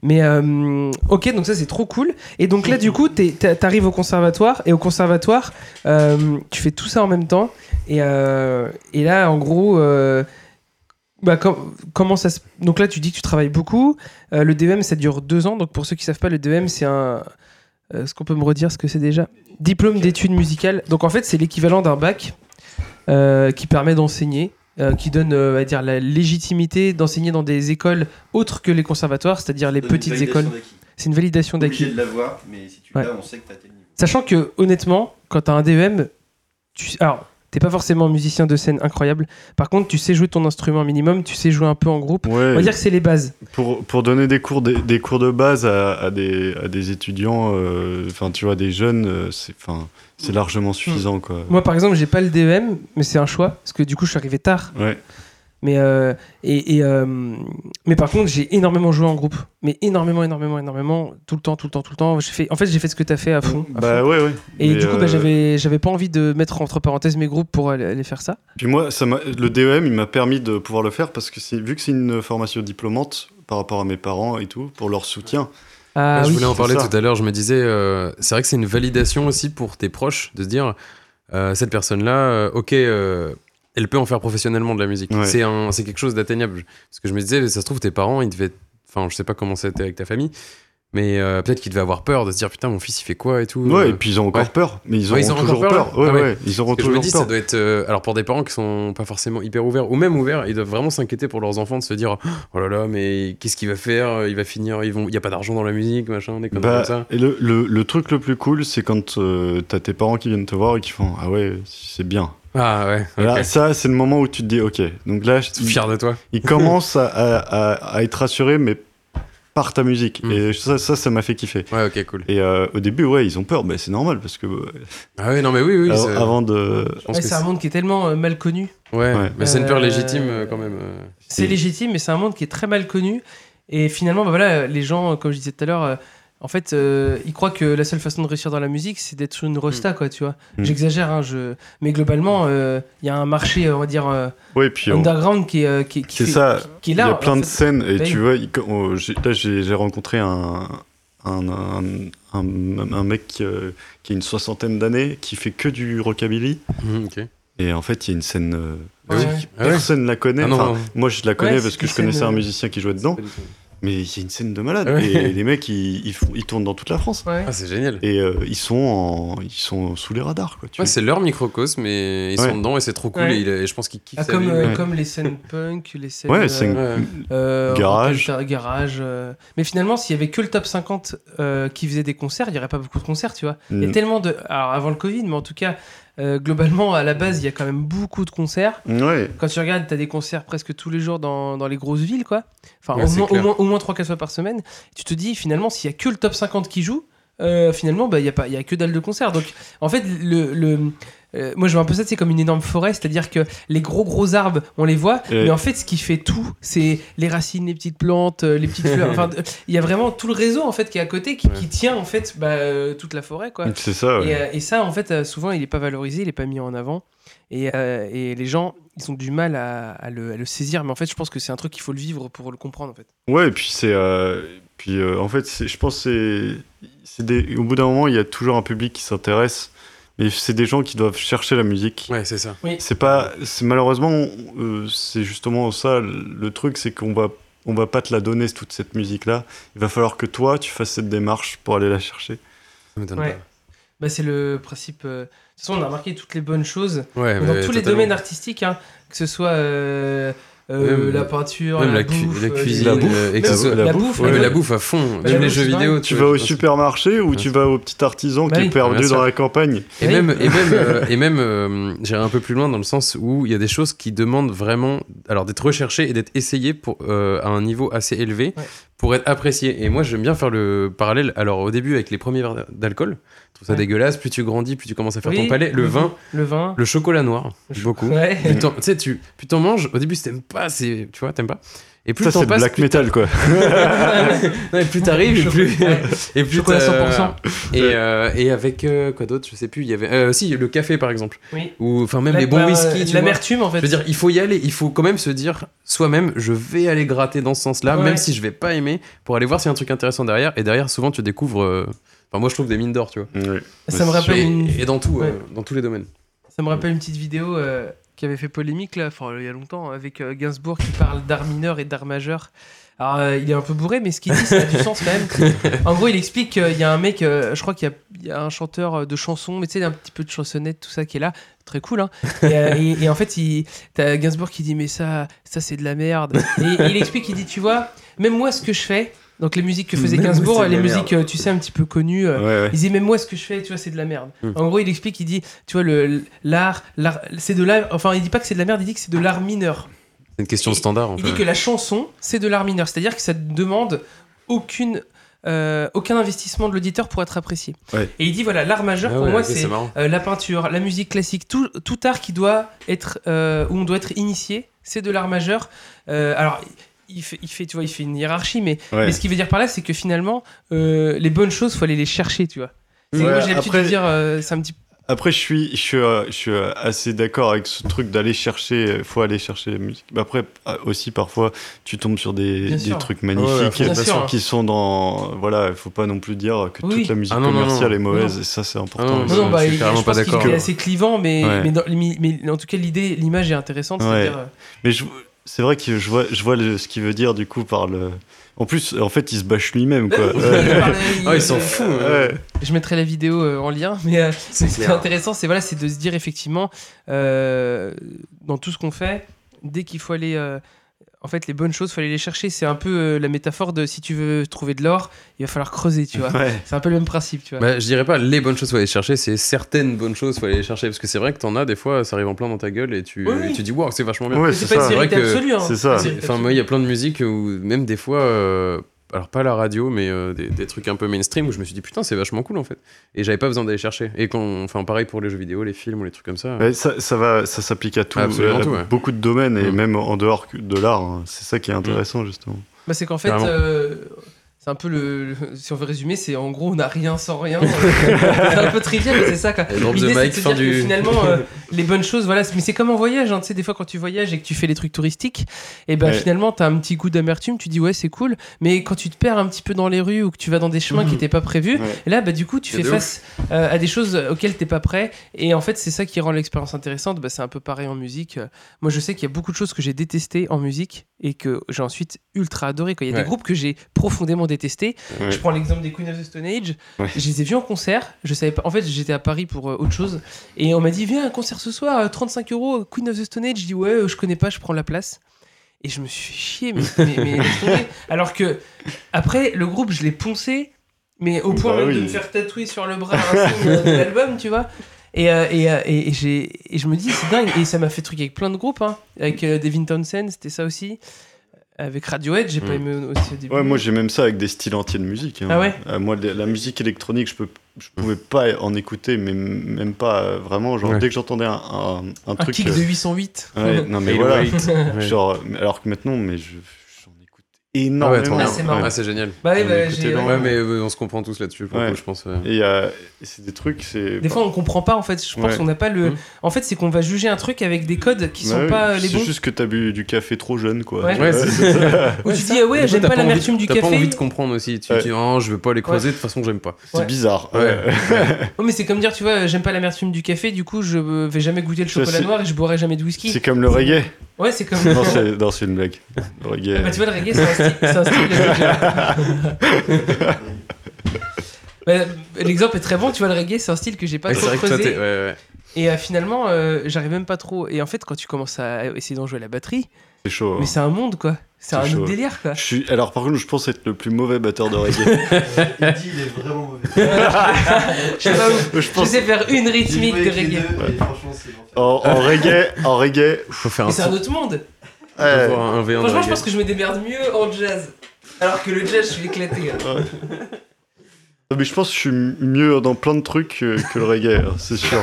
[SPEAKER 1] Mais euh, ok, donc ça c'est trop cool. Et donc là, du coup, t'es- t'a- t'arrives au conservatoire et au conservatoire, euh, tu fais tout ça en même temps. Et, euh, et là, en gros, euh, bah, com- comment ça se... Donc là, tu dis que tu travailles beaucoup. Euh, le DEM, ça dure deux ans. Donc pour ceux qui savent pas, le DEM, c'est un... euh, Est-ce qu'on peut me redire ce que c'est déjà Diplôme d'études musicales. Donc en fait, c'est l'équivalent d'un bac euh, qui permet d'enseigner, euh, qui donne euh, on va dire, la légitimité d'enseigner dans des écoles autres que les conservatoires, c'est-à-dire les
[SPEAKER 4] Une
[SPEAKER 1] petites
[SPEAKER 4] validation
[SPEAKER 1] écoles.
[SPEAKER 4] d'acquis.
[SPEAKER 1] C'est une validation
[SPEAKER 4] Obligé
[SPEAKER 1] d'acquis.
[SPEAKER 4] de l'avoir, mais si tu
[SPEAKER 1] Ouais.
[SPEAKER 4] l'as, on sait que t'as tel niveau.
[SPEAKER 1] Sachant que honnêtement, quand t'as un DEM, tu... alors t'es pas forcément musicien de scène incroyable. Par contre, tu sais jouer ton instrument minimum, tu sais jouer un peu en groupe. On
[SPEAKER 3] Ouais,
[SPEAKER 1] va dire que c'est les bases.
[SPEAKER 3] pour, pour donner des cours, des, des cours de base à, à des, à des étudiants, euh, enfin tu vois, des jeunes, euh, c'est 'fin, c'est largement
[SPEAKER 2] Mm.
[SPEAKER 3] suffisant quoi.
[SPEAKER 1] Moi, par exemple, j'ai pas le DEM, mais c'est un choix, parce que du coup, je suis arrivé
[SPEAKER 2] Mm.
[SPEAKER 1] tard.
[SPEAKER 3] Ouais.
[SPEAKER 1] Mais, euh, et, et, euh, mais par contre, j'ai énormément joué en groupe. Mais énormément, énormément, énormément. Tout le temps, tout le temps, tout le temps. J'ai fait, en fait, j'ai fait ce que t'as fait à fond. à
[SPEAKER 3] Bah
[SPEAKER 1] fond.
[SPEAKER 3] ouais, ouais.
[SPEAKER 1] Et
[SPEAKER 3] Mais,
[SPEAKER 1] du coup, bah,
[SPEAKER 3] euh,
[SPEAKER 1] j'avais, j'avais pas envie de mettre entre parenthèses mes groupes pour aller, aller faire ça.
[SPEAKER 3] Puis moi, ça m'a- le DEM, il m'a permis de pouvoir le faire parce que c'est vu que c'est une formation diplômante par rapport à mes parents et tout, pour leur soutien.
[SPEAKER 1] Ah,
[SPEAKER 2] je
[SPEAKER 1] oui.
[SPEAKER 2] voulais en
[SPEAKER 3] c'est
[SPEAKER 2] parler
[SPEAKER 3] ça.
[SPEAKER 2] tout à l'heure. Je me disais, euh, c'est vrai que c'est une validation aussi pour tes proches de se dire, euh, cette personne-là, euh, ok, euh, elle peut en faire professionnellement de la musique.
[SPEAKER 3] Ouais.
[SPEAKER 2] C'est un, c'est quelque chose d'atteignable. Parce que je me disais, ça se trouve tes parents, ils devaient, enfin, je sais pas comment c'était avec ta famille, mais euh, peut-être qu'ils devaient avoir peur de se dire, putain, mon fils, il fait quoi et tout.
[SPEAKER 3] Ouais,
[SPEAKER 2] Euh,
[SPEAKER 3] et puis ils ont encore
[SPEAKER 2] Ouais.
[SPEAKER 3] peur, mais ils ont
[SPEAKER 2] Ouais, ils ont
[SPEAKER 3] toujours
[SPEAKER 2] encore peur,
[SPEAKER 3] peur. Ouais,
[SPEAKER 2] Ah ouais.
[SPEAKER 3] ouais, ils auront
[SPEAKER 2] Parce que je
[SPEAKER 3] toujours
[SPEAKER 2] me dis, ça
[SPEAKER 3] peur.
[SPEAKER 2] doit être. euh, alors, pour des parents qui sont pas forcément hyper ouverts, ou même ouverts, ils doivent vraiment s'inquiéter pour leurs enfants de se dire Oh là là, mais qu'est-ce qu'il va faire Il va finir, il n'y a pas d'argent dans la musique, machin, des conneries
[SPEAKER 3] Bah,
[SPEAKER 2] comme ça.
[SPEAKER 3] et le, le- le truc le plus cool, c'est quand euh, t'as tes parents qui viennent te voir et qui font Ah ouais, c'est bien.
[SPEAKER 2] Ah ouais, ok.
[SPEAKER 3] Là, ça, c'est le moment où tu te dis Ok, donc là, je-
[SPEAKER 2] Fier de toi.
[SPEAKER 3] ils commencent à, à- à- à être rassurés, mais par ta musique.
[SPEAKER 2] Mm.
[SPEAKER 3] Et ça, ça, ça m'a fait kiffer.
[SPEAKER 2] Ouais, ok, cool.
[SPEAKER 3] Et euh, au début, ouais, ils ont peur, mais c'est normal parce que euh,
[SPEAKER 2] Ah ouais, non, mais oui, oui.
[SPEAKER 3] av-
[SPEAKER 2] c'est-
[SPEAKER 3] avant de.
[SPEAKER 2] je pense
[SPEAKER 1] Ouais,
[SPEAKER 2] que
[SPEAKER 1] c'est un
[SPEAKER 2] c'est-
[SPEAKER 1] monde qui est tellement euh, mal connu.
[SPEAKER 2] Ouais,
[SPEAKER 3] Ouais.
[SPEAKER 2] mais c'est une peur
[SPEAKER 1] Euh,
[SPEAKER 2] légitime euh, quand même. euh.
[SPEAKER 1] C'est légitime, mais c'est un monde qui est très mal connu. Et finalement, bah voilà, les gens, comme je disais tout à l'heure, euh, en fait, euh, ils croient que la seule façon de réussir dans la musique, c'est d'être une resta, quoi, tu vois.
[SPEAKER 3] Mm.
[SPEAKER 1] J'exagère, hein, je... mais globalement, euh, il y a un marché, on va dire, euh,
[SPEAKER 3] Ouais, puis on-
[SPEAKER 1] underground qui est, euh, qui, qui
[SPEAKER 3] C'est
[SPEAKER 1] fait-
[SPEAKER 3] ça,
[SPEAKER 1] qui- qui est
[SPEAKER 3] Il y
[SPEAKER 1] là.
[SPEAKER 3] a plein
[SPEAKER 1] en
[SPEAKER 3] de
[SPEAKER 1] fait.
[SPEAKER 3] scènes et
[SPEAKER 1] Ben,
[SPEAKER 3] tu vois, il- quand- oh, j'ai- là j'ai j'ai rencontré un, un, un, un- un mec euh, qui a une soixantaine d'années qui fait que du rockabilly
[SPEAKER 2] Mhm, ok.
[SPEAKER 3] et en fait il y a une scène, euh,
[SPEAKER 1] Ouais.
[SPEAKER 3] musique,
[SPEAKER 2] Ah ouais.
[SPEAKER 3] personne la connaît.
[SPEAKER 2] Ah non,
[SPEAKER 3] Enfin,
[SPEAKER 2] non.
[SPEAKER 3] moi je la connais
[SPEAKER 1] Ouais,
[SPEAKER 3] parce
[SPEAKER 1] c'est
[SPEAKER 3] que
[SPEAKER 1] une
[SPEAKER 3] je connaissais
[SPEAKER 1] scène,
[SPEAKER 3] un
[SPEAKER 1] euh,
[SPEAKER 3] musicien qui jouait dedans, mais il y a une scène de malade
[SPEAKER 2] Ah ouais.
[SPEAKER 3] et les mecs ils, ils, font- ils tournent dans toute la France
[SPEAKER 1] Ouais.
[SPEAKER 2] Ah, c'est génial.
[SPEAKER 3] et euh, ils sont en- ils sont sous les radars quoi. Tu
[SPEAKER 2] Ouais,
[SPEAKER 3] vois.
[SPEAKER 2] c'est leur microcosme, mais ils
[SPEAKER 3] Ouais.
[SPEAKER 2] sont dedans et c'est trop cool.
[SPEAKER 1] Ouais.
[SPEAKER 2] Et, il- et je pense qu'ils kiffent
[SPEAKER 1] Ah,
[SPEAKER 2] sa
[SPEAKER 1] comme,
[SPEAKER 2] vie.
[SPEAKER 1] euh,
[SPEAKER 3] Ouais.
[SPEAKER 1] comme les scènes punk, les scènes.
[SPEAKER 3] Ouais, c'est
[SPEAKER 1] euh,
[SPEAKER 2] Ouais.
[SPEAKER 1] euh,
[SPEAKER 3] garage.
[SPEAKER 1] rock, alter- garage euh. Mais finalement, s'il y avait que le top 50 euh, qui faisait des concerts, il n'y aurait pas beaucoup de concerts, tu vois. Il y a
[SPEAKER 3] Mm.
[SPEAKER 1] tellement de. Alors, avant le Covid, mais en tout cas, euh, globalement, à la base, il y a quand même beaucoup de concerts.
[SPEAKER 3] Ouais.
[SPEAKER 1] Quand tu regardes, tu as des concerts presque tous les jours dans, dans les grosses villes, quoi. Enfin,
[SPEAKER 2] Ouais,
[SPEAKER 1] au,
[SPEAKER 2] c'est
[SPEAKER 1] moins, au,
[SPEAKER 2] clair.
[SPEAKER 1] moins, au moins 3-4 fois par semaine. Tu te dis, finalement, s'il y a que le top 50 qui joue, euh, finalement, bah, il n'y a, pas- il y a que dalle de concerts. Donc, en fait, le. le- euh, moi, je vois un peu ça, c'est comme une énorme forêt, c'est-à-dire que les gros gros arbres, on les voit,
[SPEAKER 3] Et-
[SPEAKER 1] mais en fait, ce qui fait tout, c'est les racines, les petites plantes, euh, les petites fleurs. Enfin, de- il y a vraiment tout le réseau en fait qui est à côté, qui,
[SPEAKER 2] Ouais.
[SPEAKER 1] qui tient en fait bah, euh, toute la forêt, quoi.
[SPEAKER 3] C'est ça.
[SPEAKER 2] Ah
[SPEAKER 3] ouais.
[SPEAKER 1] Et, euh, et ça, en fait, euh, souvent, il n'est pas valorisé, il n'est pas mis en avant. Et, euh, et les gens, ils ont du mal à, à le, à le saisir. Mais en fait, je pense que c'est un truc qu'il faut le vivre pour le comprendre, en fait.
[SPEAKER 3] Ouais, et puis c'est. euh, puis euh, en fait, c'est- je pense que c'est- c'est. des- Au bout d'un moment, il y a toujours un public qui s'intéresse. Mais c'est des gens qui doivent chercher la musique.
[SPEAKER 2] Ouais, c'est ça.
[SPEAKER 3] C'est pas. c'est Malheureusement, euh, c'est justement ça le truc, c'est qu'on va. On va pas te la donner toute cette musique là. Il va falloir que toi tu fasses cette démarche pour aller la chercher.
[SPEAKER 2] Ça m'étonne
[SPEAKER 1] Ouais. Bah, c'est le principe. euh, De toute façon, on a remarqué toutes les bonnes choses
[SPEAKER 2] pas. Eh Ouais,
[SPEAKER 1] dans
[SPEAKER 2] mais
[SPEAKER 1] tous les
[SPEAKER 2] totalement.
[SPEAKER 1] domaines artistiques, hein, que ce soit euh, euh,
[SPEAKER 2] Même-
[SPEAKER 1] la peinture,
[SPEAKER 2] Même
[SPEAKER 1] la,
[SPEAKER 2] la, cu-
[SPEAKER 1] bouffe,
[SPEAKER 2] la
[SPEAKER 1] euh,
[SPEAKER 2] cuisine,
[SPEAKER 3] la
[SPEAKER 1] les-
[SPEAKER 3] bouffe.
[SPEAKER 2] euh, et que
[SPEAKER 1] Mais
[SPEAKER 2] ce soit-
[SPEAKER 1] la,
[SPEAKER 3] la
[SPEAKER 1] bouffe,
[SPEAKER 3] bouffe,
[SPEAKER 2] Ouais,
[SPEAKER 1] euh,
[SPEAKER 2] mais la bouffe à fond,
[SPEAKER 1] la
[SPEAKER 2] même
[SPEAKER 1] bouffe,
[SPEAKER 2] les jeux
[SPEAKER 1] c'est
[SPEAKER 2] vidéo.
[SPEAKER 1] pareil.
[SPEAKER 3] Tu
[SPEAKER 2] vois, je
[SPEAKER 3] vas au
[SPEAKER 2] pense que-
[SPEAKER 3] supermarché ou tu vas au petit artisan
[SPEAKER 1] Bah
[SPEAKER 3] qui
[SPEAKER 1] oui,
[SPEAKER 3] est perdu
[SPEAKER 2] bien sûr.
[SPEAKER 3] dans la campagne
[SPEAKER 2] Et
[SPEAKER 1] Oui.
[SPEAKER 2] même, et même, euh, et même euh, j'irai un peu plus loin dans le sens où il y a des choses qui demandent vraiment alors d'être recherchées et d'être essayées pour, euh, à un niveau assez élevé
[SPEAKER 1] Ouais.
[SPEAKER 2] pour être appréciées. Et moi, j'aime bien faire le parallèle. Alors, au début, avec les premiers verres d'alcool, je trouve ça
[SPEAKER 1] Ouais.
[SPEAKER 2] dégueulasse. Plus tu grandis, plus tu commences à faire
[SPEAKER 1] Oui,
[SPEAKER 2] ton palais. Le
[SPEAKER 1] oui.
[SPEAKER 2] vin,
[SPEAKER 1] le vin.
[SPEAKER 2] le chocolat noir,
[SPEAKER 1] Le cho-
[SPEAKER 2] beaucoup.
[SPEAKER 1] Ouais.
[SPEAKER 2] Plus t'en- Tu sais, tu plus t'en manges, au début, si t'aimes pas, c'est- tu vois, t'aimes pas. Et plus
[SPEAKER 3] ça
[SPEAKER 2] t'en
[SPEAKER 3] c'est
[SPEAKER 2] passes,
[SPEAKER 3] black
[SPEAKER 2] plus-
[SPEAKER 3] metal quoi
[SPEAKER 2] non, et plus t'arrives, et plus.
[SPEAKER 1] Ouais.
[SPEAKER 2] Et plus
[SPEAKER 1] Chocolat
[SPEAKER 2] t'as-
[SPEAKER 1] 100%.
[SPEAKER 2] Et, euh, et avec euh, quoi d'autre, je sais plus. Il y avait euh, si le café par exemple,
[SPEAKER 1] Oui.
[SPEAKER 2] ou enfin même
[SPEAKER 1] La-
[SPEAKER 2] les bons
[SPEAKER 1] bah,
[SPEAKER 2] whisky. Tu vois.
[SPEAKER 1] L'amertume, en fait.
[SPEAKER 2] Je veux dire, il faut y aller. Il faut quand même se dire soi-même, je vais aller gratter dans ce sens-là,
[SPEAKER 1] Ouais.
[SPEAKER 2] même si je vais pas aimer, pour aller voir s'il y a un truc intéressant derrière. Et derrière, souvent, tu découvres. euh, Enfin, moi, je trouve des mines d'or, tu vois.
[SPEAKER 1] ça me
[SPEAKER 3] Mais
[SPEAKER 1] rappelle
[SPEAKER 2] Et,
[SPEAKER 1] une
[SPEAKER 2] et dans tout, euh,
[SPEAKER 1] Ouais.
[SPEAKER 2] dans tous les domaines.
[SPEAKER 1] Ça me rappelle une petite vidéo euh, qui avait fait polémique là, enfin, il y a longtemps, avec euh, Gainsbourg qui parle d'art mineur et d'art majeur. Alors, euh, il est un peu bourré, mais ce qu'il dit, ça a du sens quand même. En gros, il explique qu'il y a un mec, euh, je crois qu'il y a- il y, a un chanteur euh, de chansons, mais tu sais, un petit peu de chansonnette, tout ça qui est là. Très cool, hein. Et, euh, et- et en fait, il- t'as Gainsbourg qui dit, mais ça, ça c'est de la merde. Et, et il explique, il dit, tu vois, même moi, ce que je fais, donc les musiques que faisait
[SPEAKER 2] Même moi,
[SPEAKER 1] Gainsbourg,
[SPEAKER 2] c'est de
[SPEAKER 1] les
[SPEAKER 2] la merde.
[SPEAKER 1] musiques, euh, tu sais, un petit peu connues, euh,
[SPEAKER 3] Ouais, ouais.
[SPEAKER 1] il disait, mais moi, ce que je fais, tu vois, c'est de la merde.
[SPEAKER 2] Mm.
[SPEAKER 1] En gros, il explique, il dit, tu vois, le- l'art, l'art- c'est de l'art. Enfin, il dit pas que c'est de la merde, il dit que c'est de l'art mineur.
[SPEAKER 2] C'est une question de standard. En
[SPEAKER 1] Il
[SPEAKER 2] fait.
[SPEAKER 1] dit que la chanson, c'est de l'art mineur. C'est-à-dire que ça ne demande aucune, euh, aucun investissement de l'auditeur pour être apprécié.
[SPEAKER 3] Ouais.
[SPEAKER 1] Et il dit, voilà, l'art majeur,
[SPEAKER 2] Ah
[SPEAKER 1] pour
[SPEAKER 2] ouais,
[SPEAKER 1] moi,
[SPEAKER 2] ok,
[SPEAKER 1] c'est
[SPEAKER 2] marrant.
[SPEAKER 1] euh, la peinture, la musique classique, tout, tout art qui doit être, euh, où on doit être initié, c'est de l'art majeur. Euh, alors, il fait, il fait, tu vois, il fait une hiérarchie, mais
[SPEAKER 3] Ouais.
[SPEAKER 1] mais ce qu'il veut dire par là, c'est que finalement, euh, les bonnes choses, faut aller les chercher, tu vois. C'est que
[SPEAKER 3] Ouais,
[SPEAKER 1] moi, j'ai l'habitude
[SPEAKER 3] après-
[SPEAKER 1] de dire, euh, c'est un petit
[SPEAKER 3] Après, je suis, je suis, euh, je suis euh, assez d'accord avec ce truc d'aller chercher, euh, faut aller chercher la musique. Mais Après, euh, aussi, parfois, tu tombes sur des,
[SPEAKER 1] Bien
[SPEAKER 3] des
[SPEAKER 1] sûr.
[SPEAKER 3] trucs
[SPEAKER 2] Ah Ouais, ouais,
[SPEAKER 3] magnifiques
[SPEAKER 2] faut-
[SPEAKER 1] Bien sûr.
[SPEAKER 3] qui sont dans. Voilà, il faut pas non plus dire que
[SPEAKER 1] Oui.
[SPEAKER 3] toute la musique
[SPEAKER 2] Ah non, non,
[SPEAKER 3] commerciale
[SPEAKER 2] non.
[SPEAKER 3] est mauvaise,
[SPEAKER 1] Non.
[SPEAKER 3] et ça, c'est
[SPEAKER 2] Ah
[SPEAKER 3] important.
[SPEAKER 2] non,
[SPEAKER 1] Non,
[SPEAKER 3] aussi.
[SPEAKER 1] non,
[SPEAKER 2] Je
[SPEAKER 1] bah,
[SPEAKER 2] suis
[SPEAKER 1] il- je
[SPEAKER 2] carrément
[SPEAKER 1] pense
[SPEAKER 2] pas
[SPEAKER 1] qu'il
[SPEAKER 2] d'accord.
[SPEAKER 1] est assez clivant, mais,
[SPEAKER 3] Ouais.
[SPEAKER 1] mais, dans- mais- mais en tout cas, l'idée, l'image est intéressante.
[SPEAKER 3] Ouais.
[SPEAKER 1] c'est-à-dire, euh,
[SPEAKER 3] Mais je- c'est vrai que je vois, je vois le- ce qu'il veut dire, du coup, par le. En plus, en fait, il se bâche lui-même, quoi.
[SPEAKER 1] il
[SPEAKER 3] Ouais.
[SPEAKER 1] parlait-
[SPEAKER 2] Ah,
[SPEAKER 1] il-
[SPEAKER 2] ils s'en foutent.
[SPEAKER 3] Ouais.
[SPEAKER 1] euh, Je mettrai la vidéo euh, en lien, mais euh,
[SPEAKER 2] C'est
[SPEAKER 1] ce qui est
[SPEAKER 2] clair.
[SPEAKER 1] intéressant, c'est voilà, c'est de se dire effectivement, euh, dans tout ce qu'on fait, dès qu'il faut aller. euh, en fait, les bonnes choses, faut aller les chercher. C'est un peu euh, la métaphore de si tu veux trouver de l'or, il va falloir creuser, tu vois.
[SPEAKER 3] Ouais.
[SPEAKER 1] C'est un peu le même principe, tu vois.
[SPEAKER 2] Bah, je dirais pas les bonnes choses faut aller les chercher, c'est certaines bonnes choses faut aller les chercher parce que c'est vrai que t'en as des fois ça arrive en plein dans ta gueule et tu,
[SPEAKER 1] Oui, oui.
[SPEAKER 2] et tu dis waouh c'est vachement bien.
[SPEAKER 3] Ouais,
[SPEAKER 1] Mais
[SPEAKER 3] c'est
[SPEAKER 1] c'est pas une
[SPEAKER 3] ça.
[SPEAKER 2] série.
[SPEAKER 1] vérité
[SPEAKER 2] C'est vrai que
[SPEAKER 1] absolue. hein.
[SPEAKER 3] c'est ça.
[SPEAKER 1] Pas une vérité
[SPEAKER 2] Enfin, moi, il y a plein de musiques où même des fois, euh, alors pas à la radio, mais euh, des, des trucs un peu mainstream où je me suis dit putain, c'est vachement cool en fait. Et j'avais pas besoin d'aller chercher. Et quand, enfin, pareil pour les jeux vidéo, les films ou les trucs comme ça.
[SPEAKER 3] Ouais, ça, ça va, ça s'applique à tout,
[SPEAKER 2] Absolument
[SPEAKER 3] à
[SPEAKER 2] tout, ouais.
[SPEAKER 3] beaucoup de domaines et
[SPEAKER 2] Mm.
[SPEAKER 3] même en dehors que- de l'art. hein. C'est ça qui est intéressant, justement.
[SPEAKER 1] Bah, c'est qu'en fait,
[SPEAKER 2] Carrément.
[SPEAKER 1] euh, c'est un peu le, le- Si on veut résumer, c'est en gros, on n'a rien sans rien. c'est un peu trivial, mais c'est ça. quoi.
[SPEAKER 2] Et drop the
[SPEAKER 1] L'idée, c'est
[SPEAKER 2] mic,
[SPEAKER 1] de se
[SPEAKER 2] fin
[SPEAKER 1] dire que
[SPEAKER 2] du-
[SPEAKER 1] finalement, euh, les bonnes choses, voilà. Mais c'est comme en voyage, hein, tu sais, des fois, quand tu voyages et que tu fais les trucs touristiques, et ben
[SPEAKER 3] Ouais.
[SPEAKER 1] finalement, t'as un petit goût d'amertume, tu dis ouais, c'est cool. Mais quand tu te perds un petit peu dans les rues ou que tu vas dans des chemins qui n'étaient pas prévus,
[SPEAKER 3] Ouais.
[SPEAKER 1] là, bah, du coup, tu
[SPEAKER 2] C'est
[SPEAKER 1] fais
[SPEAKER 2] de
[SPEAKER 1] face euh, à des choses auxquelles t'es pas prêt. Et en fait, c'est ça qui rend l'expérience intéressante. Bah, c'est un peu pareil en musique. Euh, Moi, je sais qu'il y a beaucoup de choses que j'ai détestées en musique et que j'ai ensuite ultra adoré. Quand il y a
[SPEAKER 2] Ouais.
[SPEAKER 1] des groupes que j'ai profondément détestés,
[SPEAKER 3] Ouais.
[SPEAKER 1] je prends l'exemple des Queen of the Stone Age.
[SPEAKER 3] Ouais.
[SPEAKER 1] Je les ai vus en concert. Je savais pas. En fait, j'étais à Paris pour euh, autre chose et on m'a dit viens à un concert ce soir, euh, 35 euros, Queen of the Stone Age. Je dis ouais, euh, je connais pas, je prends la place. Et je me suis fait chier, mais, mais- mais laisse tomber. alors que après le groupe, je l'ai poncé, mais au point
[SPEAKER 3] Bah
[SPEAKER 1] même de
[SPEAKER 3] oui.
[SPEAKER 1] me faire tatouer sur le bras un signe euh, de l'album, tu vois. Et, euh, et, euh, et- et j'ai- et je me dis, c'est dingue. Et ça m'a fait truc avec plein de groupes. hein. Avec euh, Devin Townsend, c'était ça aussi. Avec Radiohead, j'ai pas
[SPEAKER 2] Mm.
[SPEAKER 1] aimé aussi au début.
[SPEAKER 3] Ouais, moi j'ai même ça avec des styles entiers de musique. hein.
[SPEAKER 1] Ah ouais
[SPEAKER 3] Euh, moi, la la musique électronique, je peux, je pouvais pas en écouter, mais m- même pas euh, vraiment. Genre,
[SPEAKER 2] Mm. Ouais.
[SPEAKER 3] dès que j'entendais un, un, un
[SPEAKER 1] un
[SPEAKER 3] truc.
[SPEAKER 1] kick
[SPEAKER 3] euh,
[SPEAKER 1] de 808.
[SPEAKER 3] ouais, non, mais
[SPEAKER 2] Et
[SPEAKER 3] voilà.
[SPEAKER 2] le weight. Ouais.
[SPEAKER 3] Genre, mais alors que maintenant, mais je- j'en écoute
[SPEAKER 2] Ah ouais, trop
[SPEAKER 3] énormément.
[SPEAKER 2] bien.
[SPEAKER 1] Ah, c'est marrant.
[SPEAKER 2] Ah, c'est génial.
[SPEAKER 1] Bah oui,
[SPEAKER 3] on
[SPEAKER 1] bah,
[SPEAKER 3] écoutait
[SPEAKER 1] j'ai-
[SPEAKER 3] dans-
[SPEAKER 2] Ouais, mais euh, on se comprend tous là-dessus, pour le
[SPEAKER 3] Ouais.
[SPEAKER 2] coup, je pense. euh.
[SPEAKER 3] Et euh, et c'est des trucs, c'est.
[SPEAKER 1] Des fois, on comprend pas en fait. Je pense
[SPEAKER 3] Ouais.
[SPEAKER 1] qu'on n'a pas le.
[SPEAKER 2] Mm.
[SPEAKER 1] En fait, c'est qu'on va juger un truc avec des codes qui sont
[SPEAKER 3] Bah oui,
[SPEAKER 1] pas euh, les
[SPEAKER 3] C'est
[SPEAKER 1] bons.
[SPEAKER 3] juste que t'as bu du café trop jeune, quoi.
[SPEAKER 1] Ouais.
[SPEAKER 3] Tu vois,
[SPEAKER 2] Ouais, c'est-
[SPEAKER 3] c'est ça.
[SPEAKER 1] Ou
[SPEAKER 2] Ouais,
[SPEAKER 1] tu
[SPEAKER 2] c'est
[SPEAKER 1] dis,
[SPEAKER 2] ça.
[SPEAKER 1] ah ouais,
[SPEAKER 2] Des fois,
[SPEAKER 1] j'aime
[SPEAKER 2] t'as
[SPEAKER 1] pas l'amertume
[SPEAKER 2] envie-
[SPEAKER 1] du
[SPEAKER 2] T'as pas
[SPEAKER 1] café.
[SPEAKER 2] envie de comprendre aussi. Tu
[SPEAKER 3] Ouais.
[SPEAKER 2] dis, oh, je veux pas les croiser, de toute façon, j'aime pas.
[SPEAKER 3] C'est
[SPEAKER 1] Ouais.
[SPEAKER 3] bizarre.
[SPEAKER 2] Ouais.
[SPEAKER 3] ouais.
[SPEAKER 1] Oh, mais c'est comme dire, tu vois, j'aime pas l'amertume du café, du coup, je euh, vais jamais goûter le
[SPEAKER 3] Ça,
[SPEAKER 1] chocolat
[SPEAKER 3] c'est-
[SPEAKER 1] noir et je boirai jamais de whisky.
[SPEAKER 3] C'est comme le reggae.
[SPEAKER 1] Ouais, c'est comme.
[SPEAKER 3] Non, c'est non, c'est une blague. Le reggae.
[SPEAKER 1] Ah bah, tu vois, le reggae, c'est un style- c'est un style. de musique. Bah, L'exemple est très bon, tu vois, le reggae, c'est un style que j'ai pas
[SPEAKER 2] Ouais,
[SPEAKER 1] trop
[SPEAKER 2] c'est vrai que toi,
[SPEAKER 1] creusé.
[SPEAKER 2] t'es- ouais, ouais.
[SPEAKER 1] Et euh, finalement, euh, j'arrive même pas trop. Et en fait, quand tu commences à essayer d'en jouer à la batterie,
[SPEAKER 3] C'est
[SPEAKER 2] Oh.
[SPEAKER 3] chaud. hein.
[SPEAKER 1] mais c'est un monde quoi. C'est
[SPEAKER 3] C'est
[SPEAKER 1] un
[SPEAKER 3] chaud.
[SPEAKER 1] autre délire quoi.
[SPEAKER 3] Je suis... Alors par contre, je pense être le plus mauvais batteur de reggae.
[SPEAKER 4] Eddie, il est vraiment mauvais.
[SPEAKER 1] Je sais pas où.
[SPEAKER 3] je
[SPEAKER 1] Je
[SPEAKER 3] pense
[SPEAKER 1] sais faire une
[SPEAKER 4] J'ai
[SPEAKER 1] rythmique
[SPEAKER 4] joué
[SPEAKER 1] de
[SPEAKER 4] avec les
[SPEAKER 1] reggae.
[SPEAKER 4] deux, et franchement, c'est l'enfer.
[SPEAKER 3] en, en reggae, en reggae.
[SPEAKER 2] Faut faire un,
[SPEAKER 1] Mais c'est un autre monde.
[SPEAKER 3] ouais.
[SPEAKER 2] faut voir un V1 de
[SPEAKER 1] Franchement, je
[SPEAKER 2] reggae.
[SPEAKER 1] pense que je me démerde mieux en jazz. Alors que le jazz, je suis éclaté. hein.
[SPEAKER 3] Non, Mais je pense que je suis mieux dans plein de trucs euh, que le reggae, hein, c'est sûr.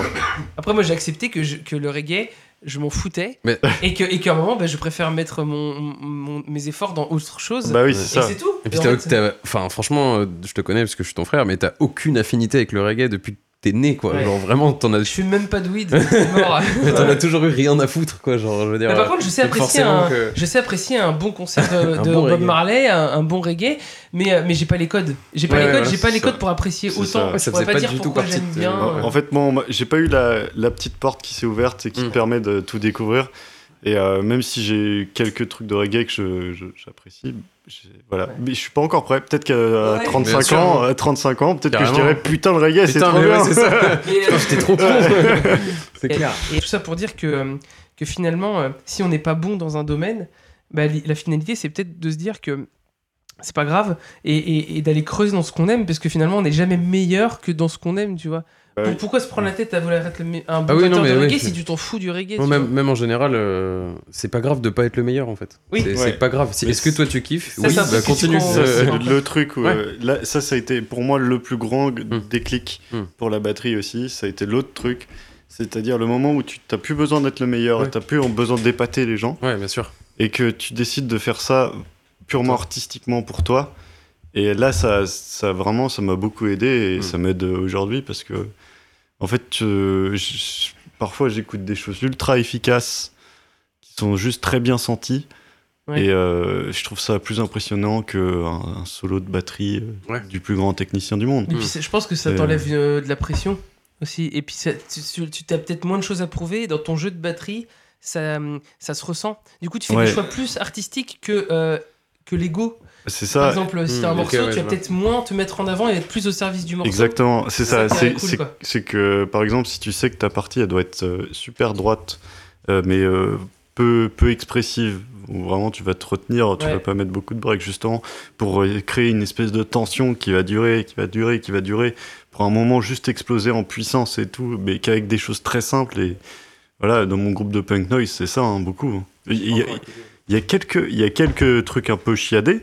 [SPEAKER 1] Après, moi, j'ai accepté que, je- que le reggae, je m'en foutais.
[SPEAKER 2] Mais-
[SPEAKER 1] Et que- et qu'à un moment, bah, je préfère mettre mon, mon- mes efforts dans autre chose.
[SPEAKER 3] bah oui,
[SPEAKER 2] Ouais.
[SPEAKER 3] c'est
[SPEAKER 1] et
[SPEAKER 3] ça.
[SPEAKER 1] c'est tout.
[SPEAKER 2] Et puis,
[SPEAKER 1] Et en
[SPEAKER 2] t'as-
[SPEAKER 1] fait,
[SPEAKER 2] t'as- enfin, franchement, euh, je te connais parce que je suis ton frère, mais t'as aucune affinité avec le reggae depuis que t'es né, quoi.
[SPEAKER 4] Ouais.
[SPEAKER 2] Genre vraiment, t'en
[SPEAKER 1] je
[SPEAKER 2] as,
[SPEAKER 1] suis même pas de weed. c'est mort.
[SPEAKER 2] t'en as toujours eu rien à foutre, quoi. Genre, je veux dire. euh,
[SPEAKER 1] Mais par contre, je sais,
[SPEAKER 2] donc
[SPEAKER 1] apprécier
[SPEAKER 2] forcément
[SPEAKER 1] un,
[SPEAKER 2] que-
[SPEAKER 1] je sais apprécier un bon concert de,
[SPEAKER 2] Un
[SPEAKER 1] de
[SPEAKER 2] bon
[SPEAKER 1] Bob
[SPEAKER 2] reggae.
[SPEAKER 1] Marley, un, un bon reggae, mais, euh, mais j'ai pas les codes. J'ai pas
[SPEAKER 2] Ouais,
[SPEAKER 1] les
[SPEAKER 2] ouais,
[SPEAKER 1] codes,
[SPEAKER 2] voilà,
[SPEAKER 1] j'ai pas
[SPEAKER 2] c'est
[SPEAKER 1] les codes
[SPEAKER 2] ça.
[SPEAKER 1] pour apprécier
[SPEAKER 3] C'est ça,
[SPEAKER 1] autant.
[SPEAKER 3] ouais,
[SPEAKER 1] je
[SPEAKER 2] ça
[SPEAKER 1] pourrais
[SPEAKER 2] faisait
[SPEAKER 1] pas
[SPEAKER 2] pas
[SPEAKER 1] dire
[SPEAKER 2] du tout
[SPEAKER 1] pourquoi
[SPEAKER 2] partie de-
[SPEAKER 1] j'aime bien.
[SPEAKER 2] En-
[SPEAKER 1] euh,
[SPEAKER 3] En fait, moi, on m'a- j'ai pas eu la, la petite porte qui s'est ouverte et qui
[SPEAKER 2] Mm.
[SPEAKER 3] te permet de tout découvrir. Et euh, même si j'ai quelques trucs de reggae que je- je- j'apprécie, j'ai- voilà.
[SPEAKER 1] Ouais.
[SPEAKER 3] Mais je suis pas encore prêt. Peut-être qu'à
[SPEAKER 1] Ouais.
[SPEAKER 2] Bien
[SPEAKER 3] 35
[SPEAKER 2] sûr.
[SPEAKER 3] ans, à 35 ans, peut-être que je
[SPEAKER 2] Carrément.
[SPEAKER 3] dirais putain le reggae, c'est
[SPEAKER 2] Putain,
[SPEAKER 3] trop
[SPEAKER 2] mais ouais,
[SPEAKER 3] bien.
[SPEAKER 2] c'est ça.
[SPEAKER 1] mais, euh,
[SPEAKER 2] Putain, J'étais trop con. c'est
[SPEAKER 1] Et-
[SPEAKER 2] clair.
[SPEAKER 1] Et tout ça pour dire que, euh, que finalement, euh, si on n'est pas bon dans un domaine, bah, li- la finalité, c'est peut-être de se dire que c'est pas grave et, et- et d'aller creuser dans ce qu'on aime parce que finalement, on n'est jamais meilleur que dans ce qu'on aime, tu vois.
[SPEAKER 3] Bah
[SPEAKER 1] Pour-
[SPEAKER 3] oui.
[SPEAKER 1] Pourquoi se prendre la tête à vouloir être le me- un bon
[SPEAKER 2] Ah oui,
[SPEAKER 1] batteur
[SPEAKER 2] non, mais
[SPEAKER 1] de
[SPEAKER 2] oui,
[SPEAKER 1] reggae
[SPEAKER 2] je-
[SPEAKER 1] si tu t'en fous du reggae
[SPEAKER 2] Non,
[SPEAKER 1] tu
[SPEAKER 2] même,
[SPEAKER 1] vois
[SPEAKER 2] même en général, euh, c'est pas grave de pas être le meilleur en fait.
[SPEAKER 1] Oui.
[SPEAKER 2] c'est,
[SPEAKER 3] Ouais.
[SPEAKER 2] c'est pas grave. Si-
[SPEAKER 3] Mais
[SPEAKER 2] Est-ce que
[SPEAKER 3] c'est-
[SPEAKER 2] toi tu kiffes
[SPEAKER 1] Ça,
[SPEAKER 2] Oui,
[SPEAKER 1] c'est un
[SPEAKER 2] bah,
[SPEAKER 1] truc que tu
[SPEAKER 2] continue.
[SPEAKER 1] prends,
[SPEAKER 2] Euh,
[SPEAKER 3] Ça,
[SPEAKER 1] euh,
[SPEAKER 3] c'est le truc. où,
[SPEAKER 2] Ouais.
[SPEAKER 3] euh, là, ça, ça a été pour moi le plus grand g-
[SPEAKER 2] Mm.
[SPEAKER 3] déclic
[SPEAKER 2] Mm.
[SPEAKER 3] pour la batterie aussi. Ça a été l'autre truc. C'est-à-dire le moment où tu t'as plus besoin d'être le meilleur,
[SPEAKER 2] Ouais.
[SPEAKER 3] et t'as plus besoin d'épater les gens.
[SPEAKER 2] Ouais, bien sûr.
[SPEAKER 3] et que tu décides de faire ça purement artistiquement pour toi. Et là, ça, ça vraiment, ça m'a beaucoup aidé et
[SPEAKER 2] Mm.
[SPEAKER 3] ça m'aide aujourd'hui parce que, en fait, euh, je- parfois j'écoute des choses ultra efficaces qui sont juste très bien senties.
[SPEAKER 1] Ouais.
[SPEAKER 3] Et euh, je trouve ça plus impressionnant qu'un un solo de batterie euh,
[SPEAKER 2] Ouais.
[SPEAKER 3] du plus grand technicien du monde.
[SPEAKER 1] Et
[SPEAKER 2] Mm.
[SPEAKER 1] puis, c'est- je pense que ça
[SPEAKER 3] Euh.
[SPEAKER 1] t'enlève euh, de la pression aussi. Et puis, ça- tu, tu- tu as peut-être moins de choses à prouver. Dans ton jeu de batterie, ça, hum, ça se ressent. Du coup, tu fais
[SPEAKER 3] Ouais.
[SPEAKER 1] des choix plus artistiques que, euh, que l'ego.
[SPEAKER 3] C'est
[SPEAKER 1] Par
[SPEAKER 3] ça,
[SPEAKER 1] exemple, si
[SPEAKER 2] Hmm,
[SPEAKER 1] t'as un
[SPEAKER 2] ok,
[SPEAKER 1] morceau,
[SPEAKER 2] ouais,
[SPEAKER 1] tu
[SPEAKER 2] je
[SPEAKER 1] vas
[SPEAKER 2] vois.
[SPEAKER 1] peut-être moins te mettre en avant et être plus au service du morceau.
[SPEAKER 3] Exactement, c'est
[SPEAKER 1] Ça, ça
[SPEAKER 3] ça. C'est
[SPEAKER 1] paraît cool,
[SPEAKER 3] c'est-
[SPEAKER 1] quoi.
[SPEAKER 3] c'est que, par exemple, si tu sais que ta partie, elle doit être euh, super droite, euh, mais euh, peu, peu expressive, où vraiment tu vas te retenir, tu
[SPEAKER 1] Ouais.
[SPEAKER 3] vas pas mettre beaucoup de breaks, justement, pour euh, créer une espèce de tension qui va durer, qui va durer, qui va durer, pour un moment juste exploser en puissance et tout, mais qu'avec des choses très simples. Et voilà, dans mon groupe de punk noise, c'est ça, hein, beaucoup. Il y, a- il y a quelques, il y a quelques trucs un peu chiadés,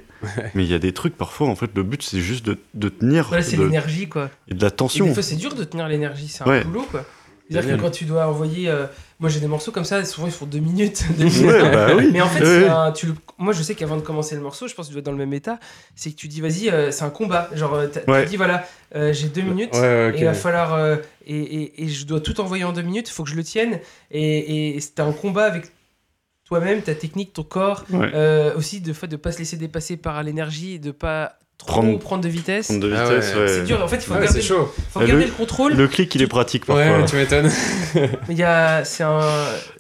[SPEAKER 3] mais il y a des trucs parfois, en fait, le but c'est juste de, de tenir
[SPEAKER 1] Voilà, c'est
[SPEAKER 2] Bah,
[SPEAKER 3] de-
[SPEAKER 1] l'énergie, quoi.
[SPEAKER 3] et de la
[SPEAKER 1] Et des
[SPEAKER 3] tension.
[SPEAKER 1] fois, c'est dur de tenir l'énergie, c'est un
[SPEAKER 3] Ouais.
[SPEAKER 1] boulot, quoi. C'est-à-dire
[SPEAKER 2] Génial.
[SPEAKER 1] que quand tu dois envoyer. euh, Moi, j'ai des morceaux comme ça, souvent ils font deux minutes. deux minutes.
[SPEAKER 3] Ouais, bah oui.
[SPEAKER 1] Mais en fait,
[SPEAKER 3] Ouais,
[SPEAKER 1] c'est
[SPEAKER 3] ouais.
[SPEAKER 1] un- tu le- moi je sais qu'avant de commencer le morceau, je pense que tu dois être dans le même état, c'est que tu dis vas-y, euh, c'est un combat. Genre, euh, t'as-
[SPEAKER 3] Ouais.
[SPEAKER 1] tu dis voilà, euh, j'ai deux minutes,
[SPEAKER 2] Ouais, ouais, ok.
[SPEAKER 1] et il va falloir. euh, et, et- et je dois tout envoyer en deux minutes, il faut que je le tienne. Et, et, et c'est un combat avec toi-même, ta technique, ton corps.
[SPEAKER 3] Ouais.
[SPEAKER 1] Euh, aussi, de fait, de pas se laisser dépasser par l'énergie, de pas trop prendre,
[SPEAKER 3] Prendre-
[SPEAKER 1] de vitesse.
[SPEAKER 3] Centre de
[SPEAKER 2] Ah
[SPEAKER 3] vitesse,
[SPEAKER 2] ouais.
[SPEAKER 3] ouais.
[SPEAKER 1] C'est dur, en fait, il faut
[SPEAKER 2] Ouais,
[SPEAKER 1] garder,
[SPEAKER 2] c'est chaud.
[SPEAKER 1] faut
[SPEAKER 3] Et
[SPEAKER 1] garder
[SPEAKER 3] le-
[SPEAKER 1] le contrôle.
[SPEAKER 3] Le clic, il est pratique parfois.
[SPEAKER 2] Ouais, tu m'étonnes.
[SPEAKER 1] Mais il y a. C'est un.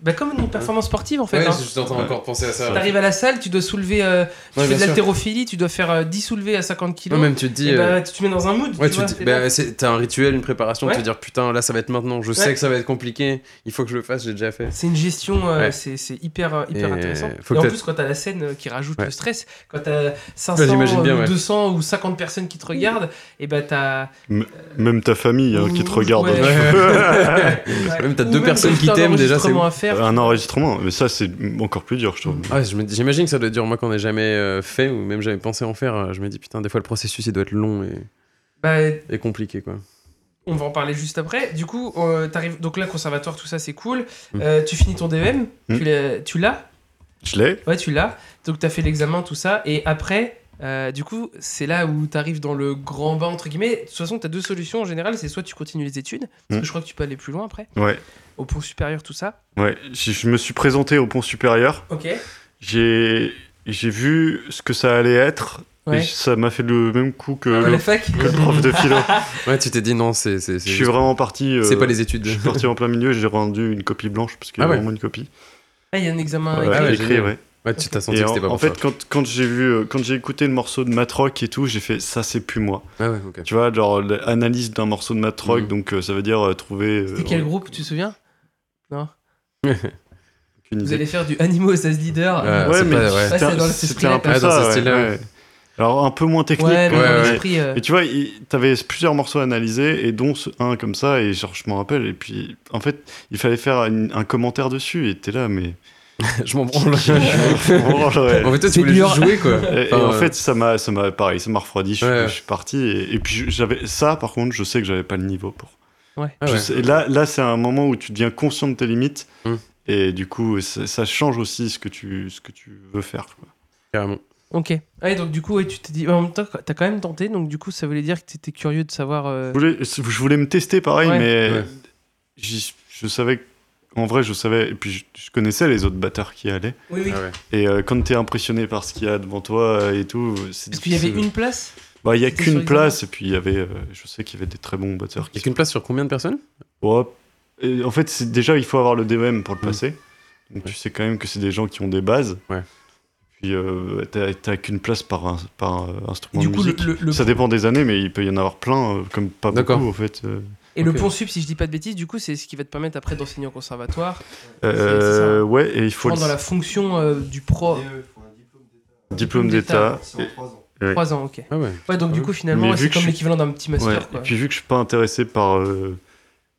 [SPEAKER 1] Bah, comme une performance sportive, en fait.
[SPEAKER 2] Ouais,
[SPEAKER 1] hein.
[SPEAKER 2] je t'entends encore penser à ça.
[SPEAKER 1] T'arrives à la salle, tu dois soulever. euh, tu
[SPEAKER 2] Ouais,
[SPEAKER 1] fais
[SPEAKER 2] bien
[SPEAKER 1] de
[SPEAKER 2] sûr.
[SPEAKER 1] l'haltérophilie, tu dois faire euh, 10 soulevés à 50
[SPEAKER 2] Non,
[SPEAKER 1] kilos.
[SPEAKER 2] même tu te dis.
[SPEAKER 1] et
[SPEAKER 2] euh,
[SPEAKER 1] bah, tu te mets dans un mood.
[SPEAKER 2] Ouais,
[SPEAKER 1] tu
[SPEAKER 2] tu
[SPEAKER 1] vois,
[SPEAKER 2] te-
[SPEAKER 1] t'es
[SPEAKER 2] bah,
[SPEAKER 1] là.
[SPEAKER 2] c'est- t'as un rituel, une préparation, de
[SPEAKER 1] Ouais.
[SPEAKER 2] te dire putain, là ça va être maintenant, je
[SPEAKER 1] Ouais.
[SPEAKER 2] sais que ça va être compliqué, il faut que je le fasse, j'ai déjà fait.
[SPEAKER 1] C'est une gestion, euh,
[SPEAKER 2] Ouais.
[SPEAKER 1] c'est c'est hyper, euh, hyper
[SPEAKER 2] Et
[SPEAKER 1] intéressant.
[SPEAKER 2] faut
[SPEAKER 1] et
[SPEAKER 2] que
[SPEAKER 1] en
[SPEAKER 2] t'a-
[SPEAKER 1] plus, quand t'as la scène euh, qui rajoute
[SPEAKER 2] Ouais.
[SPEAKER 1] le stress, quand t'as 500,
[SPEAKER 2] j'imagine bien,
[SPEAKER 1] euh,
[SPEAKER 2] ouais.
[SPEAKER 1] 200 ou 50 personnes qui te
[SPEAKER 3] Ah.
[SPEAKER 1] regardent, et bah t'as.
[SPEAKER 3] Même ta famille hein, qui te
[SPEAKER 1] Ouais.
[SPEAKER 3] regarde.
[SPEAKER 1] Ouais. Ouais.
[SPEAKER 2] Même t'as
[SPEAKER 1] Ou
[SPEAKER 2] deux personnes
[SPEAKER 1] juste
[SPEAKER 2] qui
[SPEAKER 1] un
[SPEAKER 2] t'aiment, déjà, c'est
[SPEAKER 1] enregistrement à faire.
[SPEAKER 3] Un enregistrement, mais ça c'est encore plus dur, je trouve.
[SPEAKER 2] Ah, je me dis- J'imagine que ça doit dire, moi qu'on n'ai jamais euh, fait ou même jamais pensé en faire, euh, je me dis putain, des fois le processus il doit être long et,
[SPEAKER 1] Bah,
[SPEAKER 2] et compliqué quoi.
[SPEAKER 1] on va en parler juste après. Du coup, euh, t'arrives. Donc là, conservatoire, tout ça, c'est cool.
[SPEAKER 2] Mm.
[SPEAKER 1] Euh, tu finis ton DEM,
[SPEAKER 3] Mm.
[SPEAKER 1] tu l'as- tu l'as.
[SPEAKER 3] Je l'ai.
[SPEAKER 1] Ouais, tu l'as. Donc, tu as fait l'examen, tout ça. Et après, euh, du coup, c'est là où tu arrives dans le grand bain, entre guillemets. De toute façon, tu as deux solutions en général. C'est soit tu continues les études, parce
[SPEAKER 3] Mm.
[SPEAKER 1] que je crois que tu peux aller plus loin après,
[SPEAKER 3] Ouais.
[SPEAKER 1] au pont supérieur, tout ça.
[SPEAKER 3] ouais. Je, je me suis présenté au pont supérieur.
[SPEAKER 1] Ok.
[SPEAKER 3] J'ai j'ai vu ce que ça allait être.
[SPEAKER 1] Ouais.
[SPEAKER 3] Et ça m'a fait le même coup que,
[SPEAKER 1] À
[SPEAKER 3] le,
[SPEAKER 1] la fac
[SPEAKER 3] que le prof de philo.
[SPEAKER 2] Ouais, tu t'es dit non, c'est. C'est
[SPEAKER 3] je
[SPEAKER 2] c'est
[SPEAKER 3] suis
[SPEAKER 2] juste-
[SPEAKER 3] vraiment parti. euh,
[SPEAKER 2] c'est pas les études.
[SPEAKER 3] Je suis parti en plein milieu. J'ai rendu une copie blanche parce qu'il y
[SPEAKER 2] Ah
[SPEAKER 3] a
[SPEAKER 2] ouais.
[SPEAKER 3] vraiment une copie.
[SPEAKER 1] Ah, il y a un examen
[SPEAKER 3] Ouais,
[SPEAKER 1] écrit.
[SPEAKER 2] ouais,
[SPEAKER 3] écrit,
[SPEAKER 2] génial.
[SPEAKER 3] ouais.
[SPEAKER 2] Ouais, tu t'as senti
[SPEAKER 3] Et
[SPEAKER 2] que
[SPEAKER 3] en,
[SPEAKER 2] c'était pas
[SPEAKER 3] en
[SPEAKER 2] pour toi.
[SPEAKER 3] fait, quand, quand j'ai vu, euh, quand j'ai écouté le morceau de Matrock et tout, j'ai fait ça, c'est plus moi.
[SPEAKER 2] Ah ouais, ok.
[SPEAKER 3] Tu vois, genre l'analyse d'un morceau de Matrock,
[SPEAKER 2] Mhm.
[SPEAKER 3] donc euh, ça veut dire euh, trouver. euh,
[SPEAKER 1] C'était quel groupe, tu te souviens Non.
[SPEAKER 3] aucune
[SPEAKER 1] Vous
[SPEAKER 3] idée.
[SPEAKER 1] allez faire du Animaux as Leader.
[SPEAKER 2] Ouais,
[SPEAKER 1] euh,
[SPEAKER 2] c'est
[SPEAKER 3] Ouais, mais
[SPEAKER 2] pas- ouais.
[SPEAKER 1] Ouais, c'est dans
[SPEAKER 3] c'était
[SPEAKER 1] le-
[SPEAKER 3] un-
[SPEAKER 1] c'est ce
[SPEAKER 3] c'était
[SPEAKER 1] qu'il
[SPEAKER 3] un
[SPEAKER 1] appelle.
[SPEAKER 3] peu
[SPEAKER 2] Ah, dans
[SPEAKER 3] ça.
[SPEAKER 2] ce
[SPEAKER 3] ouais,
[SPEAKER 2] style-là,
[SPEAKER 3] ouais. Alors un peu moins technique.
[SPEAKER 1] ouais, mais
[SPEAKER 3] quoi,
[SPEAKER 1] dans
[SPEAKER 2] ouais.
[SPEAKER 3] mais-
[SPEAKER 1] l'esprit. euh,
[SPEAKER 3] Et tu vois, il- t'avais plusieurs morceaux à analyser et dont ce- un comme ça et genre je m'en rappelle et puis en fait il fallait faire une- un commentaire dessus et t'es là mais
[SPEAKER 2] Je m'en branle.
[SPEAKER 3] Oh, ouais.
[SPEAKER 2] En fait, toi,
[SPEAKER 1] C'est
[SPEAKER 2] tu voulais
[SPEAKER 1] dur.
[SPEAKER 2] juste jouer, quoi.
[SPEAKER 3] Et, et
[SPEAKER 2] Enfin,
[SPEAKER 3] en
[SPEAKER 2] euh,
[SPEAKER 3] fait, ça m'a, ça m'a, pareil, ça m'a refroidi. Je, suis-
[SPEAKER 2] Ouais.
[SPEAKER 3] je suis parti et, et puis j'avais ça. Par contre, je sais que j'avais pas le niveau pour.
[SPEAKER 1] ouais.
[SPEAKER 2] ah
[SPEAKER 3] Je
[SPEAKER 2] ouais.
[SPEAKER 3] sais- là, là, c'est un moment où tu deviens conscient de tes limites
[SPEAKER 2] Mm.
[SPEAKER 3] et du coup, ça, ça change aussi ce que tu, ce que tu veux faire. quoi.
[SPEAKER 2] Carrément.
[SPEAKER 1] Ok. Ouais, donc du coup, ouais, tu t'es dit. En même temps, t'as quand même tenté, donc du coup, ça voulait dire que t'étais curieux de savoir. euh,
[SPEAKER 3] Je voulais, je voulais me tester pareil,
[SPEAKER 1] Ouais.
[SPEAKER 3] mais
[SPEAKER 2] Ouais.
[SPEAKER 3] j'y- je savais, en vrai, je savais et puis je, je connaissais les autres batteurs qui y allaient.
[SPEAKER 1] Oui, oui.
[SPEAKER 2] Ah ouais.
[SPEAKER 3] Et euh, quand t'es impressionné par ce qu'il y a devant toi euh, et tout, c'est
[SPEAKER 1] Parce qu'il y avait
[SPEAKER 3] difficile.
[SPEAKER 1] une place.
[SPEAKER 3] Bah, il y a
[SPEAKER 1] C'était sur
[SPEAKER 3] qu'une
[SPEAKER 1] les
[SPEAKER 3] place et puis il y avait, euh, je sais qu'il y avait des très bons
[SPEAKER 2] Il
[SPEAKER 3] batteurs
[SPEAKER 2] y
[SPEAKER 3] qui
[SPEAKER 2] a qu'une place sur combien de personnes
[SPEAKER 3] Ouais, et en fait, c'est- déjà, il faut avoir le DOM pour le passer. Donc,
[SPEAKER 2] Mm. Ouais.
[SPEAKER 3] tu sais quand même que c'est des gens qui ont des bases.
[SPEAKER 2] Ouais.
[SPEAKER 3] Puis, euh, t'as t'as qu'une place par, un- par euh,
[SPEAKER 1] Et
[SPEAKER 3] instrument
[SPEAKER 1] du
[SPEAKER 3] de
[SPEAKER 1] coup, le,
[SPEAKER 3] musique.
[SPEAKER 1] le- le-
[SPEAKER 3] Ça dépend des années, mais il peut y en avoir plein, euh, comme pas
[SPEAKER 2] D'accord.
[SPEAKER 3] beaucoup, en fait. euh.
[SPEAKER 1] et le
[SPEAKER 2] ok.
[SPEAKER 1] pont sup, si je dis pas de bêtises, du coup, c'est ce qui va te permettre après d'enseigner au conservatoire.
[SPEAKER 3] Euh, ouais, et il faut
[SPEAKER 1] Prendre
[SPEAKER 3] le
[SPEAKER 1] dans la fonction euh, du pro.
[SPEAKER 4] DE, E, faut un diplôme d'état.
[SPEAKER 3] diplôme
[SPEAKER 1] diplôme
[SPEAKER 3] d'État.
[SPEAKER 4] C'est en 3 ans.
[SPEAKER 3] Ouais.
[SPEAKER 1] 3 ans, ok.
[SPEAKER 2] Ah ouais.
[SPEAKER 1] Ouais, donc
[SPEAKER 2] Ah
[SPEAKER 1] du
[SPEAKER 2] oui.
[SPEAKER 1] coup, finalement,
[SPEAKER 3] Mais vu
[SPEAKER 1] c'est
[SPEAKER 3] que
[SPEAKER 1] comme
[SPEAKER 3] je-
[SPEAKER 1] l'équivalent d'un petit
[SPEAKER 3] Ouais,
[SPEAKER 1] master,
[SPEAKER 3] Et
[SPEAKER 1] quoi.
[SPEAKER 3] puis, vu que je suis pas intéressé par, euh,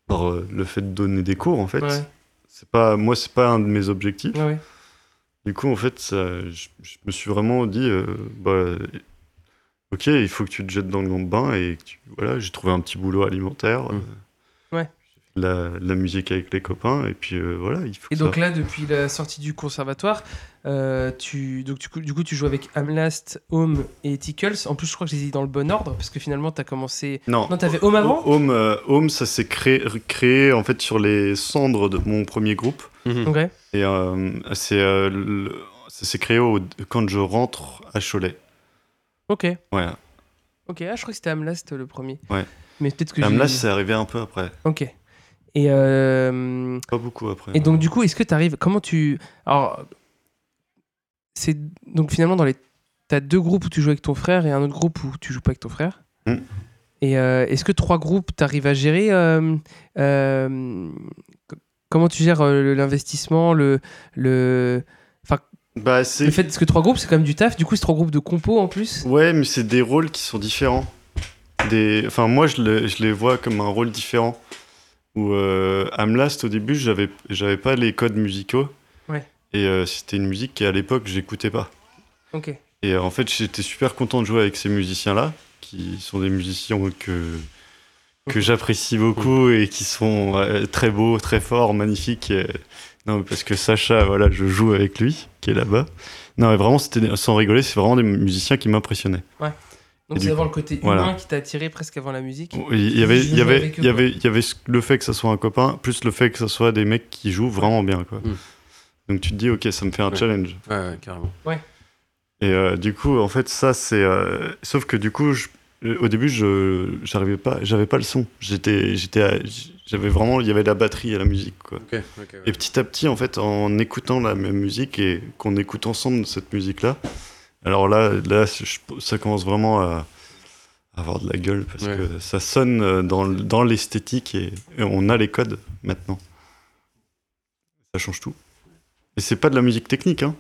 [SPEAKER 3] par euh, le fait de donner des cours, en fait,
[SPEAKER 1] Ouais,
[SPEAKER 3] c'est pas, moi, c'est pas un de mes objectifs.
[SPEAKER 1] ouais, ouais.
[SPEAKER 3] Du coup, en fait, ça- je, je me suis vraiment dit, euh, bah, ok, il faut que tu te jettes dans le grand bain et que tu- voilà, j'ai trouvé un petit boulot alimentaire.
[SPEAKER 2] Mm.
[SPEAKER 3] euh,
[SPEAKER 1] Mmh. Ouais.
[SPEAKER 3] j'ai fait de La, de la musique avec les copains et puis euh, voilà, il faut.
[SPEAKER 1] Et
[SPEAKER 3] que
[SPEAKER 1] donc
[SPEAKER 3] ça-
[SPEAKER 1] là, depuis la sortie du conservatoire, euh, tu, donc, du, coup, du coup, tu joues avec Amlast, Home et Tickles. En plus, je crois que je les ai dit dans le bon ordre, parce que finalement, t'as commencé...
[SPEAKER 3] non.
[SPEAKER 1] Non, t'avais Home avant
[SPEAKER 3] Home, euh, Home, ça s'est créé, créé en fait sur les cendres de mon premier groupe
[SPEAKER 2] Mhm.
[SPEAKER 1] Ok.
[SPEAKER 3] et euh, c'est euh, le- ça s'est créé au- quand je rentre à Cholet.
[SPEAKER 1] Ok.
[SPEAKER 3] Ouais.
[SPEAKER 1] Ok, ah, je crois que c'était Amlast le premier.
[SPEAKER 3] Ouais.
[SPEAKER 1] Mais peut-être que j'ai-
[SPEAKER 3] Amlas, c'est arrivé un peu après,
[SPEAKER 1] Ok. Et, euh,
[SPEAKER 3] pas beaucoup après.
[SPEAKER 1] et donc, du coup, est-ce que tu arrives. Comment tu. Alors. C'est. Donc, finalement, dans les. T'as deux groupes où tu joues avec ton frère et un autre groupe où tu joues pas avec ton frère.
[SPEAKER 3] Mm.
[SPEAKER 1] Et euh, est-ce que trois groupes, t'arrives à gérer euh, euh, co- Comment tu gères euh, le- l'investissement le, le,
[SPEAKER 3] Bah, c'est
[SPEAKER 1] le fait parce que trois groupes, c'est quand même du taf. Du coup, c'est trois groupes de compos en plus.
[SPEAKER 3] Ouais, mais c'est des rôles qui sont différents. Des... Enfin, moi, je, le- je les vois comme un rôle différent. Où euh, Amlast, au début, j'avais, j'avais pas les codes musicaux.
[SPEAKER 1] Ouais.
[SPEAKER 3] Et euh, c'était une musique qui, à l'époque, j'écoutais pas.
[SPEAKER 1] Ok.
[SPEAKER 3] Et euh, en fait, j'étais super content de jouer avec ces musiciens-là, qui sont des musiciens que, que
[SPEAKER 1] Mhm.
[SPEAKER 3] j'apprécie beaucoup et qui sont euh, très beaux, très forts, magnifiques. Et- Non, mais parce que Sacha, voilà, je joue avec lui, qui est là-bas. Non, mais vraiment, c'était, sans rigoler, c'est vraiment des musiciens qui m'impressionnaient.
[SPEAKER 1] Donc,
[SPEAKER 3] Et
[SPEAKER 1] c'est
[SPEAKER 3] du
[SPEAKER 1] avant le côté
[SPEAKER 3] voilà.
[SPEAKER 1] humain qui t'a attiré presque avant la musique.
[SPEAKER 3] Il y avait,
[SPEAKER 1] Je
[SPEAKER 3] il y
[SPEAKER 1] jouais
[SPEAKER 3] avait,
[SPEAKER 1] avec eux,
[SPEAKER 3] il y avait, il y avait ce- le fait que ça soit un copain, plus le fait que ça soit des mecs qui jouent vraiment bien, quoi.
[SPEAKER 2] Mm.
[SPEAKER 3] Donc tu te dis, ok, ça me fait un
[SPEAKER 2] Ouais.
[SPEAKER 3] challenge.
[SPEAKER 2] Ouais, ouais, carrément.
[SPEAKER 3] Et euh, du coup, en fait, ça c'est, euh, sauf que du coup, je- euh, au début, je, j'arrivais pas, j'avais pas le son. J'étais, j'étais, à- j'avais vraiment, il y avait la batterie et la musique, quoi.
[SPEAKER 2] Ok, ok. ouais.
[SPEAKER 3] Et petit à petit, en fait, en écoutant la même musique et qu'on écoute ensemble cette musique-là, alors là, là, je- ça commence vraiment à avoir de la gueule parce
[SPEAKER 2] Ouais.
[SPEAKER 3] que ça sonne euh, dans, l- dans l'esthétique et, et on a les codes maintenant. Ça change tout. Et c'est pas de la musique technique, hein.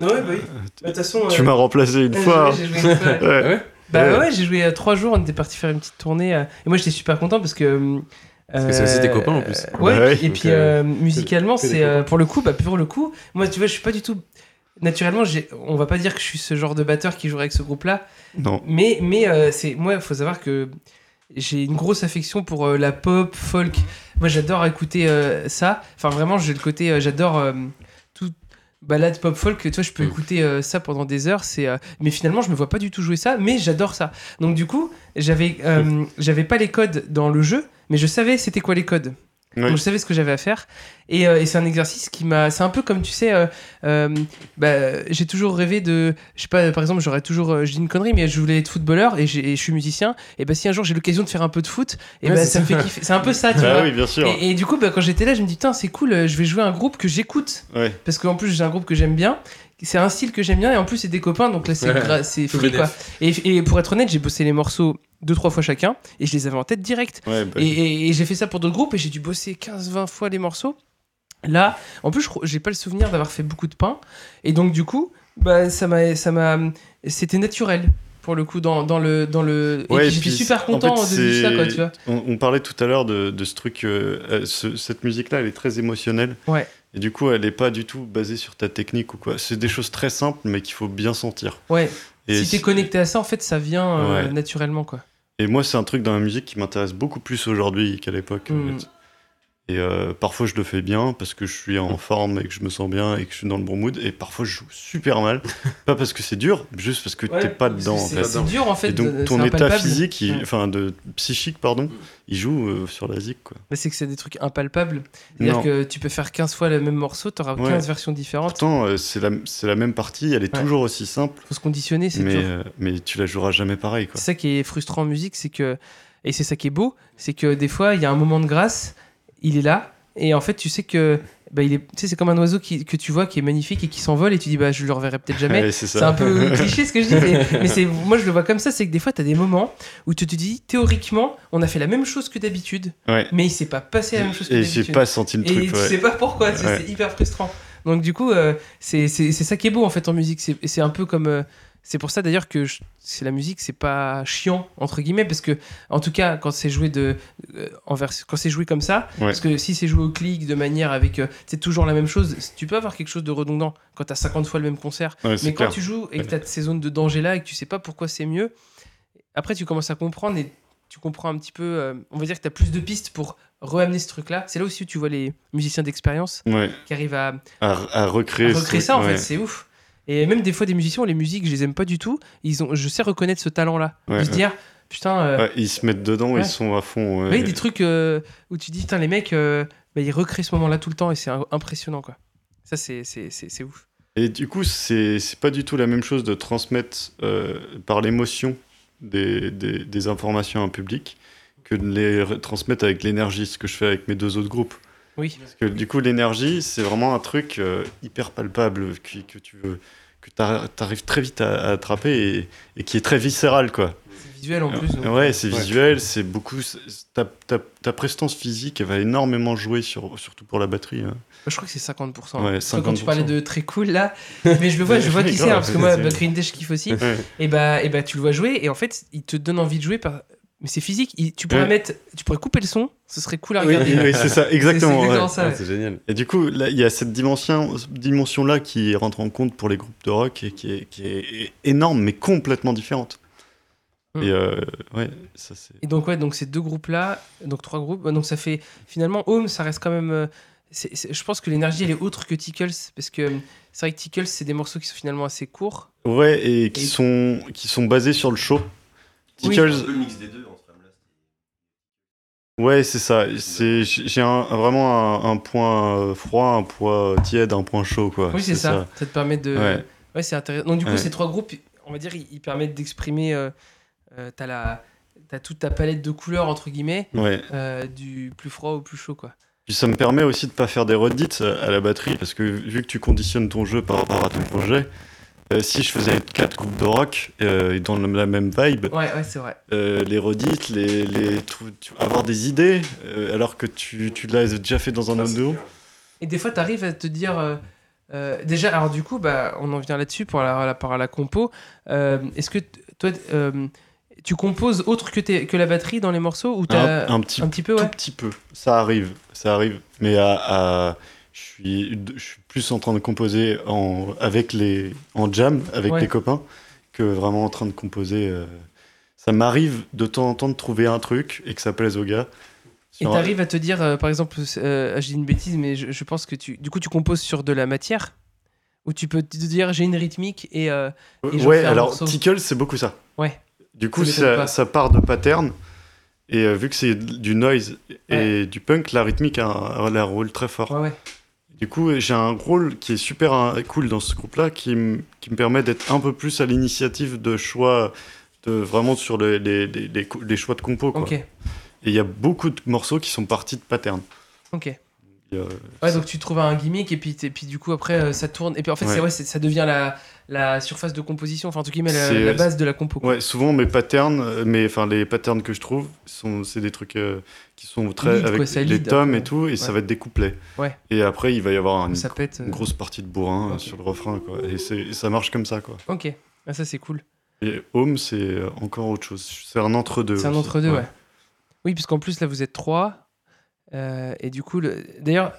[SPEAKER 1] Ouais, bah oui. De toute façon.
[SPEAKER 3] Tu m'as remplacé une fois.
[SPEAKER 1] Euh, J'ai joué une fois.
[SPEAKER 2] Ah
[SPEAKER 3] Ouais.
[SPEAKER 2] ouais
[SPEAKER 1] Bah
[SPEAKER 3] Ouais.
[SPEAKER 1] ouais, j'ai joué euh, trois jours, on était parti faire une petite tournée. euh, et moi j'étais super content parce que. euh,
[SPEAKER 2] que c'est aussi
[SPEAKER 1] euh,
[SPEAKER 2] tes copains, en plus.
[SPEAKER 1] Ouais,
[SPEAKER 3] Bah ouais.
[SPEAKER 1] et
[SPEAKER 2] Donc,
[SPEAKER 1] puis
[SPEAKER 2] euh,
[SPEAKER 1] euh, musicalement,
[SPEAKER 2] que des
[SPEAKER 1] c'est euh,
[SPEAKER 2] copains.
[SPEAKER 1] pour le coup, bah pour le coup, moi tu vois, je suis pas du tout. Naturellement, j'ai- on va pas dire que je suis ce genre de batteur qui jouerait avec ce groupe-là,
[SPEAKER 3] Non.
[SPEAKER 1] mais, mais euh, c'est moi, il faut savoir que j'ai une grosse affection pour euh, la pop, folk. Moi, j'adore écouter euh, ça. Enfin, vraiment, j'ai le côté, euh, j'adore euh, tout balade pop folk. Tu vois, je peux
[SPEAKER 2] Mm.
[SPEAKER 1] écouter euh, ça pendant des heures. C'est, euh, mais finalement, je me vois pas du tout jouer ça. Mais j'adore ça. Donc du coup, j'avais, euh, j'avais pas les codes dans le jeu, mais je savais c'était quoi les codes.
[SPEAKER 3] Ouais.
[SPEAKER 1] Donc je savais ce que j'avais à faire. Et, euh, et c'est un exercice qui m'a. C'est un peu comme, tu sais, euh, euh, bah, j'ai toujours rêvé de. Je sais pas, par exemple, j'aurais toujours. euh, je dis une connerie, mais je voulais être footballeur et, j'ai- et je suis musicien. Et bah, si un jour j'ai l'occasion de faire un peu de foot, et
[SPEAKER 2] Ouais,
[SPEAKER 1] bah,
[SPEAKER 2] c'est
[SPEAKER 1] ça me fait
[SPEAKER 2] ça.
[SPEAKER 1] kiffer. C'est un peu ça, tu
[SPEAKER 3] Bah
[SPEAKER 1] vois.
[SPEAKER 3] oui, bien sûr.
[SPEAKER 1] Et, et du coup, bah, quand j'étais là, je me dis, putain, c'est cool, euh, je vais jouer un groupe que j'écoute.
[SPEAKER 3] Ouais.
[SPEAKER 1] Parce qu'en plus, j'ai un groupe que j'aime bien, c'est un style que j'aime bien et en plus c'est des copains donc là c'est
[SPEAKER 2] Ouais.
[SPEAKER 1] gra- c'est
[SPEAKER 2] Tout
[SPEAKER 1] free, quoi.
[SPEAKER 2] bénef.
[SPEAKER 1] Et, et pour être honnête, j'ai bossé les morceaux deux trois fois chacun et je les avais en tête direct.
[SPEAKER 3] Ouais, bah,
[SPEAKER 1] Et, et- et j'ai fait ça pour d'autres groupes et j'ai dû bosser 15-20 fois les morceaux. Là, en plus, je crois- j'ai pas le souvenir d'avoir fait beaucoup de pain. Et donc, du coup, bah, ça m'a, ça m'a, c'était naturel pour le coup dans, dans le, dans le.
[SPEAKER 3] Ouais,
[SPEAKER 1] et
[SPEAKER 3] et
[SPEAKER 1] je suis
[SPEAKER 3] puis,
[SPEAKER 1] super
[SPEAKER 3] en
[SPEAKER 1] content
[SPEAKER 3] fait,
[SPEAKER 1] de vivre ça, quoi,
[SPEAKER 3] c'est-
[SPEAKER 1] tu vois.
[SPEAKER 3] On, on parlait tout à l'heure de, de ce truc. euh, euh, ce- cette musique-là, elle est très émotionnelle.
[SPEAKER 1] Ouais.
[SPEAKER 3] Et du coup, elle n'est pas du tout basée sur ta technique ou quoi. C'est des choses très simples, mais qu'il faut bien sentir.
[SPEAKER 1] Ouais.
[SPEAKER 3] Et
[SPEAKER 1] si t'es
[SPEAKER 3] si-
[SPEAKER 1] connecté à ça, en fait, ça vient euh,
[SPEAKER 3] Ouais.
[SPEAKER 1] naturellement, quoi.
[SPEAKER 3] Et moi, c'est un truc dans la musique qui m'intéresse beaucoup plus aujourd'hui qu'à l'époque. en
[SPEAKER 1] Mm.
[SPEAKER 3] fait. Et euh, parfois, je le fais bien parce que je suis en forme et que je me sens bien et que je suis dans le bon mood. Et parfois, je joue super mal. pas parce que c'est dur, juste parce que t'es pas
[SPEAKER 1] Parce que
[SPEAKER 3] dedans. en
[SPEAKER 1] C'est,
[SPEAKER 3] fait.
[SPEAKER 1] c'est dur, en fait.
[SPEAKER 3] Et
[SPEAKER 1] de-
[SPEAKER 3] donc, ton
[SPEAKER 1] c'est
[SPEAKER 3] état
[SPEAKER 1] impalpable.
[SPEAKER 3] physique, il-
[SPEAKER 1] Mm.
[SPEAKER 3] enfin, de psychique, pardon, il joue euh, sur la zik, quoi.
[SPEAKER 1] Mais c'est que c'est des trucs impalpables. C'est-à-dire
[SPEAKER 3] Non.
[SPEAKER 1] que tu peux faire 15 fois le même morceau, t'auras
[SPEAKER 3] Ouais.
[SPEAKER 1] 15 versions différentes.
[SPEAKER 3] Pourtant, euh, c'est la, c'est la même partie, elle est
[SPEAKER 1] Ouais.
[SPEAKER 3] toujours aussi simple,
[SPEAKER 1] Faut se conditionner, c'est
[SPEAKER 3] mais,
[SPEAKER 1] dur.
[SPEAKER 3] euh, mais tu la joueras jamais pareil. Quoi.
[SPEAKER 1] C'est ça qui est frustrant en musique, c'est que et c'est ça qui est beau, c'est que des fois il y a un moment de grâce, il est là et en fait tu sais que bah, il est, tu sais, c'est comme un oiseau qui- que tu vois qui est magnifique et qui s'envole et tu dis bah je le reverrai peut-être jamais.
[SPEAKER 3] Ouais, c'est
[SPEAKER 1] C'est un peu cliché ce que je dis, mais, mais c'est, moi je le vois comme ça, c'est que des fois tu as des moments où tu te dis théoriquement on a fait la même chose que d'habitude,
[SPEAKER 3] Ouais.
[SPEAKER 1] mais il s'est pas passé la même chose que
[SPEAKER 3] Et j'ai
[SPEAKER 1] d'habitude.
[SPEAKER 3] pas senti le
[SPEAKER 1] Et
[SPEAKER 3] truc.
[SPEAKER 1] tu
[SPEAKER 3] ouais.
[SPEAKER 1] sais pas pourquoi, tu sais,
[SPEAKER 3] Ouais.
[SPEAKER 1] c'est hyper frustrant. Donc du coup, euh, c'est c'est- c'est ça qui est beau en fait en musique. C'est c'est un peu comme... euh, c'est pour ça d'ailleurs que je- c'est la musique, c'est pas chiant, entre guillemets, parce que en tout cas, quand c'est joué, de, euh, en vers- quand c'est joué comme ça,
[SPEAKER 3] Ouais.
[SPEAKER 1] parce que si c'est joué au clic, de manière avec... euh, c'est toujours la même chose, tu peux avoir quelque chose de redondant quand t'as 50 fois le même concert.
[SPEAKER 3] Ouais, c'est
[SPEAKER 1] Mais quand
[SPEAKER 3] clair.
[SPEAKER 1] tu joues et que tu as ces zones de danger là et que tu sais pas pourquoi c'est mieux, après tu commences à comprendre et tu comprends un petit peu. euh, on va dire que tu as plus de pistes pour ramener ce truc là. C'est là aussi où tu vois les musiciens d'expérience
[SPEAKER 3] Ouais,
[SPEAKER 1] qui arrivent à, à
[SPEAKER 3] à, à recréer, ce
[SPEAKER 1] recréer
[SPEAKER 3] truc,
[SPEAKER 1] ça en
[SPEAKER 3] ouais.
[SPEAKER 1] fait. C'est ouf. Et même des fois, des musiciens, les musiques, je les aime pas du tout. Ils ont, je sais reconnaître ce talent là.
[SPEAKER 3] Ouais,
[SPEAKER 1] de se
[SPEAKER 3] ouais.
[SPEAKER 1] dire, putain, euh,
[SPEAKER 3] Ouais, ils se mettent dedans,
[SPEAKER 1] Ouais.
[SPEAKER 3] ils sont à fond. ouais.
[SPEAKER 1] vous voyez, des trucs euh, où tu dis, putain, les mecs, euh, bah, ils recréent ce moment là tout le temps et c'est un- impressionnant quoi. Ça, c'est c'est- c'est- c'est ouf.
[SPEAKER 3] Et du coup, c'est c'est pas du tout la même chose de transmettre euh, par l'émotion des, des- des informations à un public que de les re- transmettre avec l'énergie, ce que je fais avec mes deux autres groupes.
[SPEAKER 1] Oui.
[SPEAKER 3] Parce que du coup, l'énergie, c'est vraiment un truc euh, hyper palpable qui- que tu veux que t'ar- t'arrives très vite à, à attraper et, et qui est très viscéral quoi.
[SPEAKER 1] C'est visuel en plus. donc.
[SPEAKER 3] ouais, c'est
[SPEAKER 2] Ouais.
[SPEAKER 3] visuel, c'est beaucoup c'est- ta, ta- ta prestance physique elle va énormément jouer sur, surtout pour la batterie. hein.
[SPEAKER 1] Bah, Je crois que c'est 50%.
[SPEAKER 3] Ouais,
[SPEAKER 1] Parce que Quand tu
[SPEAKER 3] 50%.
[SPEAKER 1] parlais de très cool là, mais je le vois, je vois qui c'est, hein, parce que moi, bah, Green Day, je kiffe aussi.
[SPEAKER 3] Ouais.
[SPEAKER 1] Et bah, et bah, tu le vois jouer, et en fait, il te donne envie de jouer par. Mais c'est physique, il- tu pourrais
[SPEAKER 3] Ouais.
[SPEAKER 1] mettre, tu pourrais couper le son, ce serait cool à
[SPEAKER 3] Oui,
[SPEAKER 1] regarder.
[SPEAKER 3] oui, c'est ça,
[SPEAKER 1] C'est-
[SPEAKER 3] exactement.
[SPEAKER 1] C'est
[SPEAKER 3] ouais.
[SPEAKER 1] exactement ça.
[SPEAKER 2] Ah,
[SPEAKER 1] ouais.
[SPEAKER 2] c'est génial.
[SPEAKER 3] Et du coup, là, il y a cette dimension, dimension là qui rentre en compte pour les groupes de rock et qui est, qui est énorme mais complètement différente.
[SPEAKER 1] Mm.
[SPEAKER 3] Et euh, ouais, ça c'est.
[SPEAKER 1] Et donc ouais, donc ces deux groupes là, donc trois groupes, ouais, donc ça fait finalement Home, ça reste quand même. euh, c'est- c'est- je pense que l'énergie elle est autre que Tickles, parce que euh, c'est vrai que Tickles c'est des morceaux qui sont finalement assez courts.
[SPEAKER 3] Ouais, et qui
[SPEAKER 1] Et-
[SPEAKER 3] sont qui sont basés sur le show.
[SPEAKER 1] Oui.
[SPEAKER 3] Tickles,
[SPEAKER 4] Un peu le mix des deux entre Amblast
[SPEAKER 3] ouais, c'est ça. C'est j'ai j'ai un- vraiment un, un point euh, froid, un point euh, tiède, un point chaud quoi.
[SPEAKER 1] oui, c'est ça. Euh, ça. te permet de.
[SPEAKER 3] Ouais.
[SPEAKER 1] Ouais, c'est intéressant. Donc, du coup,
[SPEAKER 3] Ouais.
[SPEAKER 1] ces trois groupes, on va dire, ils, ils permettent d'exprimer. Euh, euh, t'as la. T'as toute ta palette de couleurs, entre guillemets,
[SPEAKER 3] Ouais.
[SPEAKER 1] euh, du plus froid au plus chaud, quoi.
[SPEAKER 3] Puis ça me permet aussi de pas faire des redites euh, à à la batterie parce que vu que tu conditionnes ton jeu par rapport à ton projet, euh, si je faisais quatre groupes de rock euh, et dans la même vibe,
[SPEAKER 1] Ouais, ouais, c'est vrai.
[SPEAKER 3] euh, les redites, les, les trou- tu- avoir des idées, euh, alors que tu, tu l'as déjà fait dans un autre duo.
[SPEAKER 1] Et des fois, t'arrives à te dire. euh, euh, déjà, alors du coup, bah, on en vient là-dessus pour la, la part à la compo. Euh, Est-ce que t- toi, t- euh, tu composes autre que, tes- que la batterie dans les morceaux ou t'as
[SPEAKER 3] Un, un petit,
[SPEAKER 1] Euh, un petit peu,
[SPEAKER 3] tout
[SPEAKER 1] ouais.
[SPEAKER 3] petit peu. Ça arrive, ça arrive. Mais à, à- je, suis, je suis plus en train de composer en, avec les, en jam avec
[SPEAKER 1] Ouais.
[SPEAKER 3] les copains que vraiment en train de composer. euh. Ça m'arrive de temps en temps de trouver un truc et que ça plaise aux gars.
[SPEAKER 1] Et
[SPEAKER 3] Sur-
[SPEAKER 1] t'arrives à te dire, euh, par exemple, euh, je dis une bêtise, mais je, je pense que tu, du coup, tu composes sur de la matière, où tu peux te dire, j'ai une rythmique et euh, et j'en
[SPEAKER 3] ouais,
[SPEAKER 1] fais un
[SPEAKER 3] alors
[SPEAKER 1] morceau.
[SPEAKER 3] Tickle, c'est beaucoup ça.
[SPEAKER 1] Ouais.
[SPEAKER 3] Du coup,
[SPEAKER 1] Ça m'étonne pas.
[SPEAKER 3] ça, ça part de pattern. Et euh, vu que c'est du noise et
[SPEAKER 1] Ouais.
[SPEAKER 3] du punk, la rythmique a un, a un rôle très fort.
[SPEAKER 1] ouais, ouais.
[SPEAKER 3] Du coup, j'ai un rôle qui est super hein, cool dans ce groupe-là, qui, m- qui me permet d'être un peu plus à l'initiative de choix, de, vraiment sur les, les- les- les co- les choix de compo. Quoi.
[SPEAKER 1] Ok,
[SPEAKER 3] Et il y a beaucoup de morceaux qui sont partis de pattern.
[SPEAKER 1] ok.
[SPEAKER 3] il y a-
[SPEAKER 1] Ouais, donc tu trouves un gimmick et puis, t'es- puis du coup après euh, ça tourne. Et puis en fait,
[SPEAKER 3] Ouais.
[SPEAKER 1] c'est- ouais, c'est- ça devient la, la surface de composition, enfin en tout cas la,
[SPEAKER 3] C'est-
[SPEAKER 1] la base de la compo. quoi.
[SPEAKER 3] Ouais, souvent mes patterns, euh, mes, enfin les patterns que je trouve, sont, c'est des trucs euh, qui sont très
[SPEAKER 1] Lead, quoi,
[SPEAKER 3] avec
[SPEAKER 1] ça
[SPEAKER 3] les
[SPEAKER 1] lead,
[SPEAKER 3] tomes
[SPEAKER 1] après.
[SPEAKER 3] et tout, et ça
[SPEAKER 1] Ouais.
[SPEAKER 3] va être des couplets.
[SPEAKER 1] Ouais.
[SPEAKER 3] Et après, il va y avoir un-
[SPEAKER 1] Ça pète. euh,
[SPEAKER 3] une grosse partie de bourrin euh,
[SPEAKER 1] Ok.
[SPEAKER 3] sur le refrain, quoi. Et, c'est, et ça marche comme ça, quoi.
[SPEAKER 1] Ok, ah, ça c'est cool.
[SPEAKER 3] Et Home, c'est euh, encore autre chose. C'est un entre-deux.
[SPEAKER 1] C'est un
[SPEAKER 3] aussi.
[SPEAKER 1] entre-deux, ouais. Oui, puisqu'en plus, là, vous êtes trois. Euh, et du coup, le- d'ailleurs,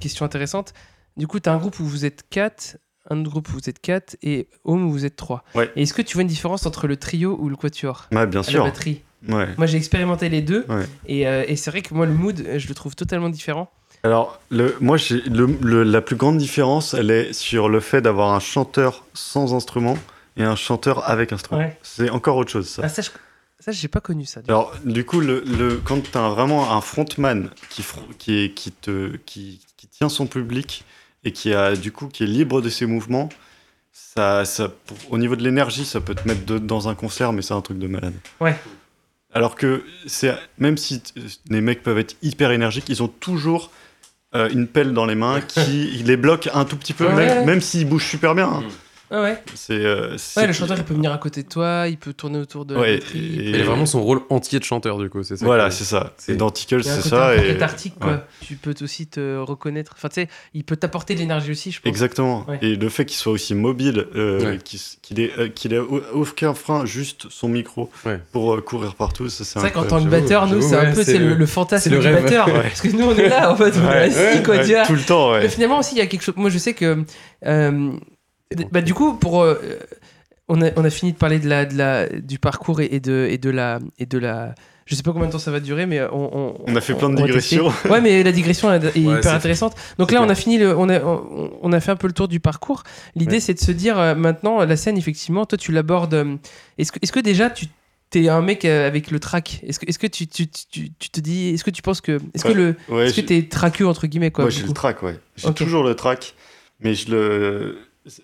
[SPEAKER 1] question intéressante. Du coup, tu as un groupe où vous êtes quatre, un autre groupe où vous êtes quatre, et Home où vous êtes trois.
[SPEAKER 3] Ouais.
[SPEAKER 1] Et est-ce que tu vois une différence entre le trio ou le quatuor
[SPEAKER 3] Ouais, bien
[SPEAKER 1] à la
[SPEAKER 3] sûr.
[SPEAKER 1] batterie
[SPEAKER 3] Ouais.
[SPEAKER 1] Moi, j'ai expérimenté les deux,
[SPEAKER 3] Ouais.
[SPEAKER 1] et, euh, et c'est vrai que moi, le mood, euh, je le trouve totalement différent.
[SPEAKER 3] Alors, le, moi, j'ai, le, le- la plus grande différence, elle est sur le fait d'avoir un chanteur sans instrument et un chanteur avec instrument.
[SPEAKER 1] Ouais.
[SPEAKER 3] C'est encore autre chose, ça.
[SPEAKER 1] Ah, ça, je... ça, j'ai pas connu ça. du
[SPEAKER 3] Alors, du coup, le, le, quand tu as vraiment un frontman qui, fr- qui, est- qui, te, qui, qui tient son public et qui, a, du coup, qui est libre de ses mouvements, ça, ça, pour- au niveau de l'énergie, ça peut te mettre de- dans un concert, mais c'est un truc de malade.
[SPEAKER 1] Ouais.
[SPEAKER 3] Alors que c'est même si t- les mecs peuvent être hyper énergiques, ils ont toujours euh, une pelle dans les mains qui les bloque un tout petit peu,
[SPEAKER 1] Ouais.
[SPEAKER 3] même, même s'ils bougent super bien. hein.
[SPEAKER 2] Mm.
[SPEAKER 1] coup. Ah ouais.
[SPEAKER 3] C'est, euh, c'est-
[SPEAKER 1] Ouais, le chanteur, il peut venir à côté de toi, il peut tourner autour de
[SPEAKER 3] Ouais,
[SPEAKER 1] la batterie. il
[SPEAKER 3] et-
[SPEAKER 1] peut-
[SPEAKER 2] Mais il a vraiment son rôle entier de chanteur, du coup, c'est ça.
[SPEAKER 3] Voilà,
[SPEAKER 2] qui-
[SPEAKER 3] c'est ça.
[SPEAKER 2] c'est-
[SPEAKER 3] Identical,
[SPEAKER 1] Il y a un
[SPEAKER 3] c'est
[SPEAKER 1] côté
[SPEAKER 3] ça.
[SPEAKER 1] un peu
[SPEAKER 3] et-
[SPEAKER 1] cathartique, quoi.
[SPEAKER 3] ouais.
[SPEAKER 1] Tu peux aussi te reconnaître. Enfin, tu sais, il peut t'apporter de l'énergie aussi, je pense.
[SPEAKER 3] Hein. Exactement.
[SPEAKER 1] Ouais.
[SPEAKER 3] Et le fait qu'il soit aussi mobile, euh,
[SPEAKER 2] Ouais.
[SPEAKER 3] qu'il s- qu'il ait, euh, qu'il ait au- aucun frein, juste son micro
[SPEAKER 2] Ouais.
[SPEAKER 3] pour euh, courir partout, ça c'est
[SPEAKER 1] C'est vrai qu'en tant
[SPEAKER 3] incroyable.
[SPEAKER 1] que
[SPEAKER 2] j'avoue,
[SPEAKER 1] batteur, nous,
[SPEAKER 2] j'avoue,
[SPEAKER 1] c'est un
[SPEAKER 2] ouais,
[SPEAKER 1] peu
[SPEAKER 2] c'est
[SPEAKER 1] c'est le,
[SPEAKER 2] le-
[SPEAKER 1] le fantasme
[SPEAKER 2] c'est le
[SPEAKER 1] du
[SPEAKER 2] rêve.
[SPEAKER 1] batteur.
[SPEAKER 3] Ouais.
[SPEAKER 1] Parce que nous, on est là, en fait, on est
[SPEAKER 3] Ouais,
[SPEAKER 1] assis,
[SPEAKER 3] ouais,
[SPEAKER 1] quoi,
[SPEAKER 3] ouais,
[SPEAKER 1] tu vois.
[SPEAKER 3] tout le temps, ouais.
[SPEAKER 1] Mais finalement, aussi, il y a quelque chose. Moi, je sais que. euh, d- bah, du coup, pour. euh, on, a, on a fini de parler de la, de la, du parcours et, et de, et, de la, et de la. Je sais pas combien de temps ça va durer, mais euh, on. On,
[SPEAKER 3] On a fait plein de
[SPEAKER 1] on va tester.
[SPEAKER 3] digressions.
[SPEAKER 1] Ouais, mais la digression elle est
[SPEAKER 2] Ouais,
[SPEAKER 1] hyper
[SPEAKER 2] c'est-
[SPEAKER 1] intéressante. Donc
[SPEAKER 2] c'est
[SPEAKER 1] là, on
[SPEAKER 2] clair.
[SPEAKER 1] a fini, le, on, a, on, on a fait un peu le tour du parcours. L'idée,
[SPEAKER 2] Ouais.
[SPEAKER 1] c'est de se dire euh, maintenant, la scène, effectivement, toi, tu l'abordes. euh, Est-ce que, est que déjà, tu t'es un mec euh, avec le track Est-ce que, est que tu, tu, tu, tu te dis. Est-ce que tu penses que. Est-ce
[SPEAKER 3] Ouais,
[SPEAKER 1] que le.
[SPEAKER 3] Ouais,
[SPEAKER 1] est-ce que
[SPEAKER 3] j'ai-
[SPEAKER 1] t'es traqueux, entre guillemets, quoi
[SPEAKER 3] moi, j'ai
[SPEAKER 1] beaucoup
[SPEAKER 3] le track, ouais. J'ai
[SPEAKER 1] Ok.
[SPEAKER 3] toujours le track, mais je le.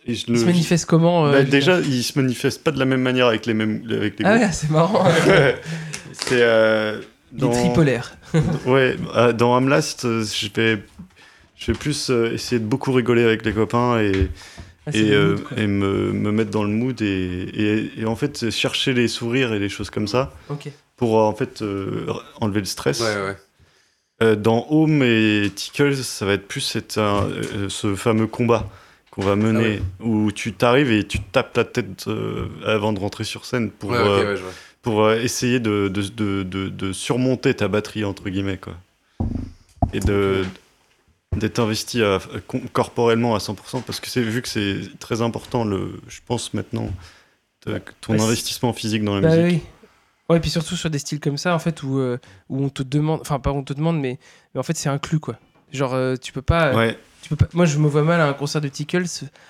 [SPEAKER 3] et je
[SPEAKER 1] Il
[SPEAKER 3] le-
[SPEAKER 1] se manifeste comment euh,
[SPEAKER 3] Bah,
[SPEAKER 1] Lucas
[SPEAKER 3] déjà, il se manifeste pas de la même manière avec les mêmes. Avec les
[SPEAKER 1] Ah ouais, c'est marrant.
[SPEAKER 3] groupes. c'est. euh,
[SPEAKER 1] Il est
[SPEAKER 3] dans-
[SPEAKER 1] tripolaire.
[SPEAKER 3] Ouais, euh, dans Amlast, euh, je vais, je vais plus euh, essayer de beaucoup rigoler avec les copains et,
[SPEAKER 1] Ah, c'est
[SPEAKER 3] et,
[SPEAKER 1] le
[SPEAKER 3] euh,
[SPEAKER 1] mood, quoi.
[SPEAKER 3] et me, me mettre dans le mood et, et- et en fait chercher les sourires et les choses comme ça
[SPEAKER 1] Ok.
[SPEAKER 3] pour euh, en fait euh, enlever le stress.
[SPEAKER 2] Ouais, ouais.
[SPEAKER 3] Euh, dans Home et Tickles, ça va être plus cet, un- euh, ce fameux combat qu'on va mener
[SPEAKER 2] Ah
[SPEAKER 3] où tu t'arrives et tu te tapes la tête euh, avant de rentrer sur scène pour,
[SPEAKER 2] Ouais,
[SPEAKER 3] euh,
[SPEAKER 2] ok, ouais, je vois.
[SPEAKER 3] pour euh, essayer de, de, de, de- de surmonter ta batterie entre guillemets quoi et de d'être investi à- con- corporellement à 100% parce que c'est vu que c'est très important le je pense maintenant de- ton
[SPEAKER 1] Ouais, c'est-
[SPEAKER 3] investissement physique dans la
[SPEAKER 1] Bah
[SPEAKER 3] musique
[SPEAKER 1] oui. Ouais, puis surtout sur des styles comme ça, en fait, où, euh, où on te demande, enfin pas on te demande, mais, mais en fait c'est inclus quoi. Genre euh, tu peux pas,
[SPEAKER 3] ouais
[SPEAKER 1] tu peux pas. Moi je me vois mal à un concert de Tickles.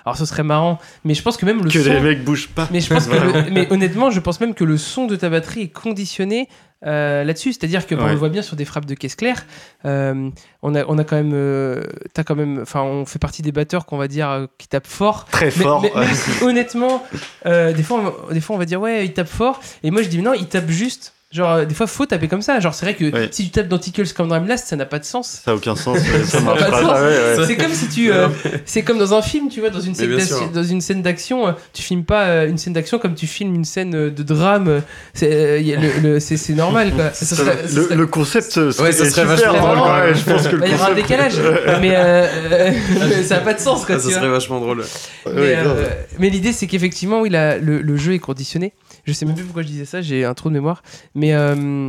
[SPEAKER 1] Alors ce serait marrant, mais je pense que même le
[SPEAKER 3] que
[SPEAKER 1] son.
[SPEAKER 3] les mecs bougent pas
[SPEAKER 1] Mais je pense que,
[SPEAKER 3] Vraiment.
[SPEAKER 1] le- mais honnêtement, je pense même que le son de ta batterie est conditionné euh, là-dessus. C'est-à-dire que bah, on
[SPEAKER 3] Ouais.
[SPEAKER 1] le voit bien sur des frappes de caisse claire. euh, on a, on a quand même, euh, t'as quand même, enfin on fait partie des batteurs qu'on va dire euh, qui tapent fort.
[SPEAKER 3] très
[SPEAKER 1] Mais-
[SPEAKER 3] fort
[SPEAKER 1] mais-
[SPEAKER 3] ouais.
[SPEAKER 1] même si, honnêtement, euh, des, fois, on, des fois, on va dire, ouais, il tape fort. Et moi, je dis, mais non, il tape juste. Genre, euh, des fois, faut taper comme ça. Genre, c'est vrai que
[SPEAKER 3] Ouais.
[SPEAKER 1] si tu tapes dans Tickles comme dans Amlast, ça n'a pas de sens.
[SPEAKER 3] ça a aucun sens ouais,
[SPEAKER 1] Ça
[SPEAKER 3] ça marche
[SPEAKER 1] n'a pas
[SPEAKER 3] pas
[SPEAKER 1] de sens.
[SPEAKER 3] Ah ouais, ouais.
[SPEAKER 1] C'est comme si tu. euh, c'est comme dans un film, tu vois, dans une scène
[SPEAKER 2] bien
[SPEAKER 1] d'action,
[SPEAKER 2] sûr.
[SPEAKER 1] dans une scène d'action, euh, tu filmes pas euh, une scène d'action comme tu filmes une scène euh, de drame. euh, C'est euh, y a le- le- c'est- c'est normal, quoi. Ça
[SPEAKER 3] Ça-
[SPEAKER 1] serait- ça
[SPEAKER 3] le,
[SPEAKER 1] serait-
[SPEAKER 3] le concept euh,
[SPEAKER 2] Ouais, ça
[SPEAKER 3] est
[SPEAKER 2] serait
[SPEAKER 3] super
[SPEAKER 2] vachement
[SPEAKER 3] drôle,
[SPEAKER 1] drôle,
[SPEAKER 3] ouais,
[SPEAKER 2] ouais.
[SPEAKER 3] je pense que le
[SPEAKER 1] bah, il y aura un
[SPEAKER 3] concept
[SPEAKER 1] décalage, mais euh, euh, ça n'a pas de sens, quoi.
[SPEAKER 2] Ah,
[SPEAKER 1] tu
[SPEAKER 2] ça
[SPEAKER 1] vois.
[SPEAKER 2] serait vachement drôle.
[SPEAKER 3] ouais,
[SPEAKER 1] Mais,
[SPEAKER 3] grave.
[SPEAKER 1] euh, mais l'idée, c'est qu'effectivement, oui, la- le, le jeu est conditionné. Je sais même plus pourquoi je disais ça, j'ai un trou de mémoire. Mais, euh,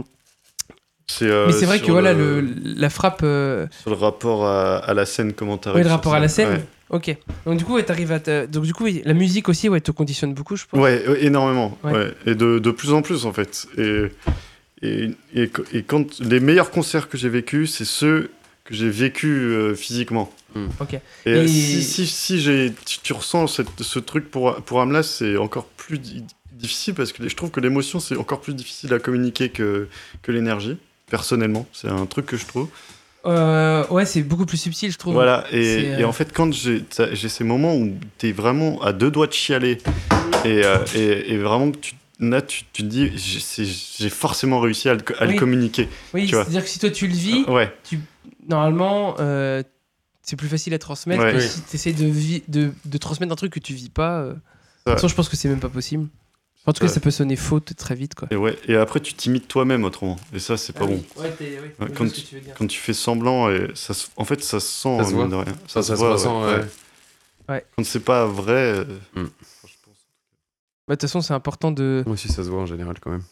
[SPEAKER 3] c'est euh,
[SPEAKER 1] mais c'est vrai
[SPEAKER 3] sur
[SPEAKER 1] que voilà, le, la frappe. euh,
[SPEAKER 3] sur le rapport à, à la scène comment t'arrives
[SPEAKER 1] ouais, le
[SPEAKER 3] sur
[SPEAKER 1] rapport à la scène.
[SPEAKER 3] ouais.
[SPEAKER 1] Ok. Donc, du coup, ouais, t'arrives à. te- Donc, du coup, oui, la musique aussi, ouais, te conditionne beaucoup, je pense.
[SPEAKER 3] Ouais, ouais, énormément.
[SPEAKER 1] Ouais.
[SPEAKER 3] ouais. Et de, de plus en plus, en fait. Et, et, et, qu- et quand les meilleurs concerts que j'ai vécus, c'est ceux que j'ai vécus euh, physiquement.
[SPEAKER 2] Hmm.
[SPEAKER 1] Ok.
[SPEAKER 3] Et, euh,
[SPEAKER 1] Et-
[SPEAKER 3] si, si, si j'ai- tu, tu ressens cette- ce truc pour, pour Amlas, c'est encore plus di- difficile parce que je trouve que l'émotion, c'est encore plus difficile à communiquer que, que l'énergie. Personnellement, c'est un truc que je trouve.
[SPEAKER 1] Euh, ouais, c'est beaucoup plus subtil, je trouve.
[SPEAKER 3] Voilà,
[SPEAKER 1] C'est,
[SPEAKER 3] et,
[SPEAKER 1] euh,
[SPEAKER 3] et en fait, quand j'ai ça- j'ai ces moments où t'es vraiment à deux doigts de chialer, et, euh, et, et vraiment que tu, là, tu, tu te dis, j'ai c'est- j'ai forcément réussi à le, co- à le
[SPEAKER 1] Oui.
[SPEAKER 3] communiquer.
[SPEAKER 1] Oui,
[SPEAKER 3] tu vois.
[SPEAKER 1] c'est-à-dire que si toi tu le vis,
[SPEAKER 3] Ouais,
[SPEAKER 1] tu, normalement, euh, c'est plus facile à transmettre
[SPEAKER 3] Ouais.
[SPEAKER 1] que
[SPEAKER 2] Oui.
[SPEAKER 1] si tu essaies de, vi- de, de transmettre un truc que tu vis pas. euh. De toute
[SPEAKER 3] Ouais.
[SPEAKER 1] façon, je pense que c'est même pas possible. En tout cas,
[SPEAKER 3] Ouais.
[SPEAKER 1] ça peut sonner faux t- très vite. quoi.
[SPEAKER 3] Et, ouais, et après, tu t'imites toi-même autrement. Et ça, c'est
[SPEAKER 1] Ah
[SPEAKER 3] pas bon. Ah Ouais, je vois
[SPEAKER 1] comme
[SPEAKER 3] comme ce que Quand tu fais semblant, et ça se- en fait, ça se sent.
[SPEAKER 2] Ça se voit.
[SPEAKER 3] mine de rien.
[SPEAKER 2] Ça, ça se
[SPEAKER 3] voit,
[SPEAKER 2] ressent, ouais.
[SPEAKER 1] Ouais.
[SPEAKER 3] Quand c'est pas vrai. euh,
[SPEAKER 2] Mm.
[SPEAKER 1] Bah, de toute façon, c'est important de.
[SPEAKER 2] Moi aussi, ça se voit en général quand même.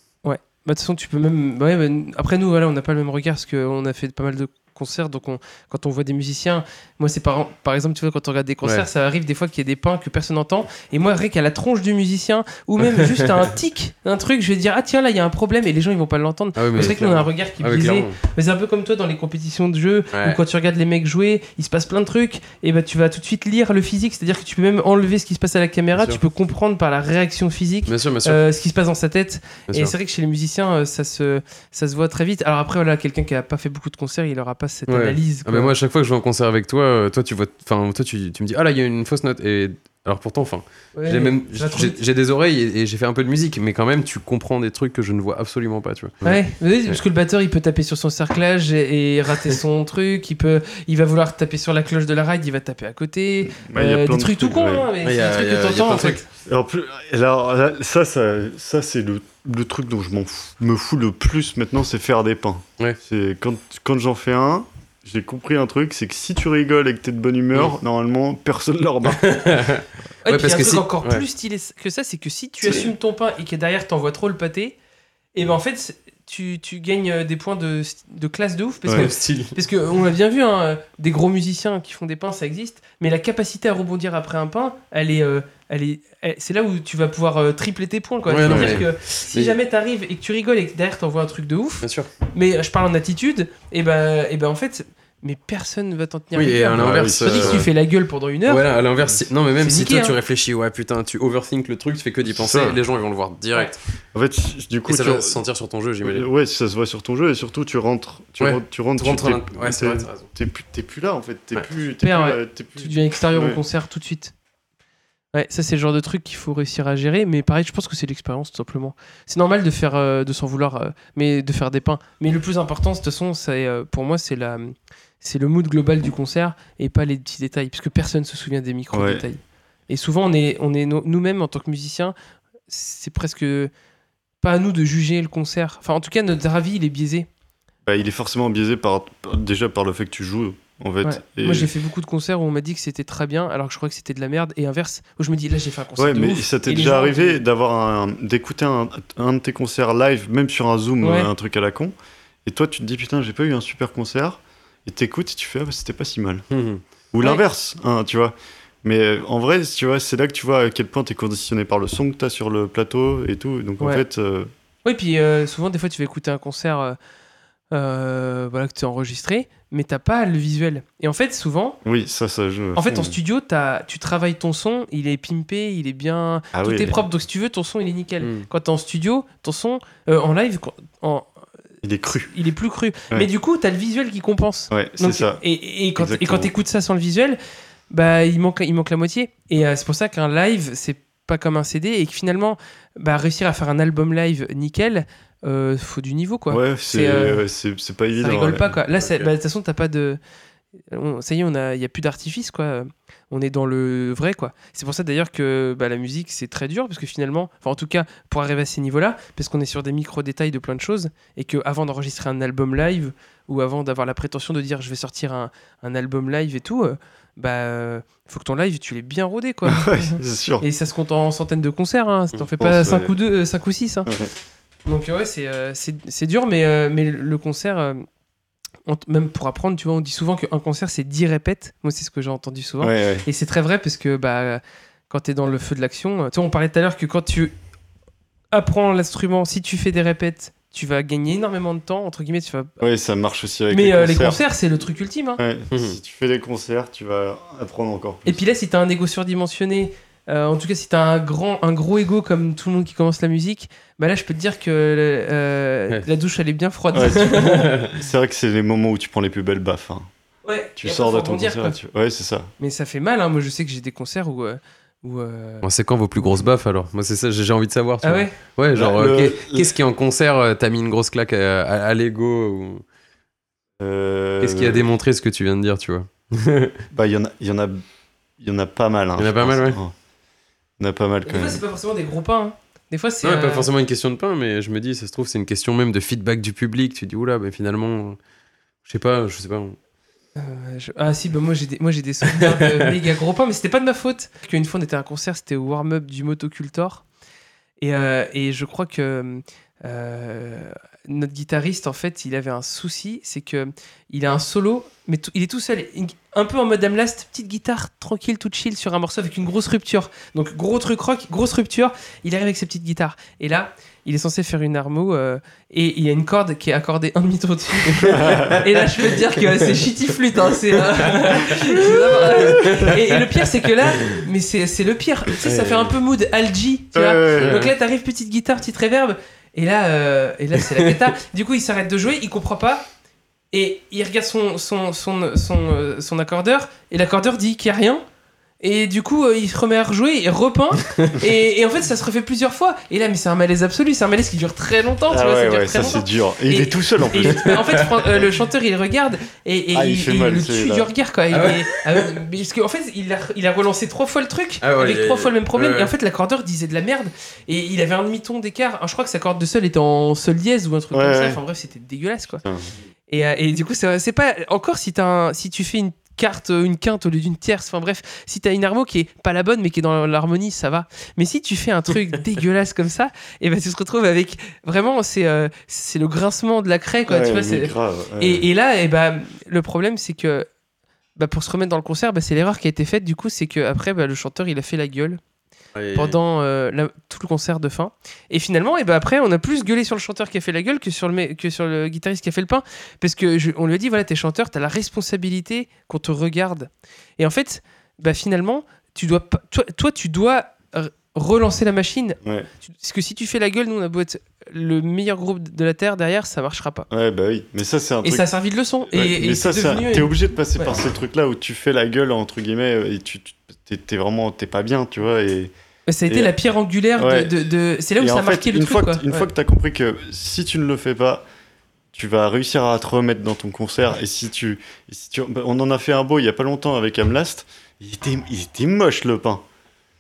[SPEAKER 1] Bah, de toute façon, tu peux même. ouais, bah, Après, nous, voilà, on n'a pas le même regard parce qu'on a fait pas mal de concerts. Donc, on- quand on voit des musiciens, moi, c'est par... par exemple, tu vois, quand on regarde des concerts,
[SPEAKER 2] Ouais.
[SPEAKER 1] ça arrive des fois qu'il y a des pains que personne n'entend. Et moi, rien qu'à la tronche du musicien, ou même juste à un tic, un truc, je vais dire, ah tiens, là, il y a un problème et les gens, ils vont pas l'entendre.
[SPEAKER 2] Ah oui,
[SPEAKER 1] C'est vrai qu'on a un regard qui
[SPEAKER 2] Ah oui,
[SPEAKER 1] brisé.
[SPEAKER 2] clairement.
[SPEAKER 1] Mais c'est un peu comme toi dans les compétitions de jeu
[SPEAKER 2] Ouais.
[SPEAKER 1] où quand tu regardes les mecs jouer, il se passe plein de trucs et bah tu vas tout de suite lire le physique, c'est-à-dire que tu peux même enlever ce qui se passe à la caméra,
[SPEAKER 2] Bien
[SPEAKER 1] tu
[SPEAKER 2] sûr.
[SPEAKER 1] peux comprendre par la réaction physique.
[SPEAKER 2] Bien sûr, bien sûr.
[SPEAKER 1] euh, ce qui se passe dans sa tête
[SPEAKER 2] bien
[SPEAKER 1] et
[SPEAKER 2] sûr.
[SPEAKER 1] c'est vrai que chez les musiciens euh, ça se ça se voit très vite alors après voilà quelqu'un qui a pas fait beaucoup de concerts il aura pas cette
[SPEAKER 2] Ouais.
[SPEAKER 1] analyse
[SPEAKER 2] Ah
[SPEAKER 1] quoi.
[SPEAKER 2] bah moi à chaque fois que je vais en concert avec toi, euh, toi tu vois, enfin toi tu, tu me dis ah là il y a une fausse note et alors pourtant enfin
[SPEAKER 1] Ouais,
[SPEAKER 2] j'ai même
[SPEAKER 1] ça va trop
[SPEAKER 2] j'ai
[SPEAKER 1] vite.
[SPEAKER 2] j'ai des oreilles et, et j'ai fait un peu de musique mais quand même tu comprends des trucs que je ne vois absolument pas tu vois.
[SPEAKER 1] Ouais, mais oui, parce que le batteur il peut taper sur son cerclage et, et rater son truc, il peut, il va vouloir taper sur la cloche de la ride, il va taper à côté,
[SPEAKER 3] bah, il y a
[SPEAKER 1] Euh,
[SPEAKER 3] plein
[SPEAKER 1] des
[SPEAKER 3] de
[SPEAKER 1] trucs tout cons,
[SPEAKER 3] ouais.
[SPEAKER 1] hein, mais
[SPEAKER 2] Ouais,
[SPEAKER 1] c'est
[SPEAKER 2] y a-
[SPEAKER 1] des trucs
[SPEAKER 2] y a- y a
[SPEAKER 1] que t'entends
[SPEAKER 2] plein
[SPEAKER 1] en
[SPEAKER 2] de trucs.
[SPEAKER 1] fait.
[SPEAKER 3] Et en plus, et alors là, ça, ça, ça c'est le, le truc dont je m'en fous- me fous le plus maintenant, c'est faire des pains.
[SPEAKER 2] Ouais.
[SPEAKER 3] C'est quand quand j'en fais un, j'ai compris un truc, c'est que si tu rigoles et que t'es de bonne humeur, normalement personne ne le remarque.
[SPEAKER 1] Ouais,
[SPEAKER 2] Ouais,
[SPEAKER 1] puis
[SPEAKER 2] parce
[SPEAKER 1] il y a un
[SPEAKER 2] que
[SPEAKER 1] truc
[SPEAKER 2] si-
[SPEAKER 1] encore
[SPEAKER 2] ouais.
[SPEAKER 1] plus stylé que ça, c'est que si tu assumes ton pain et que derrière t'envoies trop le pâté, et ben en fait c'est- tu, tu gagnes euh, des points de, de classe de ouf parce
[SPEAKER 3] Ouais.
[SPEAKER 1] que parce que on l'a bien vu, hein, euh, des gros musiciens qui font des pains, ça existe, mais la capacité à rebondir après un pain, elle est, euh, elle est, elle- c'est là où tu vas pouvoir euh, tripler tes points. Quoi.
[SPEAKER 2] Ouais, non,
[SPEAKER 1] C'est-à-dire
[SPEAKER 2] mais-
[SPEAKER 1] que si
[SPEAKER 2] mais-
[SPEAKER 1] jamais t'arrives et que tu rigoles et que derrière t'envoies un truc de ouf,
[SPEAKER 2] Bien sûr.
[SPEAKER 1] mais euh, je parle en attitude, et ben, et ben en fait, mais personne va t'en tenir.
[SPEAKER 2] Oui et à
[SPEAKER 1] rigueur.
[SPEAKER 2] l'inverse.
[SPEAKER 1] Tandis que si tu
[SPEAKER 2] euh,
[SPEAKER 1] fais la gueule pendant une heure.
[SPEAKER 2] Voilà, à l'inverse, si- non mais même
[SPEAKER 1] C'est
[SPEAKER 2] si
[SPEAKER 1] niqué,
[SPEAKER 2] toi
[SPEAKER 1] hein.
[SPEAKER 2] tu réfléchis, ouais putain, tu overthink le truc, tu fais que d'y penser,
[SPEAKER 3] ça.
[SPEAKER 2] les gens ils vont le voir direct.
[SPEAKER 3] en fait, si- du coup,
[SPEAKER 2] et ça
[SPEAKER 3] tu-
[SPEAKER 2] va se sentir sur ton jeu, j'imagine.
[SPEAKER 3] ouais, ça se voit sur ton jeu et surtout tu rentres, tu
[SPEAKER 2] Ouais.
[SPEAKER 3] rentres, tu rentres,
[SPEAKER 2] Tu rentres
[SPEAKER 3] tu-
[SPEAKER 2] à
[SPEAKER 3] t'es-
[SPEAKER 2] l'in- ouais, c'est vrai,
[SPEAKER 3] t'es-
[SPEAKER 2] t'as raison.
[SPEAKER 3] t'es plus, t'es plus là en fait, t'es
[SPEAKER 2] Ouais.
[SPEAKER 3] plus, t'es
[SPEAKER 1] Père,
[SPEAKER 3] plus,
[SPEAKER 1] ouais.
[SPEAKER 3] euh, t'es plus-
[SPEAKER 1] tu deviens extérieur
[SPEAKER 3] Ouais.
[SPEAKER 1] au concert tout de suite. Ouais, ça c'est le genre de truc qu'il faut réussir à gérer, mais pareil, je pense que c'est l'expérience tout simplement. C'est normal de faire, euh, de s'en vouloir, euh, mais de faire des pains. Mais le plus important, de toute façon, c'est, euh, pour moi, c'est la, c'est le mood global du concert et pas les petits détails, parce que personne se souvient des micro détails. Et souvent, on est, on est no- nous-mêmes en tant que musiciens, c'est presque pas à nous de juger le concert. Enfin, en tout cas, notre avis il est biaisé.
[SPEAKER 3] Bah, il est forcément biaisé par, par- déjà par le fait que tu joues en fait.
[SPEAKER 1] Ouais.
[SPEAKER 3] Et-
[SPEAKER 1] Moi, j'ai fait beaucoup de concerts où on m'a dit que c'était très bien, alors que je croyais que c'était de la merde, et inverse, où je me dis là, j'ai fait un concert.
[SPEAKER 3] Ouais,
[SPEAKER 1] de
[SPEAKER 3] mais
[SPEAKER 1] ouf,
[SPEAKER 3] ça t'est
[SPEAKER 1] et les
[SPEAKER 3] déjà
[SPEAKER 1] gens-
[SPEAKER 3] arrivé d'avoir un, d'écouter un, un de tes concerts live, même sur un Zoom,
[SPEAKER 1] Ouais.
[SPEAKER 3] un truc à la con, et toi tu te dis putain j'ai pas eu un super concert, et t'écoutes et tu fais ah bah, c'était pas si mal.
[SPEAKER 2] Mhm.
[SPEAKER 3] Ou
[SPEAKER 1] Ouais.
[SPEAKER 3] l'inverse, hein, tu vois. Mais euh, en vrai, tu vois, c'est là que tu vois à quel point t'es conditionné par le son que t'as sur le plateau et tout. Donc en
[SPEAKER 1] Ouais.
[SPEAKER 3] fait, euh,
[SPEAKER 1] Oui, puis euh, souvent, des fois, tu vas écouter un concert euh, euh, voilà, que tu as enregistré, mais t'as pas le visuel. Et en fait, souvent,
[SPEAKER 3] oui, ça, ça joue.
[SPEAKER 1] en fait, en studio, t'as- tu travailles ton son, il est pimpé, il est bien,
[SPEAKER 3] Ah
[SPEAKER 1] tout
[SPEAKER 3] oui.
[SPEAKER 1] est propre. Donc, si tu veux, ton son, il est nickel.
[SPEAKER 2] Mm.
[SPEAKER 1] Quand t'es en studio, ton son, euh, en live, quand- en-
[SPEAKER 3] il est cru.
[SPEAKER 1] il est plus cru. Mais du coup, t'as le visuel qui compense.
[SPEAKER 3] Ouais, c'est
[SPEAKER 1] Donc,
[SPEAKER 3] ça.
[SPEAKER 1] Et, et quand et
[SPEAKER 3] Exactement.
[SPEAKER 1] quand t'écoutes ça sans le visuel, bah il manque il manque la moitié. Et euh, c'est pour ça qu'un live c'est pas comme un CD et que finalement bah réussir à faire un album live nickel, euh, faut du niveau quoi.
[SPEAKER 3] Ouais,
[SPEAKER 1] C'est,
[SPEAKER 3] c'est
[SPEAKER 1] euh,
[SPEAKER 3] ouais, c'est c'est pas évident.
[SPEAKER 1] ça rigole
[SPEAKER 3] ouais.
[SPEAKER 1] pas quoi. Là c'est-
[SPEAKER 2] Ok.
[SPEAKER 1] bah, de toute façon t'as pas de on- ça y est, on a, y a plus d'artifice quoi. On est dans le vrai quoi. C'est pour ça d'ailleurs que bah, la musique c'est très dur parce que finalement, enfin en tout cas pour arriver à ces niveaux-là, parce qu'on est sur des micro détails de plein de choses et que avant d'enregistrer un album live ou avant d'avoir la prétention de dire je vais sortir un, un album live et tout, euh, bah euh, faut que ton live tu l'aies bien rodé quoi.
[SPEAKER 3] Ouais, c'est sûr.
[SPEAKER 1] et ça se compte en centaines de concerts, hein. t'en
[SPEAKER 2] Je
[SPEAKER 1] fais
[SPEAKER 3] pense,
[SPEAKER 1] pas
[SPEAKER 3] ouais.
[SPEAKER 1] 5 ou 2, 5 ou 6.
[SPEAKER 3] Ouais.
[SPEAKER 1] Donc euh, ouais, c'est euh, c'est c'est dur, mais, euh, mais le concert, euh, on t- même pour apprendre, tu vois, on dit souvent qu'un concert, c'est 10 répètes. Moi, c'est ce que j'ai entendu souvent.
[SPEAKER 3] Ouais, ouais.
[SPEAKER 1] Et c'est très vrai, parce que bah, quand t'es dans le feu de l'action, euh, tu vois, on parlait tout à l'heure que quand tu apprends l'instrument, si tu fais des répètes, tu vas gagner énormément de temps, entre guillemets, tu vas...
[SPEAKER 3] Ouais, ça marche aussi avec
[SPEAKER 1] Mais euh,
[SPEAKER 3] les concerts.
[SPEAKER 1] c'est le truc ultime. hein.
[SPEAKER 3] Ouais,
[SPEAKER 2] Mhm.
[SPEAKER 3] Si tu fais des concerts, tu vas apprendre encore plus.
[SPEAKER 1] Et puis là, si t'as un ego surdimensionné, euh, en tout cas si t'as un grand, un gros ego comme tout le monde qui commence la musique, bah là je peux te dire que euh,
[SPEAKER 2] Ouais.
[SPEAKER 1] la douche elle est bien froide.
[SPEAKER 3] Ouais, tu- c'est vrai que c'est les moments où tu prends les plus belles baffes. hein.
[SPEAKER 1] Ouais,
[SPEAKER 3] Tu
[SPEAKER 1] et après,
[SPEAKER 3] sors
[SPEAKER 1] faut
[SPEAKER 3] de ton
[SPEAKER 1] rebondir,
[SPEAKER 3] concert.
[SPEAKER 1] quoi.
[SPEAKER 3] et tu- Ouais, c'est ça.
[SPEAKER 1] Mais ça fait mal, hein. moi je sais que j'ai des concerts où. euh, où euh,
[SPEAKER 2] Bon, c'est quand vos plus grosses baffes alors Moi c'est ça, j'ai j'ai envie de savoir. tu
[SPEAKER 1] Ah
[SPEAKER 2] vois.
[SPEAKER 1] ouais
[SPEAKER 2] Ouais, genre,
[SPEAKER 3] Le-
[SPEAKER 2] euh, qu'est- qu'est-ce qui en concert, euh, t'as mis une grosse claque à, à- à l'ego ou...
[SPEAKER 3] Euh,
[SPEAKER 2] Qu'est-ce qui a démontré ce que tu viens de dire, tu vois
[SPEAKER 3] Bah, il y en a, il y en a, il y en a pas mal. hein,
[SPEAKER 2] Il y en a
[SPEAKER 3] je
[SPEAKER 2] pas mal,
[SPEAKER 3] pense.
[SPEAKER 2] ouais.
[SPEAKER 3] Oh. Il y en a pas mal
[SPEAKER 1] Des
[SPEAKER 3] quand
[SPEAKER 1] fois,
[SPEAKER 3] même.
[SPEAKER 1] c'est pas forcément des gros pains. hein. Des fois, c'est.
[SPEAKER 2] Non, mais pas
[SPEAKER 1] euh,
[SPEAKER 2] forcément une question de pain, mais je me dis, ça se trouve, c'est une question même de feedback du public. Tu dis, oula, mais finalement, je sais pas, je sais pas.
[SPEAKER 1] Euh, je- Ah si, bah moi j'ai des, moi j'ai des souvenirs de méga gros pains, mais c'était pas de ma faute. Parce qu'une fois on était à un concert, c'était au warm-up du Motocultor, et, euh, et je crois que euh, notre guitariste en fait, il avait un souci, c'est que il a un solo, mais tout- il est tout seul, une- un peu en mode Amlast, petite guitare tranquille, tout chill sur un morceau avec une grosse rupture. Donc gros truc rock, grosse rupture, il arrive avec ses petites guitares, et là. Il est censé faire une armo euh, et il y a une corde qui est accordée un demi-tour dessus. Et là, je peux te dire que c'est shitty flûte. Hein, c'est, euh, c'est vraiment- et, et le pire, c'est que là, mais c'est, c'est le pire. Tu sais, ça fait un peu mood algae. Tu vois
[SPEAKER 3] Ouais,
[SPEAKER 1] Donc là, t'arrives, petite guitare, petite réverb. Et là, euh, et là c'est la cata. Du coup, il s'arrête de jouer, il comprend pas. Et il regarde son, son, son, son, euh, son accordeur. Et l'accordeur dit qu'il n'y a rien. Et du coup, euh, il se remet à rejouer, il repeint. et, et en fait, ça se refait plusieurs fois. Et là, mais c'est un malaise absolu. C'est un malaise qui dure très longtemps. tu
[SPEAKER 3] Ah
[SPEAKER 1] vois, ça
[SPEAKER 3] ouais,
[SPEAKER 1] dure
[SPEAKER 3] ouais,
[SPEAKER 1] très
[SPEAKER 3] ça
[SPEAKER 1] longtemps.
[SPEAKER 3] c'est dur. Et, il
[SPEAKER 1] Et-
[SPEAKER 3] est tout seul en plus.
[SPEAKER 1] Et, en fait, Fran- euh, le chanteur il regarde et, et
[SPEAKER 3] Ah, il
[SPEAKER 1] il,
[SPEAKER 3] fait
[SPEAKER 1] il
[SPEAKER 3] mal,
[SPEAKER 1] le tue
[SPEAKER 3] celui-là.
[SPEAKER 1] du regard quoi. Il
[SPEAKER 2] Ah ouais.
[SPEAKER 1] est- ah ouais, mais parce qu'en fait, il a, il a relancé trois fois le truc
[SPEAKER 2] Ah ouais,
[SPEAKER 1] avec
[SPEAKER 2] il-
[SPEAKER 1] trois fois le même problème.
[SPEAKER 2] ouais, ouais.
[SPEAKER 1] Et en fait, l'accordeur disait de la merde et il avait un demi-ton d'écart. Ah, Je crois que sa corde de sol était en sol dièse ou un truc
[SPEAKER 3] Ouais,
[SPEAKER 1] comme ça.
[SPEAKER 3] ouais.
[SPEAKER 1] Enfin bref, c'était dégueulasse quoi.
[SPEAKER 3] Putain.
[SPEAKER 1] Et, euh, et du coup, c'est c'est pas encore si, t'as un- si tu fais une carte, euh, une quinte au lieu d'une tierce. Enfin bref, si t'as une harmo qui est pas la bonne mais qui est dans l'harmonie, ça va. Mais si tu fais un truc dégueulasse comme ça, et ben tu te retrouves avec vraiment c'est euh, c'est le grincement de la craie quoi.
[SPEAKER 3] Ouais,
[SPEAKER 1] tu vois,
[SPEAKER 3] mais
[SPEAKER 1] c'est-
[SPEAKER 3] grave, ouais.
[SPEAKER 1] et, et là, et ben le problème c'est que bah, pour se remettre dans le concert, bah, c'est l'erreur qui a été faite. Du coup, c'est que après bah, le chanteur il a fait la gueule pendant euh, la- tout le concert de fin. Et finalement, et ben après, on a plus gueulé sur le chanteur qui a fait la gueule que sur le, mec- que sur le guitariste qui a fait le pain. Parce que je- on lui a dit, voilà, t'es chanteur, t'as la responsabilité qu'on te regarde. Et en fait, bah finalement, tu dois pas- toi, toi, tu dois r- relancer la machine.
[SPEAKER 3] Ouais.
[SPEAKER 1] Tu- Parce que si tu fais la gueule, nous, on a beau être le meilleur groupe de la Terre, derrière, ça marchera pas.
[SPEAKER 3] Ouais, bah oui. Mais ça, c'est un
[SPEAKER 1] Et
[SPEAKER 3] truc.
[SPEAKER 1] ça a servi de leçon. Et-
[SPEAKER 3] Ouais,
[SPEAKER 1] et
[SPEAKER 3] mais ça,
[SPEAKER 1] c'est
[SPEAKER 3] c'est un-
[SPEAKER 1] devenu euh,
[SPEAKER 3] t'es
[SPEAKER 1] une-
[SPEAKER 3] obligé de passer
[SPEAKER 1] Ouais.
[SPEAKER 3] par ces trucs-là où tu fais la gueule entre guillemets et tu, tu- t'es, t'es vraiment t'es pas bien, tu vois. Et,
[SPEAKER 1] Mais bah, ça a été
[SPEAKER 3] Et-
[SPEAKER 1] la pierre angulaire de-
[SPEAKER 3] Ouais.
[SPEAKER 1] de. de- C'est là où
[SPEAKER 3] et
[SPEAKER 1] ça
[SPEAKER 3] en
[SPEAKER 1] a
[SPEAKER 3] fait,
[SPEAKER 1] marqué le
[SPEAKER 3] une
[SPEAKER 1] truc.
[SPEAKER 3] fois,
[SPEAKER 1] quoi.
[SPEAKER 3] que, une fois
[SPEAKER 1] Ouais.
[SPEAKER 3] que t'as compris que si tu ne le fais pas, tu vas réussir à te remettre dans ton concert. Et si tu, et si tu- bah, on en a fait un beau il y a pas longtemps avec Amlast. Il était, il était moche le pain.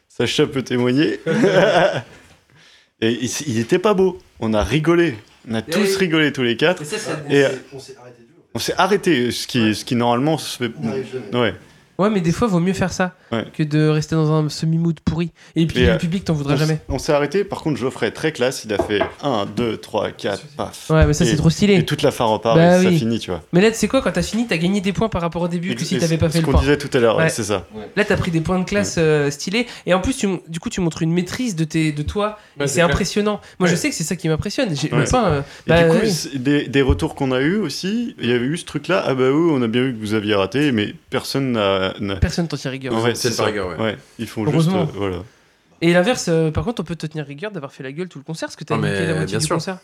[SPEAKER 3] Sacha peut témoigner. et il, il était pas beau. On a rigolé. On a tous
[SPEAKER 1] oui.
[SPEAKER 3] rigolé tous les quatre.
[SPEAKER 1] Mais ça, ça-
[SPEAKER 3] Et-
[SPEAKER 4] On s'est arrêté de jouer.
[SPEAKER 3] On s'est arrêté, ce qui, ce qui normalement se fait.
[SPEAKER 4] On n'arrive jamais.
[SPEAKER 3] Ouais.
[SPEAKER 1] Ouais, mais des fois, vaut mieux faire ça
[SPEAKER 3] Ouais.
[SPEAKER 1] que de rester dans un semi-mood pourri. Et puis,
[SPEAKER 3] Et,
[SPEAKER 1] le
[SPEAKER 3] euh,
[SPEAKER 1] public t'en voudra
[SPEAKER 3] On s-
[SPEAKER 1] jamais.
[SPEAKER 3] On s'est arrêté, par contre, Geoffrey, très classe, il a fait 1, 2, 3, 4, paf.
[SPEAKER 1] Ouais, mais ça,
[SPEAKER 3] et-
[SPEAKER 1] c'est trop stylé.
[SPEAKER 3] Et toute la faropare,
[SPEAKER 1] Bah
[SPEAKER 3] et ça
[SPEAKER 1] oui.
[SPEAKER 3] finit, tu vois.
[SPEAKER 1] Mais là, tu sais quoi, quand t'as fini, t'as gagné des points par rapport au début que si
[SPEAKER 3] Et
[SPEAKER 1] t'avais
[SPEAKER 3] c'est
[SPEAKER 1] pas fait
[SPEAKER 3] ce
[SPEAKER 1] le
[SPEAKER 3] qu'on
[SPEAKER 1] point.
[SPEAKER 3] disait tout à l'heure, ouais,
[SPEAKER 1] Ouais.
[SPEAKER 3] c'est ça.
[SPEAKER 1] Là, t'as pris des points de classe euh, stylés. Et en plus, tu m- du coup, tu montres une maîtrise de, tes, de toi. et c'est impressionnant. Moi, je sais que c'est ça qui m'impressionne. J'ai
[SPEAKER 3] Ouais.
[SPEAKER 1] le pain. euh,
[SPEAKER 3] Et
[SPEAKER 1] bah,
[SPEAKER 3] du coup,
[SPEAKER 1] oui.
[SPEAKER 3] c'est des, des retours qu'on a eu aussi, il y avait eu ce truc-là, ah bah oui, on a bien vu que vous aviez raté, mais personne n'a. n'a-
[SPEAKER 1] Personne t'en tient rigueur.
[SPEAKER 2] Ouais.
[SPEAKER 3] c'est
[SPEAKER 2] le
[SPEAKER 3] ça.
[SPEAKER 2] rigueur, ouais.
[SPEAKER 3] ils font juste.
[SPEAKER 1] Heureusement.
[SPEAKER 3] euh, voilà.
[SPEAKER 1] Et l'inverse, euh, par contre, on peut te tenir rigueur d'avoir fait la gueule tout le concert, parce que t'as
[SPEAKER 2] Ah, mais
[SPEAKER 1] niqué la moitié
[SPEAKER 2] bien
[SPEAKER 1] du
[SPEAKER 2] sûr.
[SPEAKER 1] concert.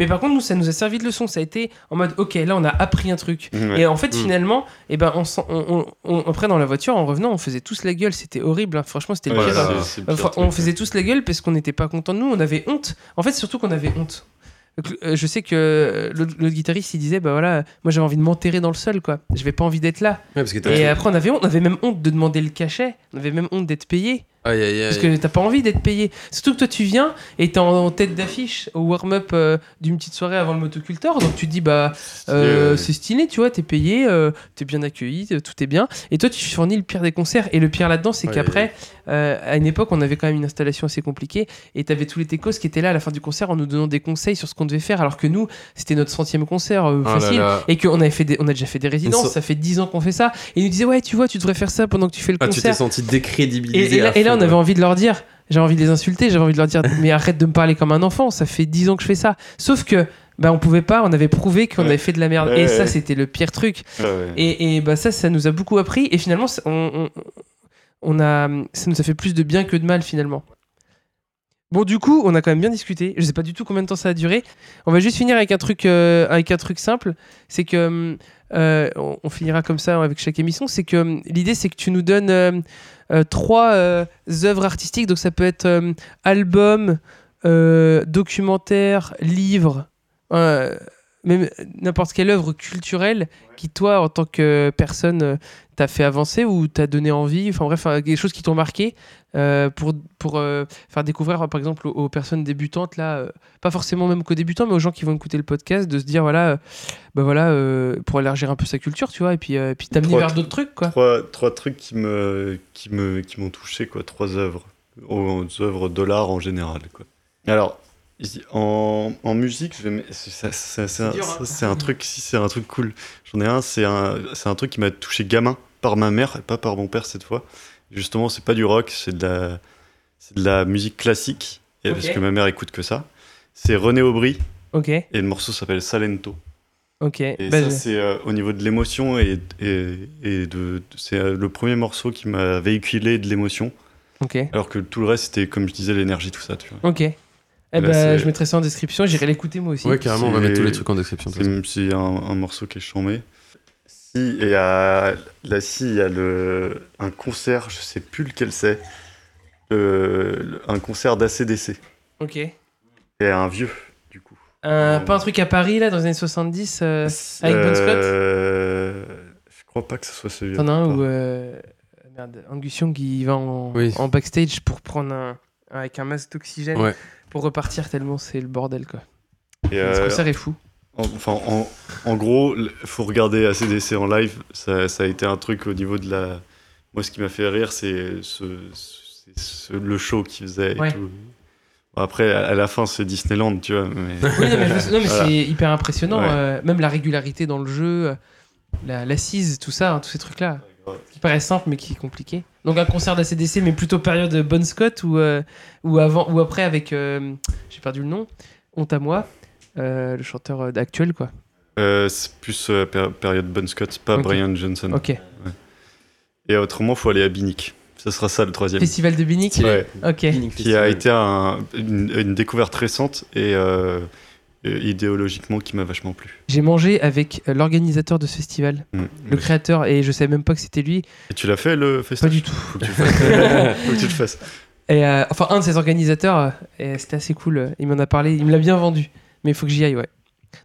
[SPEAKER 1] Mais par contre, nous, ça nous a servi de leçon. Ça a été en mode, ok, là, on a appris un truc.
[SPEAKER 3] Ouais. Hmm.
[SPEAKER 1] Et en fait,
[SPEAKER 2] Mm.
[SPEAKER 1] finalement, eh ben, on, s'en- on, on, on- après, dans la voiture, en revenant, on faisait tous la gueule. C'était horrible. hein. Franchement, c'était le
[SPEAKER 3] Ouais,
[SPEAKER 1] pire.
[SPEAKER 2] Voilà.
[SPEAKER 3] c'est- c'est le pire
[SPEAKER 1] Enfin,
[SPEAKER 3] truc.
[SPEAKER 1] on faisait tous la gueule parce qu'on n'était pas content de nous. On avait honte. En fait, surtout qu'on avait honte. Donc, euh, Je sais que euh, l'autre l'autre guitariste, il disait, bah voilà, moi j'avais envie de m'enterrer dans le sol, quoi. J'avais pas envie d'être là.
[SPEAKER 2] parce que t'as-
[SPEAKER 1] Et euh, après, on avait honte. On avait même honte de demander le cachet. On avait même honte d'être payé.
[SPEAKER 2] Aïe, aïe, aïe.
[SPEAKER 1] Parce que t'as pas envie d'être payé. Surtout que toi, tu viens et t'es en, en tête d'affiche au warm-up euh, d'une petite soirée avant le motoculteur. Donc tu te dis, bah, euh,
[SPEAKER 3] Euh,
[SPEAKER 1] c'est stylé, tu vois, t'es payé, euh, t'es bien accueilli, euh, tout est bien. Et toi, tu fournis le pire des concerts. Et le pire là-dedans, c'est
[SPEAKER 2] Ouais.
[SPEAKER 1] qu'après, euh, à une époque, on avait quand même une installation assez compliquée. Et t'avais tous les techos qui étaient là à la fin du concert en nous donnant des conseils sur ce qu'on devait faire. Alors que nous, c'était notre centième concert euh,
[SPEAKER 2] Oh là
[SPEAKER 1] facile.
[SPEAKER 2] là.
[SPEAKER 1] Et qu'on avait fait des- on a déjà fait des résidences,
[SPEAKER 2] so-
[SPEAKER 1] ça fait 10 ans qu'on fait ça. Et ils nous disaient, ouais, tu vois, tu devrais faire ça pendant que tu fais le
[SPEAKER 2] Ah, tu t'es
[SPEAKER 1] concert.
[SPEAKER 2] senti
[SPEAKER 1] Et,
[SPEAKER 2] décrédibilisé.
[SPEAKER 1] et là,
[SPEAKER 2] à
[SPEAKER 1] et là,
[SPEAKER 2] fond,
[SPEAKER 1] on avait
[SPEAKER 2] quoi.
[SPEAKER 1] envie de leur dire, j'avais envie de les insulter, j'avais envie de leur dire, mais arrête de me parler comme un enfant, ça fait 10 ans que je fais ça. Sauf que, bah, on pouvait pas, on avait prouvé qu'on
[SPEAKER 3] Ouais.
[SPEAKER 1] avait fait de la merde.
[SPEAKER 3] Ouais,
[SPEAKER 1] et
[SPEAKER 3] ouais.
[SPEAKER 1] ça, c'était le pire truc.
[SPEAKER 3] ouais, Ah ouais.
[SPEAKER 1] Et, et, bah, ça, ça nous a beaucoup appris. Et finalement, ça- on, on- on a, ça nous a fait plus de bien que de mal, finalement. Bon, du coup, on a quand même bien discuté. Je sais pas du tout combien de temps ça a duré. On va juste finir avec un truc, euh, avec un truc simple. C'est que hum, euh, on, on finira comme ça avec chaque émission. C'est que hum, l'idée, c'est que tu nous donnes euh, euh, trois euh, œuvres artistiques. Donc ça peut être euh, album, euh, documentaire, livre, euh, même n'importe quelle œuvre culturelle qui, toi, en tant que personne, euh, t'a fait avancer ou t'a donné envie, enfin bref, euh, des choses qui t'ont marqué euh, pour, pour euh, faire découvrir, euh, par exemple, aux, aux personnes débutantes, là, euh, pas forcément même qu'aux débutants, mais aux gens qui vont écouter le podcast, de se dire, voilà, euh, bah voilà, euh, pour élargir un peu sa culture, tu vois, et puis, euh, et puis t'amener
[SPEAKER 3] Trois-
[SPEAKER 1] vers d'autres trucs, quoi.
[SPEAKER 3] Trois, trois trucs qui me qui me qui m'ont touché quoi, trois œuvres, aux œuvres dollars en général quoi. Alors ici, en, en musique, je vais me- c'est ça- ça- c'est un,
[SPEAKER 1] dur, hein.
[SPEAKER 3] ça, c'est un truc si c'est un truc cool. J'en ai un, c'est un c'est un truc qui m'a touché gamin par ma mère et pas par mon père cette fois. Justement, c'est pas du rock, c'est de la c'est de la musique classique et
[SPEAKER 1] Ok.
[SPEAKER 3] parce que ma mère écoute que ça. C'est René Aubry
[SPEAKER 1] Ok,
[SPEAKER 3] et le morceau s'appelle Salento.
[SPEAKER 1] ok.
[SPEAKER 3] Et
[SPEAKER 1] Bah,
[SPEAKER 3] ça,
[SPEAKER 1] je-
[SPEAKER 3] c'est euh, au niveau de l'émotion et, et, et de, c'est euh, le premier morceau qui m'a véhiculé de l'émotion,
[SPEAKER 1] ok.
[SPEAKER 3] alors que tout le reste, c'était, comme je disais, l'énergie, tout ça, tu vois.
[SPEAKER 1] Ok. Eh ben,
[SPEAKER 3] c'est-
[SPEAKER 1] je mettrai ça en description, j'irai l'écouter moi aussi.
[SPEAKER 2] Ouais, carrément, on va
[SPEAKER 3] c'est-
[SPEAKER 2] mettre tous les trucs en description. de toute façon.
[SPEAKER 3] C'est, c'est un, un morceau qui est chambé. Si, et à, là, si, il y a le, un concert, je sais plus lequel c'est, le- le- un concert d'ACDC,
[SPEAKER 1] Ok.
[SPEAKER 3] et un vieux, du coup. Euh,
[SPEAKER 1] Un- pas un truc à Paris, là, dans les années 70 euh, Avec Bon Scott
[SPEAKER 3] Euh, Je crois pas que ce soit celui-là.
[SPEAKER 1] T'en as un
[SPEAKER 3] Pardon.
[SPEAKER 1] où. euh, Merde, Angus Young, il va en,
[SPEAKER 2] Oui.
[SPEAKER 1] en backstage pour prendre un. Avec un masque d'oxygène
[SPEAKER 2] Ouais.
[SPEAKER 1] pour repartir tellement c'est le bordel quoi.
[SPEAKER 3] Et,
[SPEAKER 1] Ce
[SPEAKER 3] euh,
[SPEAKER 1] concert est fou.
[SPEAKER 3] En- Enfin, en, en gros, il faut regarder ACDC en live. Ça, ça a été un truc au niveau de la. Moi, ce qui m'a fait rire, c'est ce, c'est ce- le show qu'ils faisaient. et
[SPEAKER 1] Ouais.
[SPEAKER 3] tout. Bon, après, à, à la fin, c'est Disneyland, tu vois. Mais...
[SPEAKER 1] Oui, non, mais, je me sou- non, mais
[SPEAKER 3] Voilà.
[SPEAKER 1] c'est hyper impressionnant.
[SPEAKER 3] Ouais.
[SPEAKER 1] euh, même la régularité dans le jeu, euh, la- l'assise, tout ça, hein, tous ces trucs là. Qui paraissent simples mais qui est compliqué. Donc un concert d'ACDC, mais plutôt période Bon Scott ou, euh, ou, avant, ou après avec. euh, J'ai perdu le nom. Honte à moi. euh, le chanteur euh, actuel quoi.
[SPEAKER 3] Euh, c'est plus euh, péri- période Bon Scott, pas
[SPEAKER 1] Ok.
[SPEAKER 3] Brian Johnson.
[SPEAKER 1] Ok.
[SPEAKER 3] Et autrement, faut aller à Binic. Ce sera ça le troisième.
[SPEAKER 1] Festival de Binic.
[SPEAKER 2] Stylé.
[SPEAKER 3] Ouais.
[SPEAKER 1] Ok.
[SPEAKER 3] qui a été un- une, une découverte récente et euh, euh, idéologiquement qui m'a vachement plu.
[SPEAKER 1] J'ai mangé avec euh, l'organisateur de ce festival,
[SPEAKER 3] Mm.
[SPEAKER 1] le créateur, et je savais même pas que c'était lui.
[SPEAKER 3] Et tu l'as fait le
[SPEAKER 1] Pas
[SPEAKER 3] festival
[SPEAKER 1] du tout.
[SPEAKER 3] Faut que tu le fasses. Faut que tu le fasses.
[SPEAKER 1] Et euh, enfin, un de ses organisateurs, euh, et c'était assez cool. euh, Il m'en a parlé, il me l'a bien vendu. Mais il faut que j'y aille, ouais.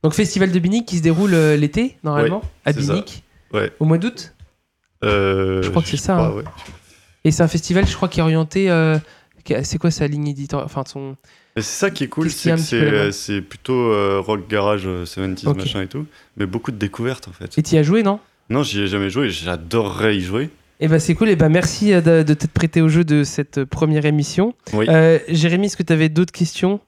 [SPEAKER 1] Donc, festival de Binic qui se déroule euh, l'été, normalement, à
[SPEAKER 3] c'est ça.
[SPEAKER 1] Binic,
[SPEAKER 3] Ouais.
[SPEAKER 1] au mois d'août.
[SPEAKER 3] Euh,
[SPEAKER 1] Je crois que c'est ça, hein.
[SPEAKER 3] ouais.
[SPEAKER 1] Et c'est un festival, je crois, qui est orienté. euh, qui a- c'est quoi sa ligne éditoriale Enfin, son.
[SPEAKER 3] Mais C'est ça qui est cool,
[SPEAKER 1] Qu'est-ce qu'il y
[SPEAKER 3] c'est
[SPEAKER 1] a
[SPEAKER 3] que
[SPEAKER 1] un petit peu là-bas
[SPEAKER 3] c'est c'est plutôt euh, rock garage, euh, 70s,
[SPEAKER 1] Ok.
[SPEAKER 3] machin et tout, mais beaucoup de découvertes en fait.
[SPEAKER 1] Et t'y as joué, non
[SPEAKER 3] Non, j'y ai jamais joué, j'adorerais y jouer.
[SPEAKER 1] Eh ben c'est cool, et ben merci euh, de, de t'être prêté au jeu de cette euh, première émission.
[SPEAKER 3] Oui.
[SPEAKER 1] Euh, Jérémy, est-ce que tu avais d'autres questions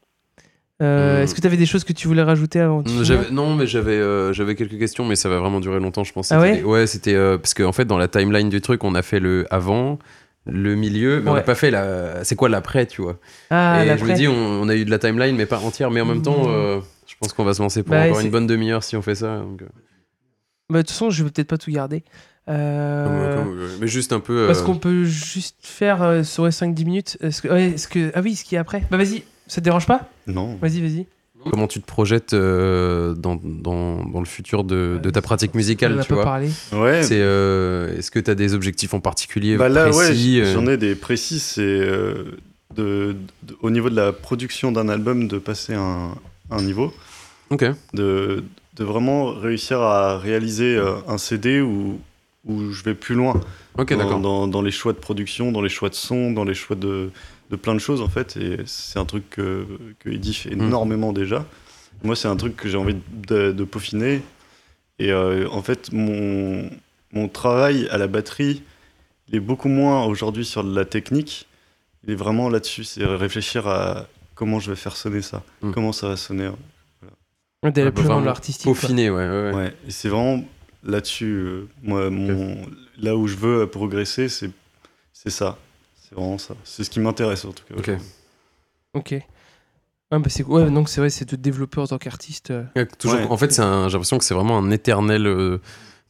[SPEAKER 1] Euh,
[SPEAKER 2] Hmm.
[SPEAKER 1] Est-ce que tu avais des choses que tu voulais rajouter avant de
[SPEAKER 2] Mm,
[SPEAKER 1] finir
[SPEAKER 2] j'avais- Non, mais j'avais euh, j'avais quelques questions, mais ça va vraiment durer longtemps, je pense.
[SPEAKER 1] Ah
[SPEAKER 2] C'était- c'était euh, parce qu'en en fait, dans la timeline du truc, on a fait le avant, le milieu, mais on n'a
[SPEAKER 1] Ouais.
[SPEAKER 2] pas fait la. C'est quoi l'après, tu vois
[SPEAKER 1] Ah,
[SPEAKER 2] Et je
[SPEAKER 1] l'après. Mmh.
[SPEAKER 2] me dis, on, on a eu de la timeline, mais pas entière, mais en même temps, euh, je pense qu'on va se lancer pour
[SPEAKER 1] Bah,
[SPEAKER 2] encore
[SPEAKER 1] c'est-
[SPEAKER 2] une bonne demi-heure si on fait ça. donc, euh,
[SPEAKER 1] Bah, de toute façon, je vais peut-être pas tout garder. Euh,
[SPEAKER 2] comme- comme- euh, mais juste un peu.
[SPEAKER 1] Parce
[SPEAKER 2] euh,
[SPEAKER 1] qu'on peut juste faire euh, sur 5-10 minutes. Est-ce que, ouais, est-ce que... Ah oui, ce qui est après. Bah vas-y, ça te dérange pas
[SPEAKER 3] Non.
[SPEAKER 1] Vas-y, vas-y.
[SPEAKER 2] Comment tu te projettes euh, dans, dans, dans le futur de, de ta pratique
[SPEAKER 1] On en
[SPEAKER 2] musicale,
[SPEAKER 1] a
[SPEAKER 2] tu
[SPEAKER 1] pas
[SPEAKER 2] vois
[SPEAKER 1] parlé.
[SPEAKER 3] Ouais.
[SPEAKER 2] C'est, euh, Est-ce que tu as des objectifs en particulier
[SPEAKER 3] Bah là, ouais,
[SPEAKER 2] précis euh,
[SPEAKER 3] j'en ai des précis, c'est euh, de, de- au niveau de la production d'un album, de passer un, un niveau,
[SPEAKER 2] Ok.
[SPEAKER 3] de, de vraiment réussir à réaliser euh, un CD où, où je vais plus loin.
[SPEAKER 2] Ok,
[SPEAKER 3] dans,
[SPEAKER 2] d'accord.
[SPEAKER 3] dans- dans les choix de production, dans les choix de son, dans les choix de, de plein de choses en fait. Et c'est un truc que, que Eddie fait
[SPEAKER 2] Mm.
[SPEAKER 3] énormément déjà. Moi, c'est un truc que j'ai envie de, de peaufiner. Et euh, en fait, mon, mon travail à la batterie, il est beaucoup moins aujourd'hui sur de la technique. Il est vraiment là-dessus, c'est réfléchir à comment je vais faire sonner ça,
[SPEAKER 2] Mm.
[SPEAKER 3] comment ça va sonner. hein.
[SPEAKER 1] On est
[SPEAKER 2] peut
[SPEAKER 1] plus loin de
[SPEAKER 2] Ah, vraiment
[SPEAKER 1] l'artistique. quoi.
[SPEAKER 2] Peaufiné, ouais. ouais, ouais.
[SPEAKER 3] Ouais, et c'est vraiment là-dessus, euh, moi, mon, là où je veux euh, progresser, c'est c'est ça. C'est vraiment ça. C'est ce qui m'intéresse en tout cas.
[SPEAKER 2] Ok.
[SPEAKER 1] Ok. Ah, bah, c'est... Ouais, donc c'est vrai, c'est de développer en tant qu'artiste. euh.
[SPEAKER 2] Ouais, toujours-
[SPEAKER 3] Ouais.
[SPEAKER 2] En fait, c'est un- j'ai l'impression que c'est vraiment un éternel euh,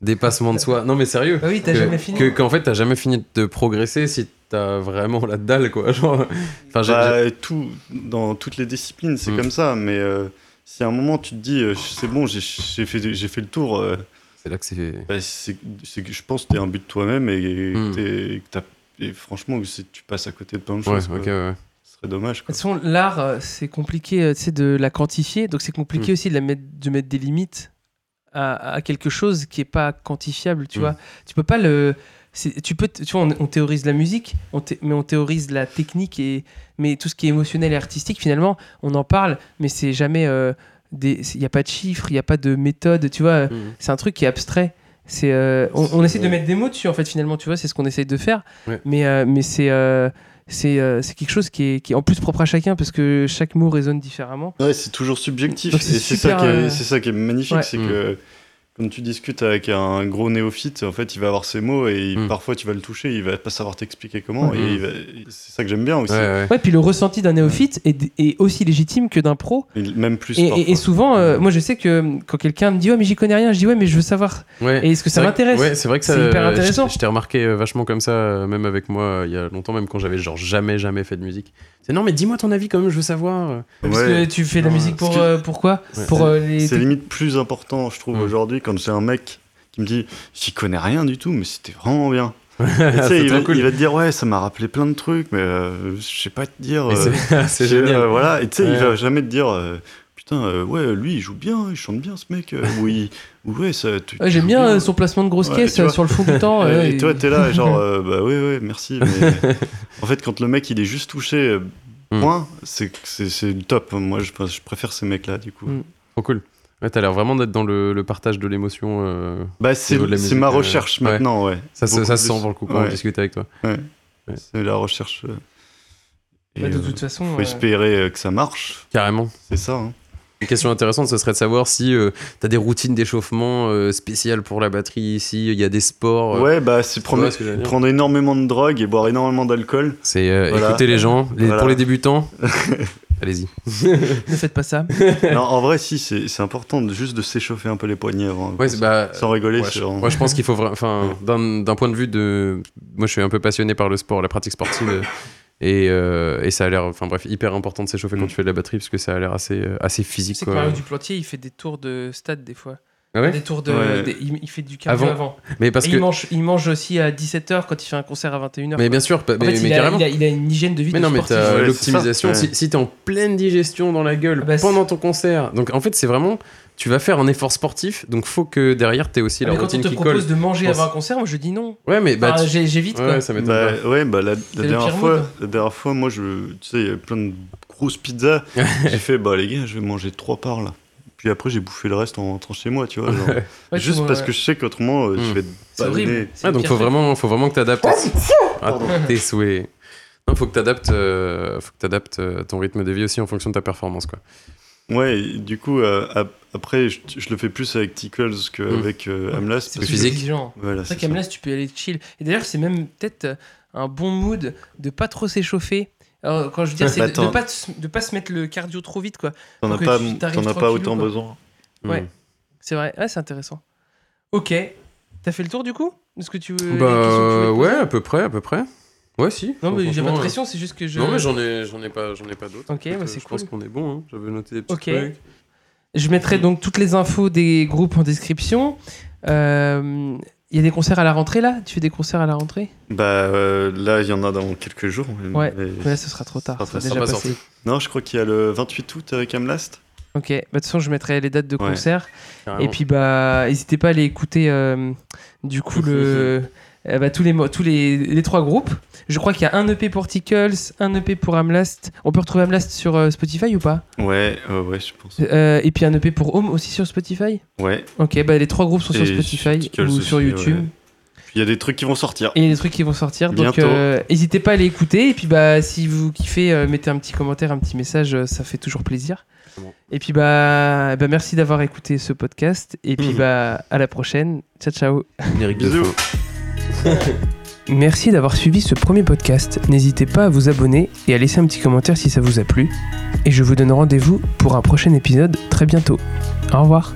[SPEAKER 2] dépassement de soi. Non, mais sérieux.
[SPEAKER 1] Bah oui, t'as
[SPEAKER 2] Que-
[SPEAKER 1] jamais fini.
[SPEAKER 2] que- Qu'en fait, t'as jamais fini de progresser si t'as vraiment la dalle, quoi. Genre, enfin, j'ai-
[SPEAKER 3] Bah, tout, dans toutes les disciplines, c'est
[SPEAKER 2] Mm.
[SPEAKER 3] comme ça, mais euh, si à un moment tu te dis euh, c'est bon, j'ai- j'ai fait, j'ai fait le tour, euh,
[SPEAKER 2] c'est là que c'est.
[SPEAKER 3] bah, c'est c'est que je pense que t'es un but de toi-même et, et
[SPEAKER 2] Mm.
[SPEAKER 3] que t'es- et que t'as- et franchement, c'est- tu passes à côté de plein de
[SPEAKER 2] Ouais,
[SPEAKER 3] choses. quoi.
[SPEAKER 2] ok, ouais.
[SPEAKER 3] Ce serait dommage.
[SPEAKER 1] De toute
[SPEAKER 3] Quoi.
[SPEAKER 1] façon, l'art, euh, c'est compliqué euh, tu sais, de la quantifier, donc c'est compliqué
[SPEAKER 2] Mm.
[SPEAKER 1] aussi de, la mettre, de mettre des limites à, à quelque chose qui n'est pas quantifiable, tu
[SPEAKER 2] Mm.
[SPEAKER 1] vois. Tu peux pas le... c'est- Tu, peux, t- tu vois, on, on théorise la musique, on thé- mais on théorise la technique, et, mais tout ce qui est émotionnel et artistique, finalement, on en parle, mais c'est jamais... euh, Il n'y a pas de chiffres, il n'y a pas de méthode, tu vois.
[SPEAKER 2] Mhm.
[SPEAKER 1] C'est un truc qui est abstrait. C'est, euh, on, on essaie de mettre des mots dessus, en fait, finalement, tu vois, c'est ce qu'on essaye de faire.
[SPEAKER 2] Ouais.
[SPEAKER 1] Mais, euh, mais c'est, euh, c'est, euh, c'est quelque chose qui est, qui est en plus propre à chacun, parce que chaque mot résonne différemment.
[SPEAKER 3] Ouais, c'est toujours subjectif.
[SPEAKER 1] Donc
[SPEAKER 3] Et
[SPEAKER 1] c'est
[SPEAKER 3] c'est ça,
[SPEAKER 1] super,
[SPEAKER 3] qui est-
[SPEAKER 1] euh,
[SPEAKER 3] c'est ça qui est magnifique,
[SPEAKER 1] ouais.
[SPEAKER 3] c'est
[SPEAKER 2] Mm.
[SPEAKER 3] que quand tu discutes avec un gros néophyte, en fait, il va avoir ses mots et il-
[SPEAKER 2] Mm.
[SPEAKER 3] parfois tu vas le toucher, il va pas savoir t'expliquer comment.
[SPEAKER 2] Mm.
[SPEAKER 3] Et il va- c'est ça que j'aime bien aussi.
[SPEAKER 2] Ouais, ouais.
[SPEAKER 1] Ouais, puis le ressenti d'un néophyte est, est aussi légitime que d'un pro.
[SPEAKER 3] Et Même plus.
[SPEAKER 1] Et,
[SPEAKER 3] parfois.
[SPEAKER 1] et- et souvent, euh, moi, je sais que quand quelqu'un me dit, ouais, mais j'y connais rien, je dis, ouais, mais je veux savoir.
[SPEAKER 2] Ouais.
[SPEAKER 1] Et est-ce que ça
[SPEAKER 2] C'est vrai-
[SPEAKER 1] m'intéresse
[SPEAKER 2] Ouais, c'est vrai que ça.
[SPEAKER 1] C'est hyper
[SPEAKER 2] euh,
[SPEAKER 1] intéressant.
[SPEAKER 2] Je, je t'ai remarqué euh, vachement comme ça, euh, même avec moi, euh, il y a longtemps, même quand j'avais genre jamais, jamais fait de musique. C'est non, mais dis-moi ton avis quand même, je veux savoir.
[SPEAKER 1] Parce que
[SPEAKER 3] Ouais.
[SPEAKER 1] tu fais de la
[SPEAKER 3] Non,
[SPEAKER 1] musique
[SPEAKER 3] parce
[SPEAKER 1] pour,
[SPEAKER 3] que-
[SPEAKER 1] euh, pour quoi
[SPEAKER 2] Ouais.
[SPEAKER 1] Pour euh, les.
[SPEAKER 3] C'est limite plus important, je trouve,
[SPEAKER 2] Mm.
[SPEAKER 3] aujourd'hui, quand c'est un mec qui me dit J'y connais rien du tout, mais c'était vraiment bien.
[SPEAKER 2] Ah, C'est
[SPEAKER 3] Tu sais, il, va,
[SPEAKER 2] trop cool.
[SPEAKER 3] il va te dire Ouais, ça m'a rappelé plein de trucs, mais euh, je sais pas te dire.
[SPEAKER 2] Et
[SPEAKER 3] euh,
[SPEAKER 2] c'est- C'est
[SPEAKER 3] je-
[SPEAKER 2] génial.
[SPEAKER 3] euh, voilà, et tu sais, il
[SPEAKER 2] Ouais.
[SPEAKER 3] va jamais te dire euh, Putain, euh, ouais, lui, il joue bien, il chante bien, ce mec. euh, ou il- ou ouais, ça. tu-
[SPEAKER 1] Ouais,
[SPEAKER 3] tu
[SPEAKER 1] J'aime
[SPEAKER 3] joues
[SPEAKER 1] bien euh, son placement de grosse
[SPEAKER 3] Ouais,
[SPEAKER 1] caisse
[SPEAKER 3] tu
[SPEAKER 1] euh,
[SPEAKER 3] vois.
[SPEAKER 1] sur le fond du temps.
[SPEAKER 3] Ouais,
[SPEAKER 1] ouais,
[SPEAKER 3] et toi, t'es là, genre, euh, bah ouais, ouais, merci. mais- en fait, quand le mec il est juste touché, euh,
[SPEAKER 2] Mm.
[SPEAKER 3] point, c'est c'est- c'est top. Moi, je, je préfère ces mecs-là, du coup.
[SPEAKER 1] Mm.
[SPEAKER 2] Trop cool. Ouais, t'as l'air vraiment d'être dans le, le partage de l'émotion. euh,
[SPEAKER 3] Bah, c'est
[SPEAKER 2] niveau de la
[SPEAKER 3] c'est
[SPEAKER 2] musique,
[SPEAKER 3] ma
[SPEAKER 2] euh,
[SPEAKER 3] recherche
[SPEAKER 2] ouais.
[SPEAKER 3] maintenant, ouais.
[SPEAKER 2] Ça, se-
[SPEAKER 3] Beaucoup
[SPEAKER 2] ça se
[SPEAKER 3] plus.
[SPEAKER 2] sent pour le coup quand
[SPEAKER 3] Ouais,
[SPEAKER 2] on discute avec toi.
[SPEAKER 3] C'est la recherche. euh, et,
[SPEAKER 1] Bah, de
[SPEAKER 3] euh,
[SPEAKER 1] toute façon.
[SPEAKER 3] faut
[SPEAKER 1] euh,
[SPEAKER 3] espérer euh, que ça marche,
[SPEAKER 2] Carrément.
[SPEAKER 3] c'est ça. hein.
[SPEAKER 2] Une question intéressante, ce serait de savoir si euh, t'as des routines d'échauffement euh, spéciales pour la batterie, si il y a des sports. euh,
[SPEAKER 3] Ouais, bah,
[SPEAKER 2] tu
[SPEAKER 3] c'est
[SPEAKER 2] vois
[SPEAKER 3] prendre,
[SPEAKER 2] ce que j'allais dire
[SPEAKER 3] prendre énormément de drogue et boire énormément d'alcool.
[SPEAKER 2] C'est euh,
[SPEAKER 3] Voilà.
[SPEAKER 2] écouter les gens. Les-
[SPEAKER 3] Voilà.
[SPEAKER 2] Pour les débutants, allez-y.
[SPEAKER 1] Ne faites pas ça.
[SPEAKER 3] non, en vrai, si, c'est c'est important de, juste de s'échauffer un peu les poignets avant.
[SPEAKER 2] Ouais, c'est- bah,
[SPEAKER 3] Sans rigoler,
[SPEAKER 2] Ouais,
[SPEAKER 3] c'est
[SPEAKER 2] je,
[SPEAKER 3] vraiment-
[SPEAKER 2] moi, je pense qu'il faut vraiment. Enfin, d'un d'un point de vue de. Moi, je suis un peu passionné par le sport, la pratique sportive. euh, et, euh, et ça a l'air. Enfin, bref, hyper important de s'échauffer quand
[SPEAKER 3] Mm.
[SPEAKER 2] tu fais de la batterie, parce que ça a l'air assez, euh, assez
[SPEAKER 1] Tu
[SPEAKER 2] physique.
[SPEAKER 1] sais que
[SPEAKER 2] Quoi.
[SPEAKER 1] Mario Duplantier, il fait des tours de stade des fois.
[SPEAKER 2] Ah ouais
[SPEAKER 1] Des tours de.
[SPEAKER 3] Ouais.
[SPEAKER 1] des- il, il fait du cardio
[SPEAKER 2] Avant.
[SPEAKER 1] avant.
[SPEAKER 2] mais parce
[SPEAKER 1] Et
[SPEAKER 2] que.
[SPEAKER 1] il, mange, il mange aussi à 17h quand il fait un concert à 21h.
[SPEAKER 2] Mais bien sûr, pa-
[SPEAKER 1] en
[SPEAKER 2] mais,
[SPEAKER 1] fait,
[SPEAKER 2] mais
[SPEAKER 1] il, a,
[SPEAKER 2] carrément.
[SPEAKER 1] il a- il a une hygiène de vie
[SPEAKER 2] Mais
[SPEAKER 1] de
[SPEAKER 2] non, mais
[SPEAKER 1] sportif.
[SPEAKER 2] t'as
[SPEAKER 3] Ouais,
[SPEAKER 2] l'optimisation.
[SPEAKER 3] c'est ça,
[SPEAKER 2] Si, si t'es en pleine digestion dans la gueule
[SPEAKER 1] Ah bah, c'est-
[SPEAKER 2] pendant ton concert. Donc, en fait, c'est vraiment. Tu vas faire un effort sportif, donc faut que derrière, t'aies aussi
[SPEAKER 1] Ah,
[SPEAKER 2] la
[SPEAKER 1] mais quand on
[SPEAKER 2] routine
[SPEAKER 1] te
[SPEAKER 2] qui colle.
[SPEAKER 1] propose de manger
[SPEAKER 2] pense-
[SPEAKER 1] avant un concert, moi je dis non.
[SPEAKER 2] Ouais, mais bah.
[SPEAKER 1] Enfin,
[SPEAKER 2] tu-
[SPEAKER 1] j'ai- J'évite
[SPEAKER 2] ouais,
[SPEAKER 1] quoi.
[SPEAKER 2] ouais, ça m'étonne
[SPEAKER 3] Bah,
[SPEAKER 2] pas.
[SPEAKER 3] ouais, bah la, la
[SPEAKER 1] le
[SPEAKER 3] dernière
[SPEAKER 1] pire
[SPEAKER 3] fois,
[SPEAKER 1] mood.
[SPEAKER 3] la dernière fois, moi, je, tu sais, il y avait plein de grosses pizzas. j'ai fait, bah les gars, je vais manger trois parts là. Puis après, j'ai bouffé le reste en rentrant chez moi, tu vois. genre.
[SPEAKER 1] Ouais, tu
[SPEAKER 3] juste
[SPEAKER 1] vois,
[SPEAKER 3] parce
[SPEAKER 1] ouais.
[SPEAKER 3] que je sais qu'autrement, euh, je
[SPEAKER 2] Mm.
[SPEAKER 3] vais être
[SPEAKER 1] C'est horrible.
[SPEAKER 3] ballonné.
[SPEAKER 1] C'est le
[SPEAKER 2] Ouais, Ah, donc
[SPEAKER 1] pire
[SPEAKER 2] faut
[SPEAKER 1] fait.
[SPEAKER 2] vraiment, faut vraiment que t'adaptes à à
[SPEAKER 3] Pardon.
[SPEAKER 2] tes souhaits. Non, faut que t'adaptes, euh, faut que t'adaptes euh, ton rythme de vie aussi en fonction de ta performance, quoi.
[SPEAKER 3] Ouais, et du coup, euh, ap- après, je, je le fais plus avec Tickles
[SPEAKER 2] Hmm.
[SPEAKER 3] qu'avec euh, Amlas.
[SPEAKER 1] C'est
[SPEAKER 3] parce
[SPEAKER 2] plus
[SPEAKER 3] que-
[SPEAKER 1] physique.
[SPEAKER 2] physique.
[SPEAKER 1] exigeant.
[SPEAKER 3] Voilà,
[SPEAKER 1] C'est
[SPEAKER 3] c'est
[SPEAKER 1] vrai
[SPEAKER 3] ça.
[SPEAKER 1] qu'Amelas, tu peux y aller chill. Et d'ailleurs, c'est même peut-être euh, un bon mood de pas trop s'échauffer. Alors, quand je veux dire,
[SPEAKER 3] Ouais,
[SPEAKER 1] c'est
[SPEAKER 3] bah,
[SPEAKER 1] de, de
[SPEAKER 3] attends.
[SPEAKER 1] pas, te- de pas se mettre le cardio trop vite, quoi.
[SPEAKER 3] T'en as
[SPEAKER 1] Pour que
[SPEAKER 3] pas,
[SPEAKER 1] tu t'arrives
[SPEAKER 3] t'en as pas
[SPEAKER 1] tranquillou,
[SPEAKER 3] autant
[SPEAKER 1] quoi.
[SPEAKER 3] besoin.
[SPEAKER 1] Ouais.
[SPEAKER 2] Mm.
[SPEAKER 1] C'est vrai, ouais, c'est intéressant. Ok, t'as fait le tour du coup De ce que tu veux.
[SPEAKER 2] Bah
[SPEAKER 1] les questions que tu voulais
[SPEAKER 2] euh,
[SPEAKER 1] te
[SPEAKER 2] ouais,
[SPEAKER 1] poser
[SPEAKER 2] à peu près, à peu près. Ouais, si.
[SPEAKER 1] Non, mais j'ai pas de
[SPEAKER 2] Franchement,
[SPEAKER 1] pression, c'est juste que je.
[SPEAKER 2] euh, Non, mais j'en ai, j'en ai pas, j'en ai pas d'autres.
[SPEAKER 1] Ok, bah,
[SPEAKER 2] euh,
[SPEAKER 1] c'est
[SPEAKER 2] Je pense
[SPEAKER 1] cool.
[SPEAKER 2] qu'on est bon. hein. J'avais noté des petits
[SPEAKER 1] Ok.
[SPEAKER 2] trucs.
[SPEAKER 1] Je mettrai donc toutes les infos des groupes en description. Euh, Il y a des concerts à la rentrée là Tu fais des concerts à la rentrée
[SPEAKER 3] Bah euh, là, il y en a dans quelques jours.
[SPEAKER 1] Ouais,
[SPEAKER 3] mais-
[SPEAKER 1] Mais là, ce sera trop tard.
[SPEAKER 3] Ça
[SPEAKER 1] ça sera
[SPEAKER 3] sera
[SPEAKER 1] déjà
[SPEAKER 2] pas
[SPEAKER 1] passé.
[SPEAKER 3] Non, je crois qu'il y a le 28 août avec Amlast.
[SPEAKER 1] Ok, bah, de toute façon, je mettrai les dates de
[SPEAKER 3] Ouais.
[SPEAKER 1] concerts.
[SPEAKER 2] Carrément.
[SPEAKER 1] Et puis, bah, n'hésitez pas à aller écouter euh, du coup le. euh, bah, tous les, mo- tous les, les trois groupes. Je crois qu'il y a un EP pour Tickles, un EP pour Amlast. On peut retrouver Amlast sur euh, Spotify ou pas
[SPEAKER 3] Ouais, ouais, ouais, je pense.
[SPEAKER 1] Euh, Et puis un EP pour Home aussi sur Spotify
[SPEAKER 3] Ouais.
[SPEAKER 1] Ok, bah les trois groupes sont sur
[SPEAKER 3] Et
[SPEAKER 1] Spotify
[SPEAKER 3] sur Tickles
[SPEAKER 1] ou sur
[SPEAKER 3] aussi,
[SPEAKER 1] YouTube.
[SPEAKER 3] ouais. Puis il y a des trucs qui vont sortir.
[SPEAKER 1] Et il y a des trucs qui vont sortir. Donc
[SPEAKER 3] Bientôt.
[SPEAKER 1] euh, n'hésitez pas à les écouter. Et puis bah si vous kiffez, euh, mettez un petit commentaire, un petit message, euh, ça fait toujours plaisir.
[SPEAKER 2] Exactement.
[SPEAKER 1] Et puis bah, bah merci d'avoir écouté ce podcast. Et puis
[SPEAKER 2] Mhm.
[SPEAKER 1] bah à la prochaine. Ciao ciao.
[SPEAKER 2] Générique de
[SPEAKER 3] Bisous.
[SPEAKER 2] fin.
[SPEAKER 1] Merci d'avoir suivi ce premier podcast. N'hésitez pas à vous abonner et à laisser un petit commentaire si ça vous a plu. Et je vous donne rendez-vous pour un prochain épisode très bientôt. Au revoir.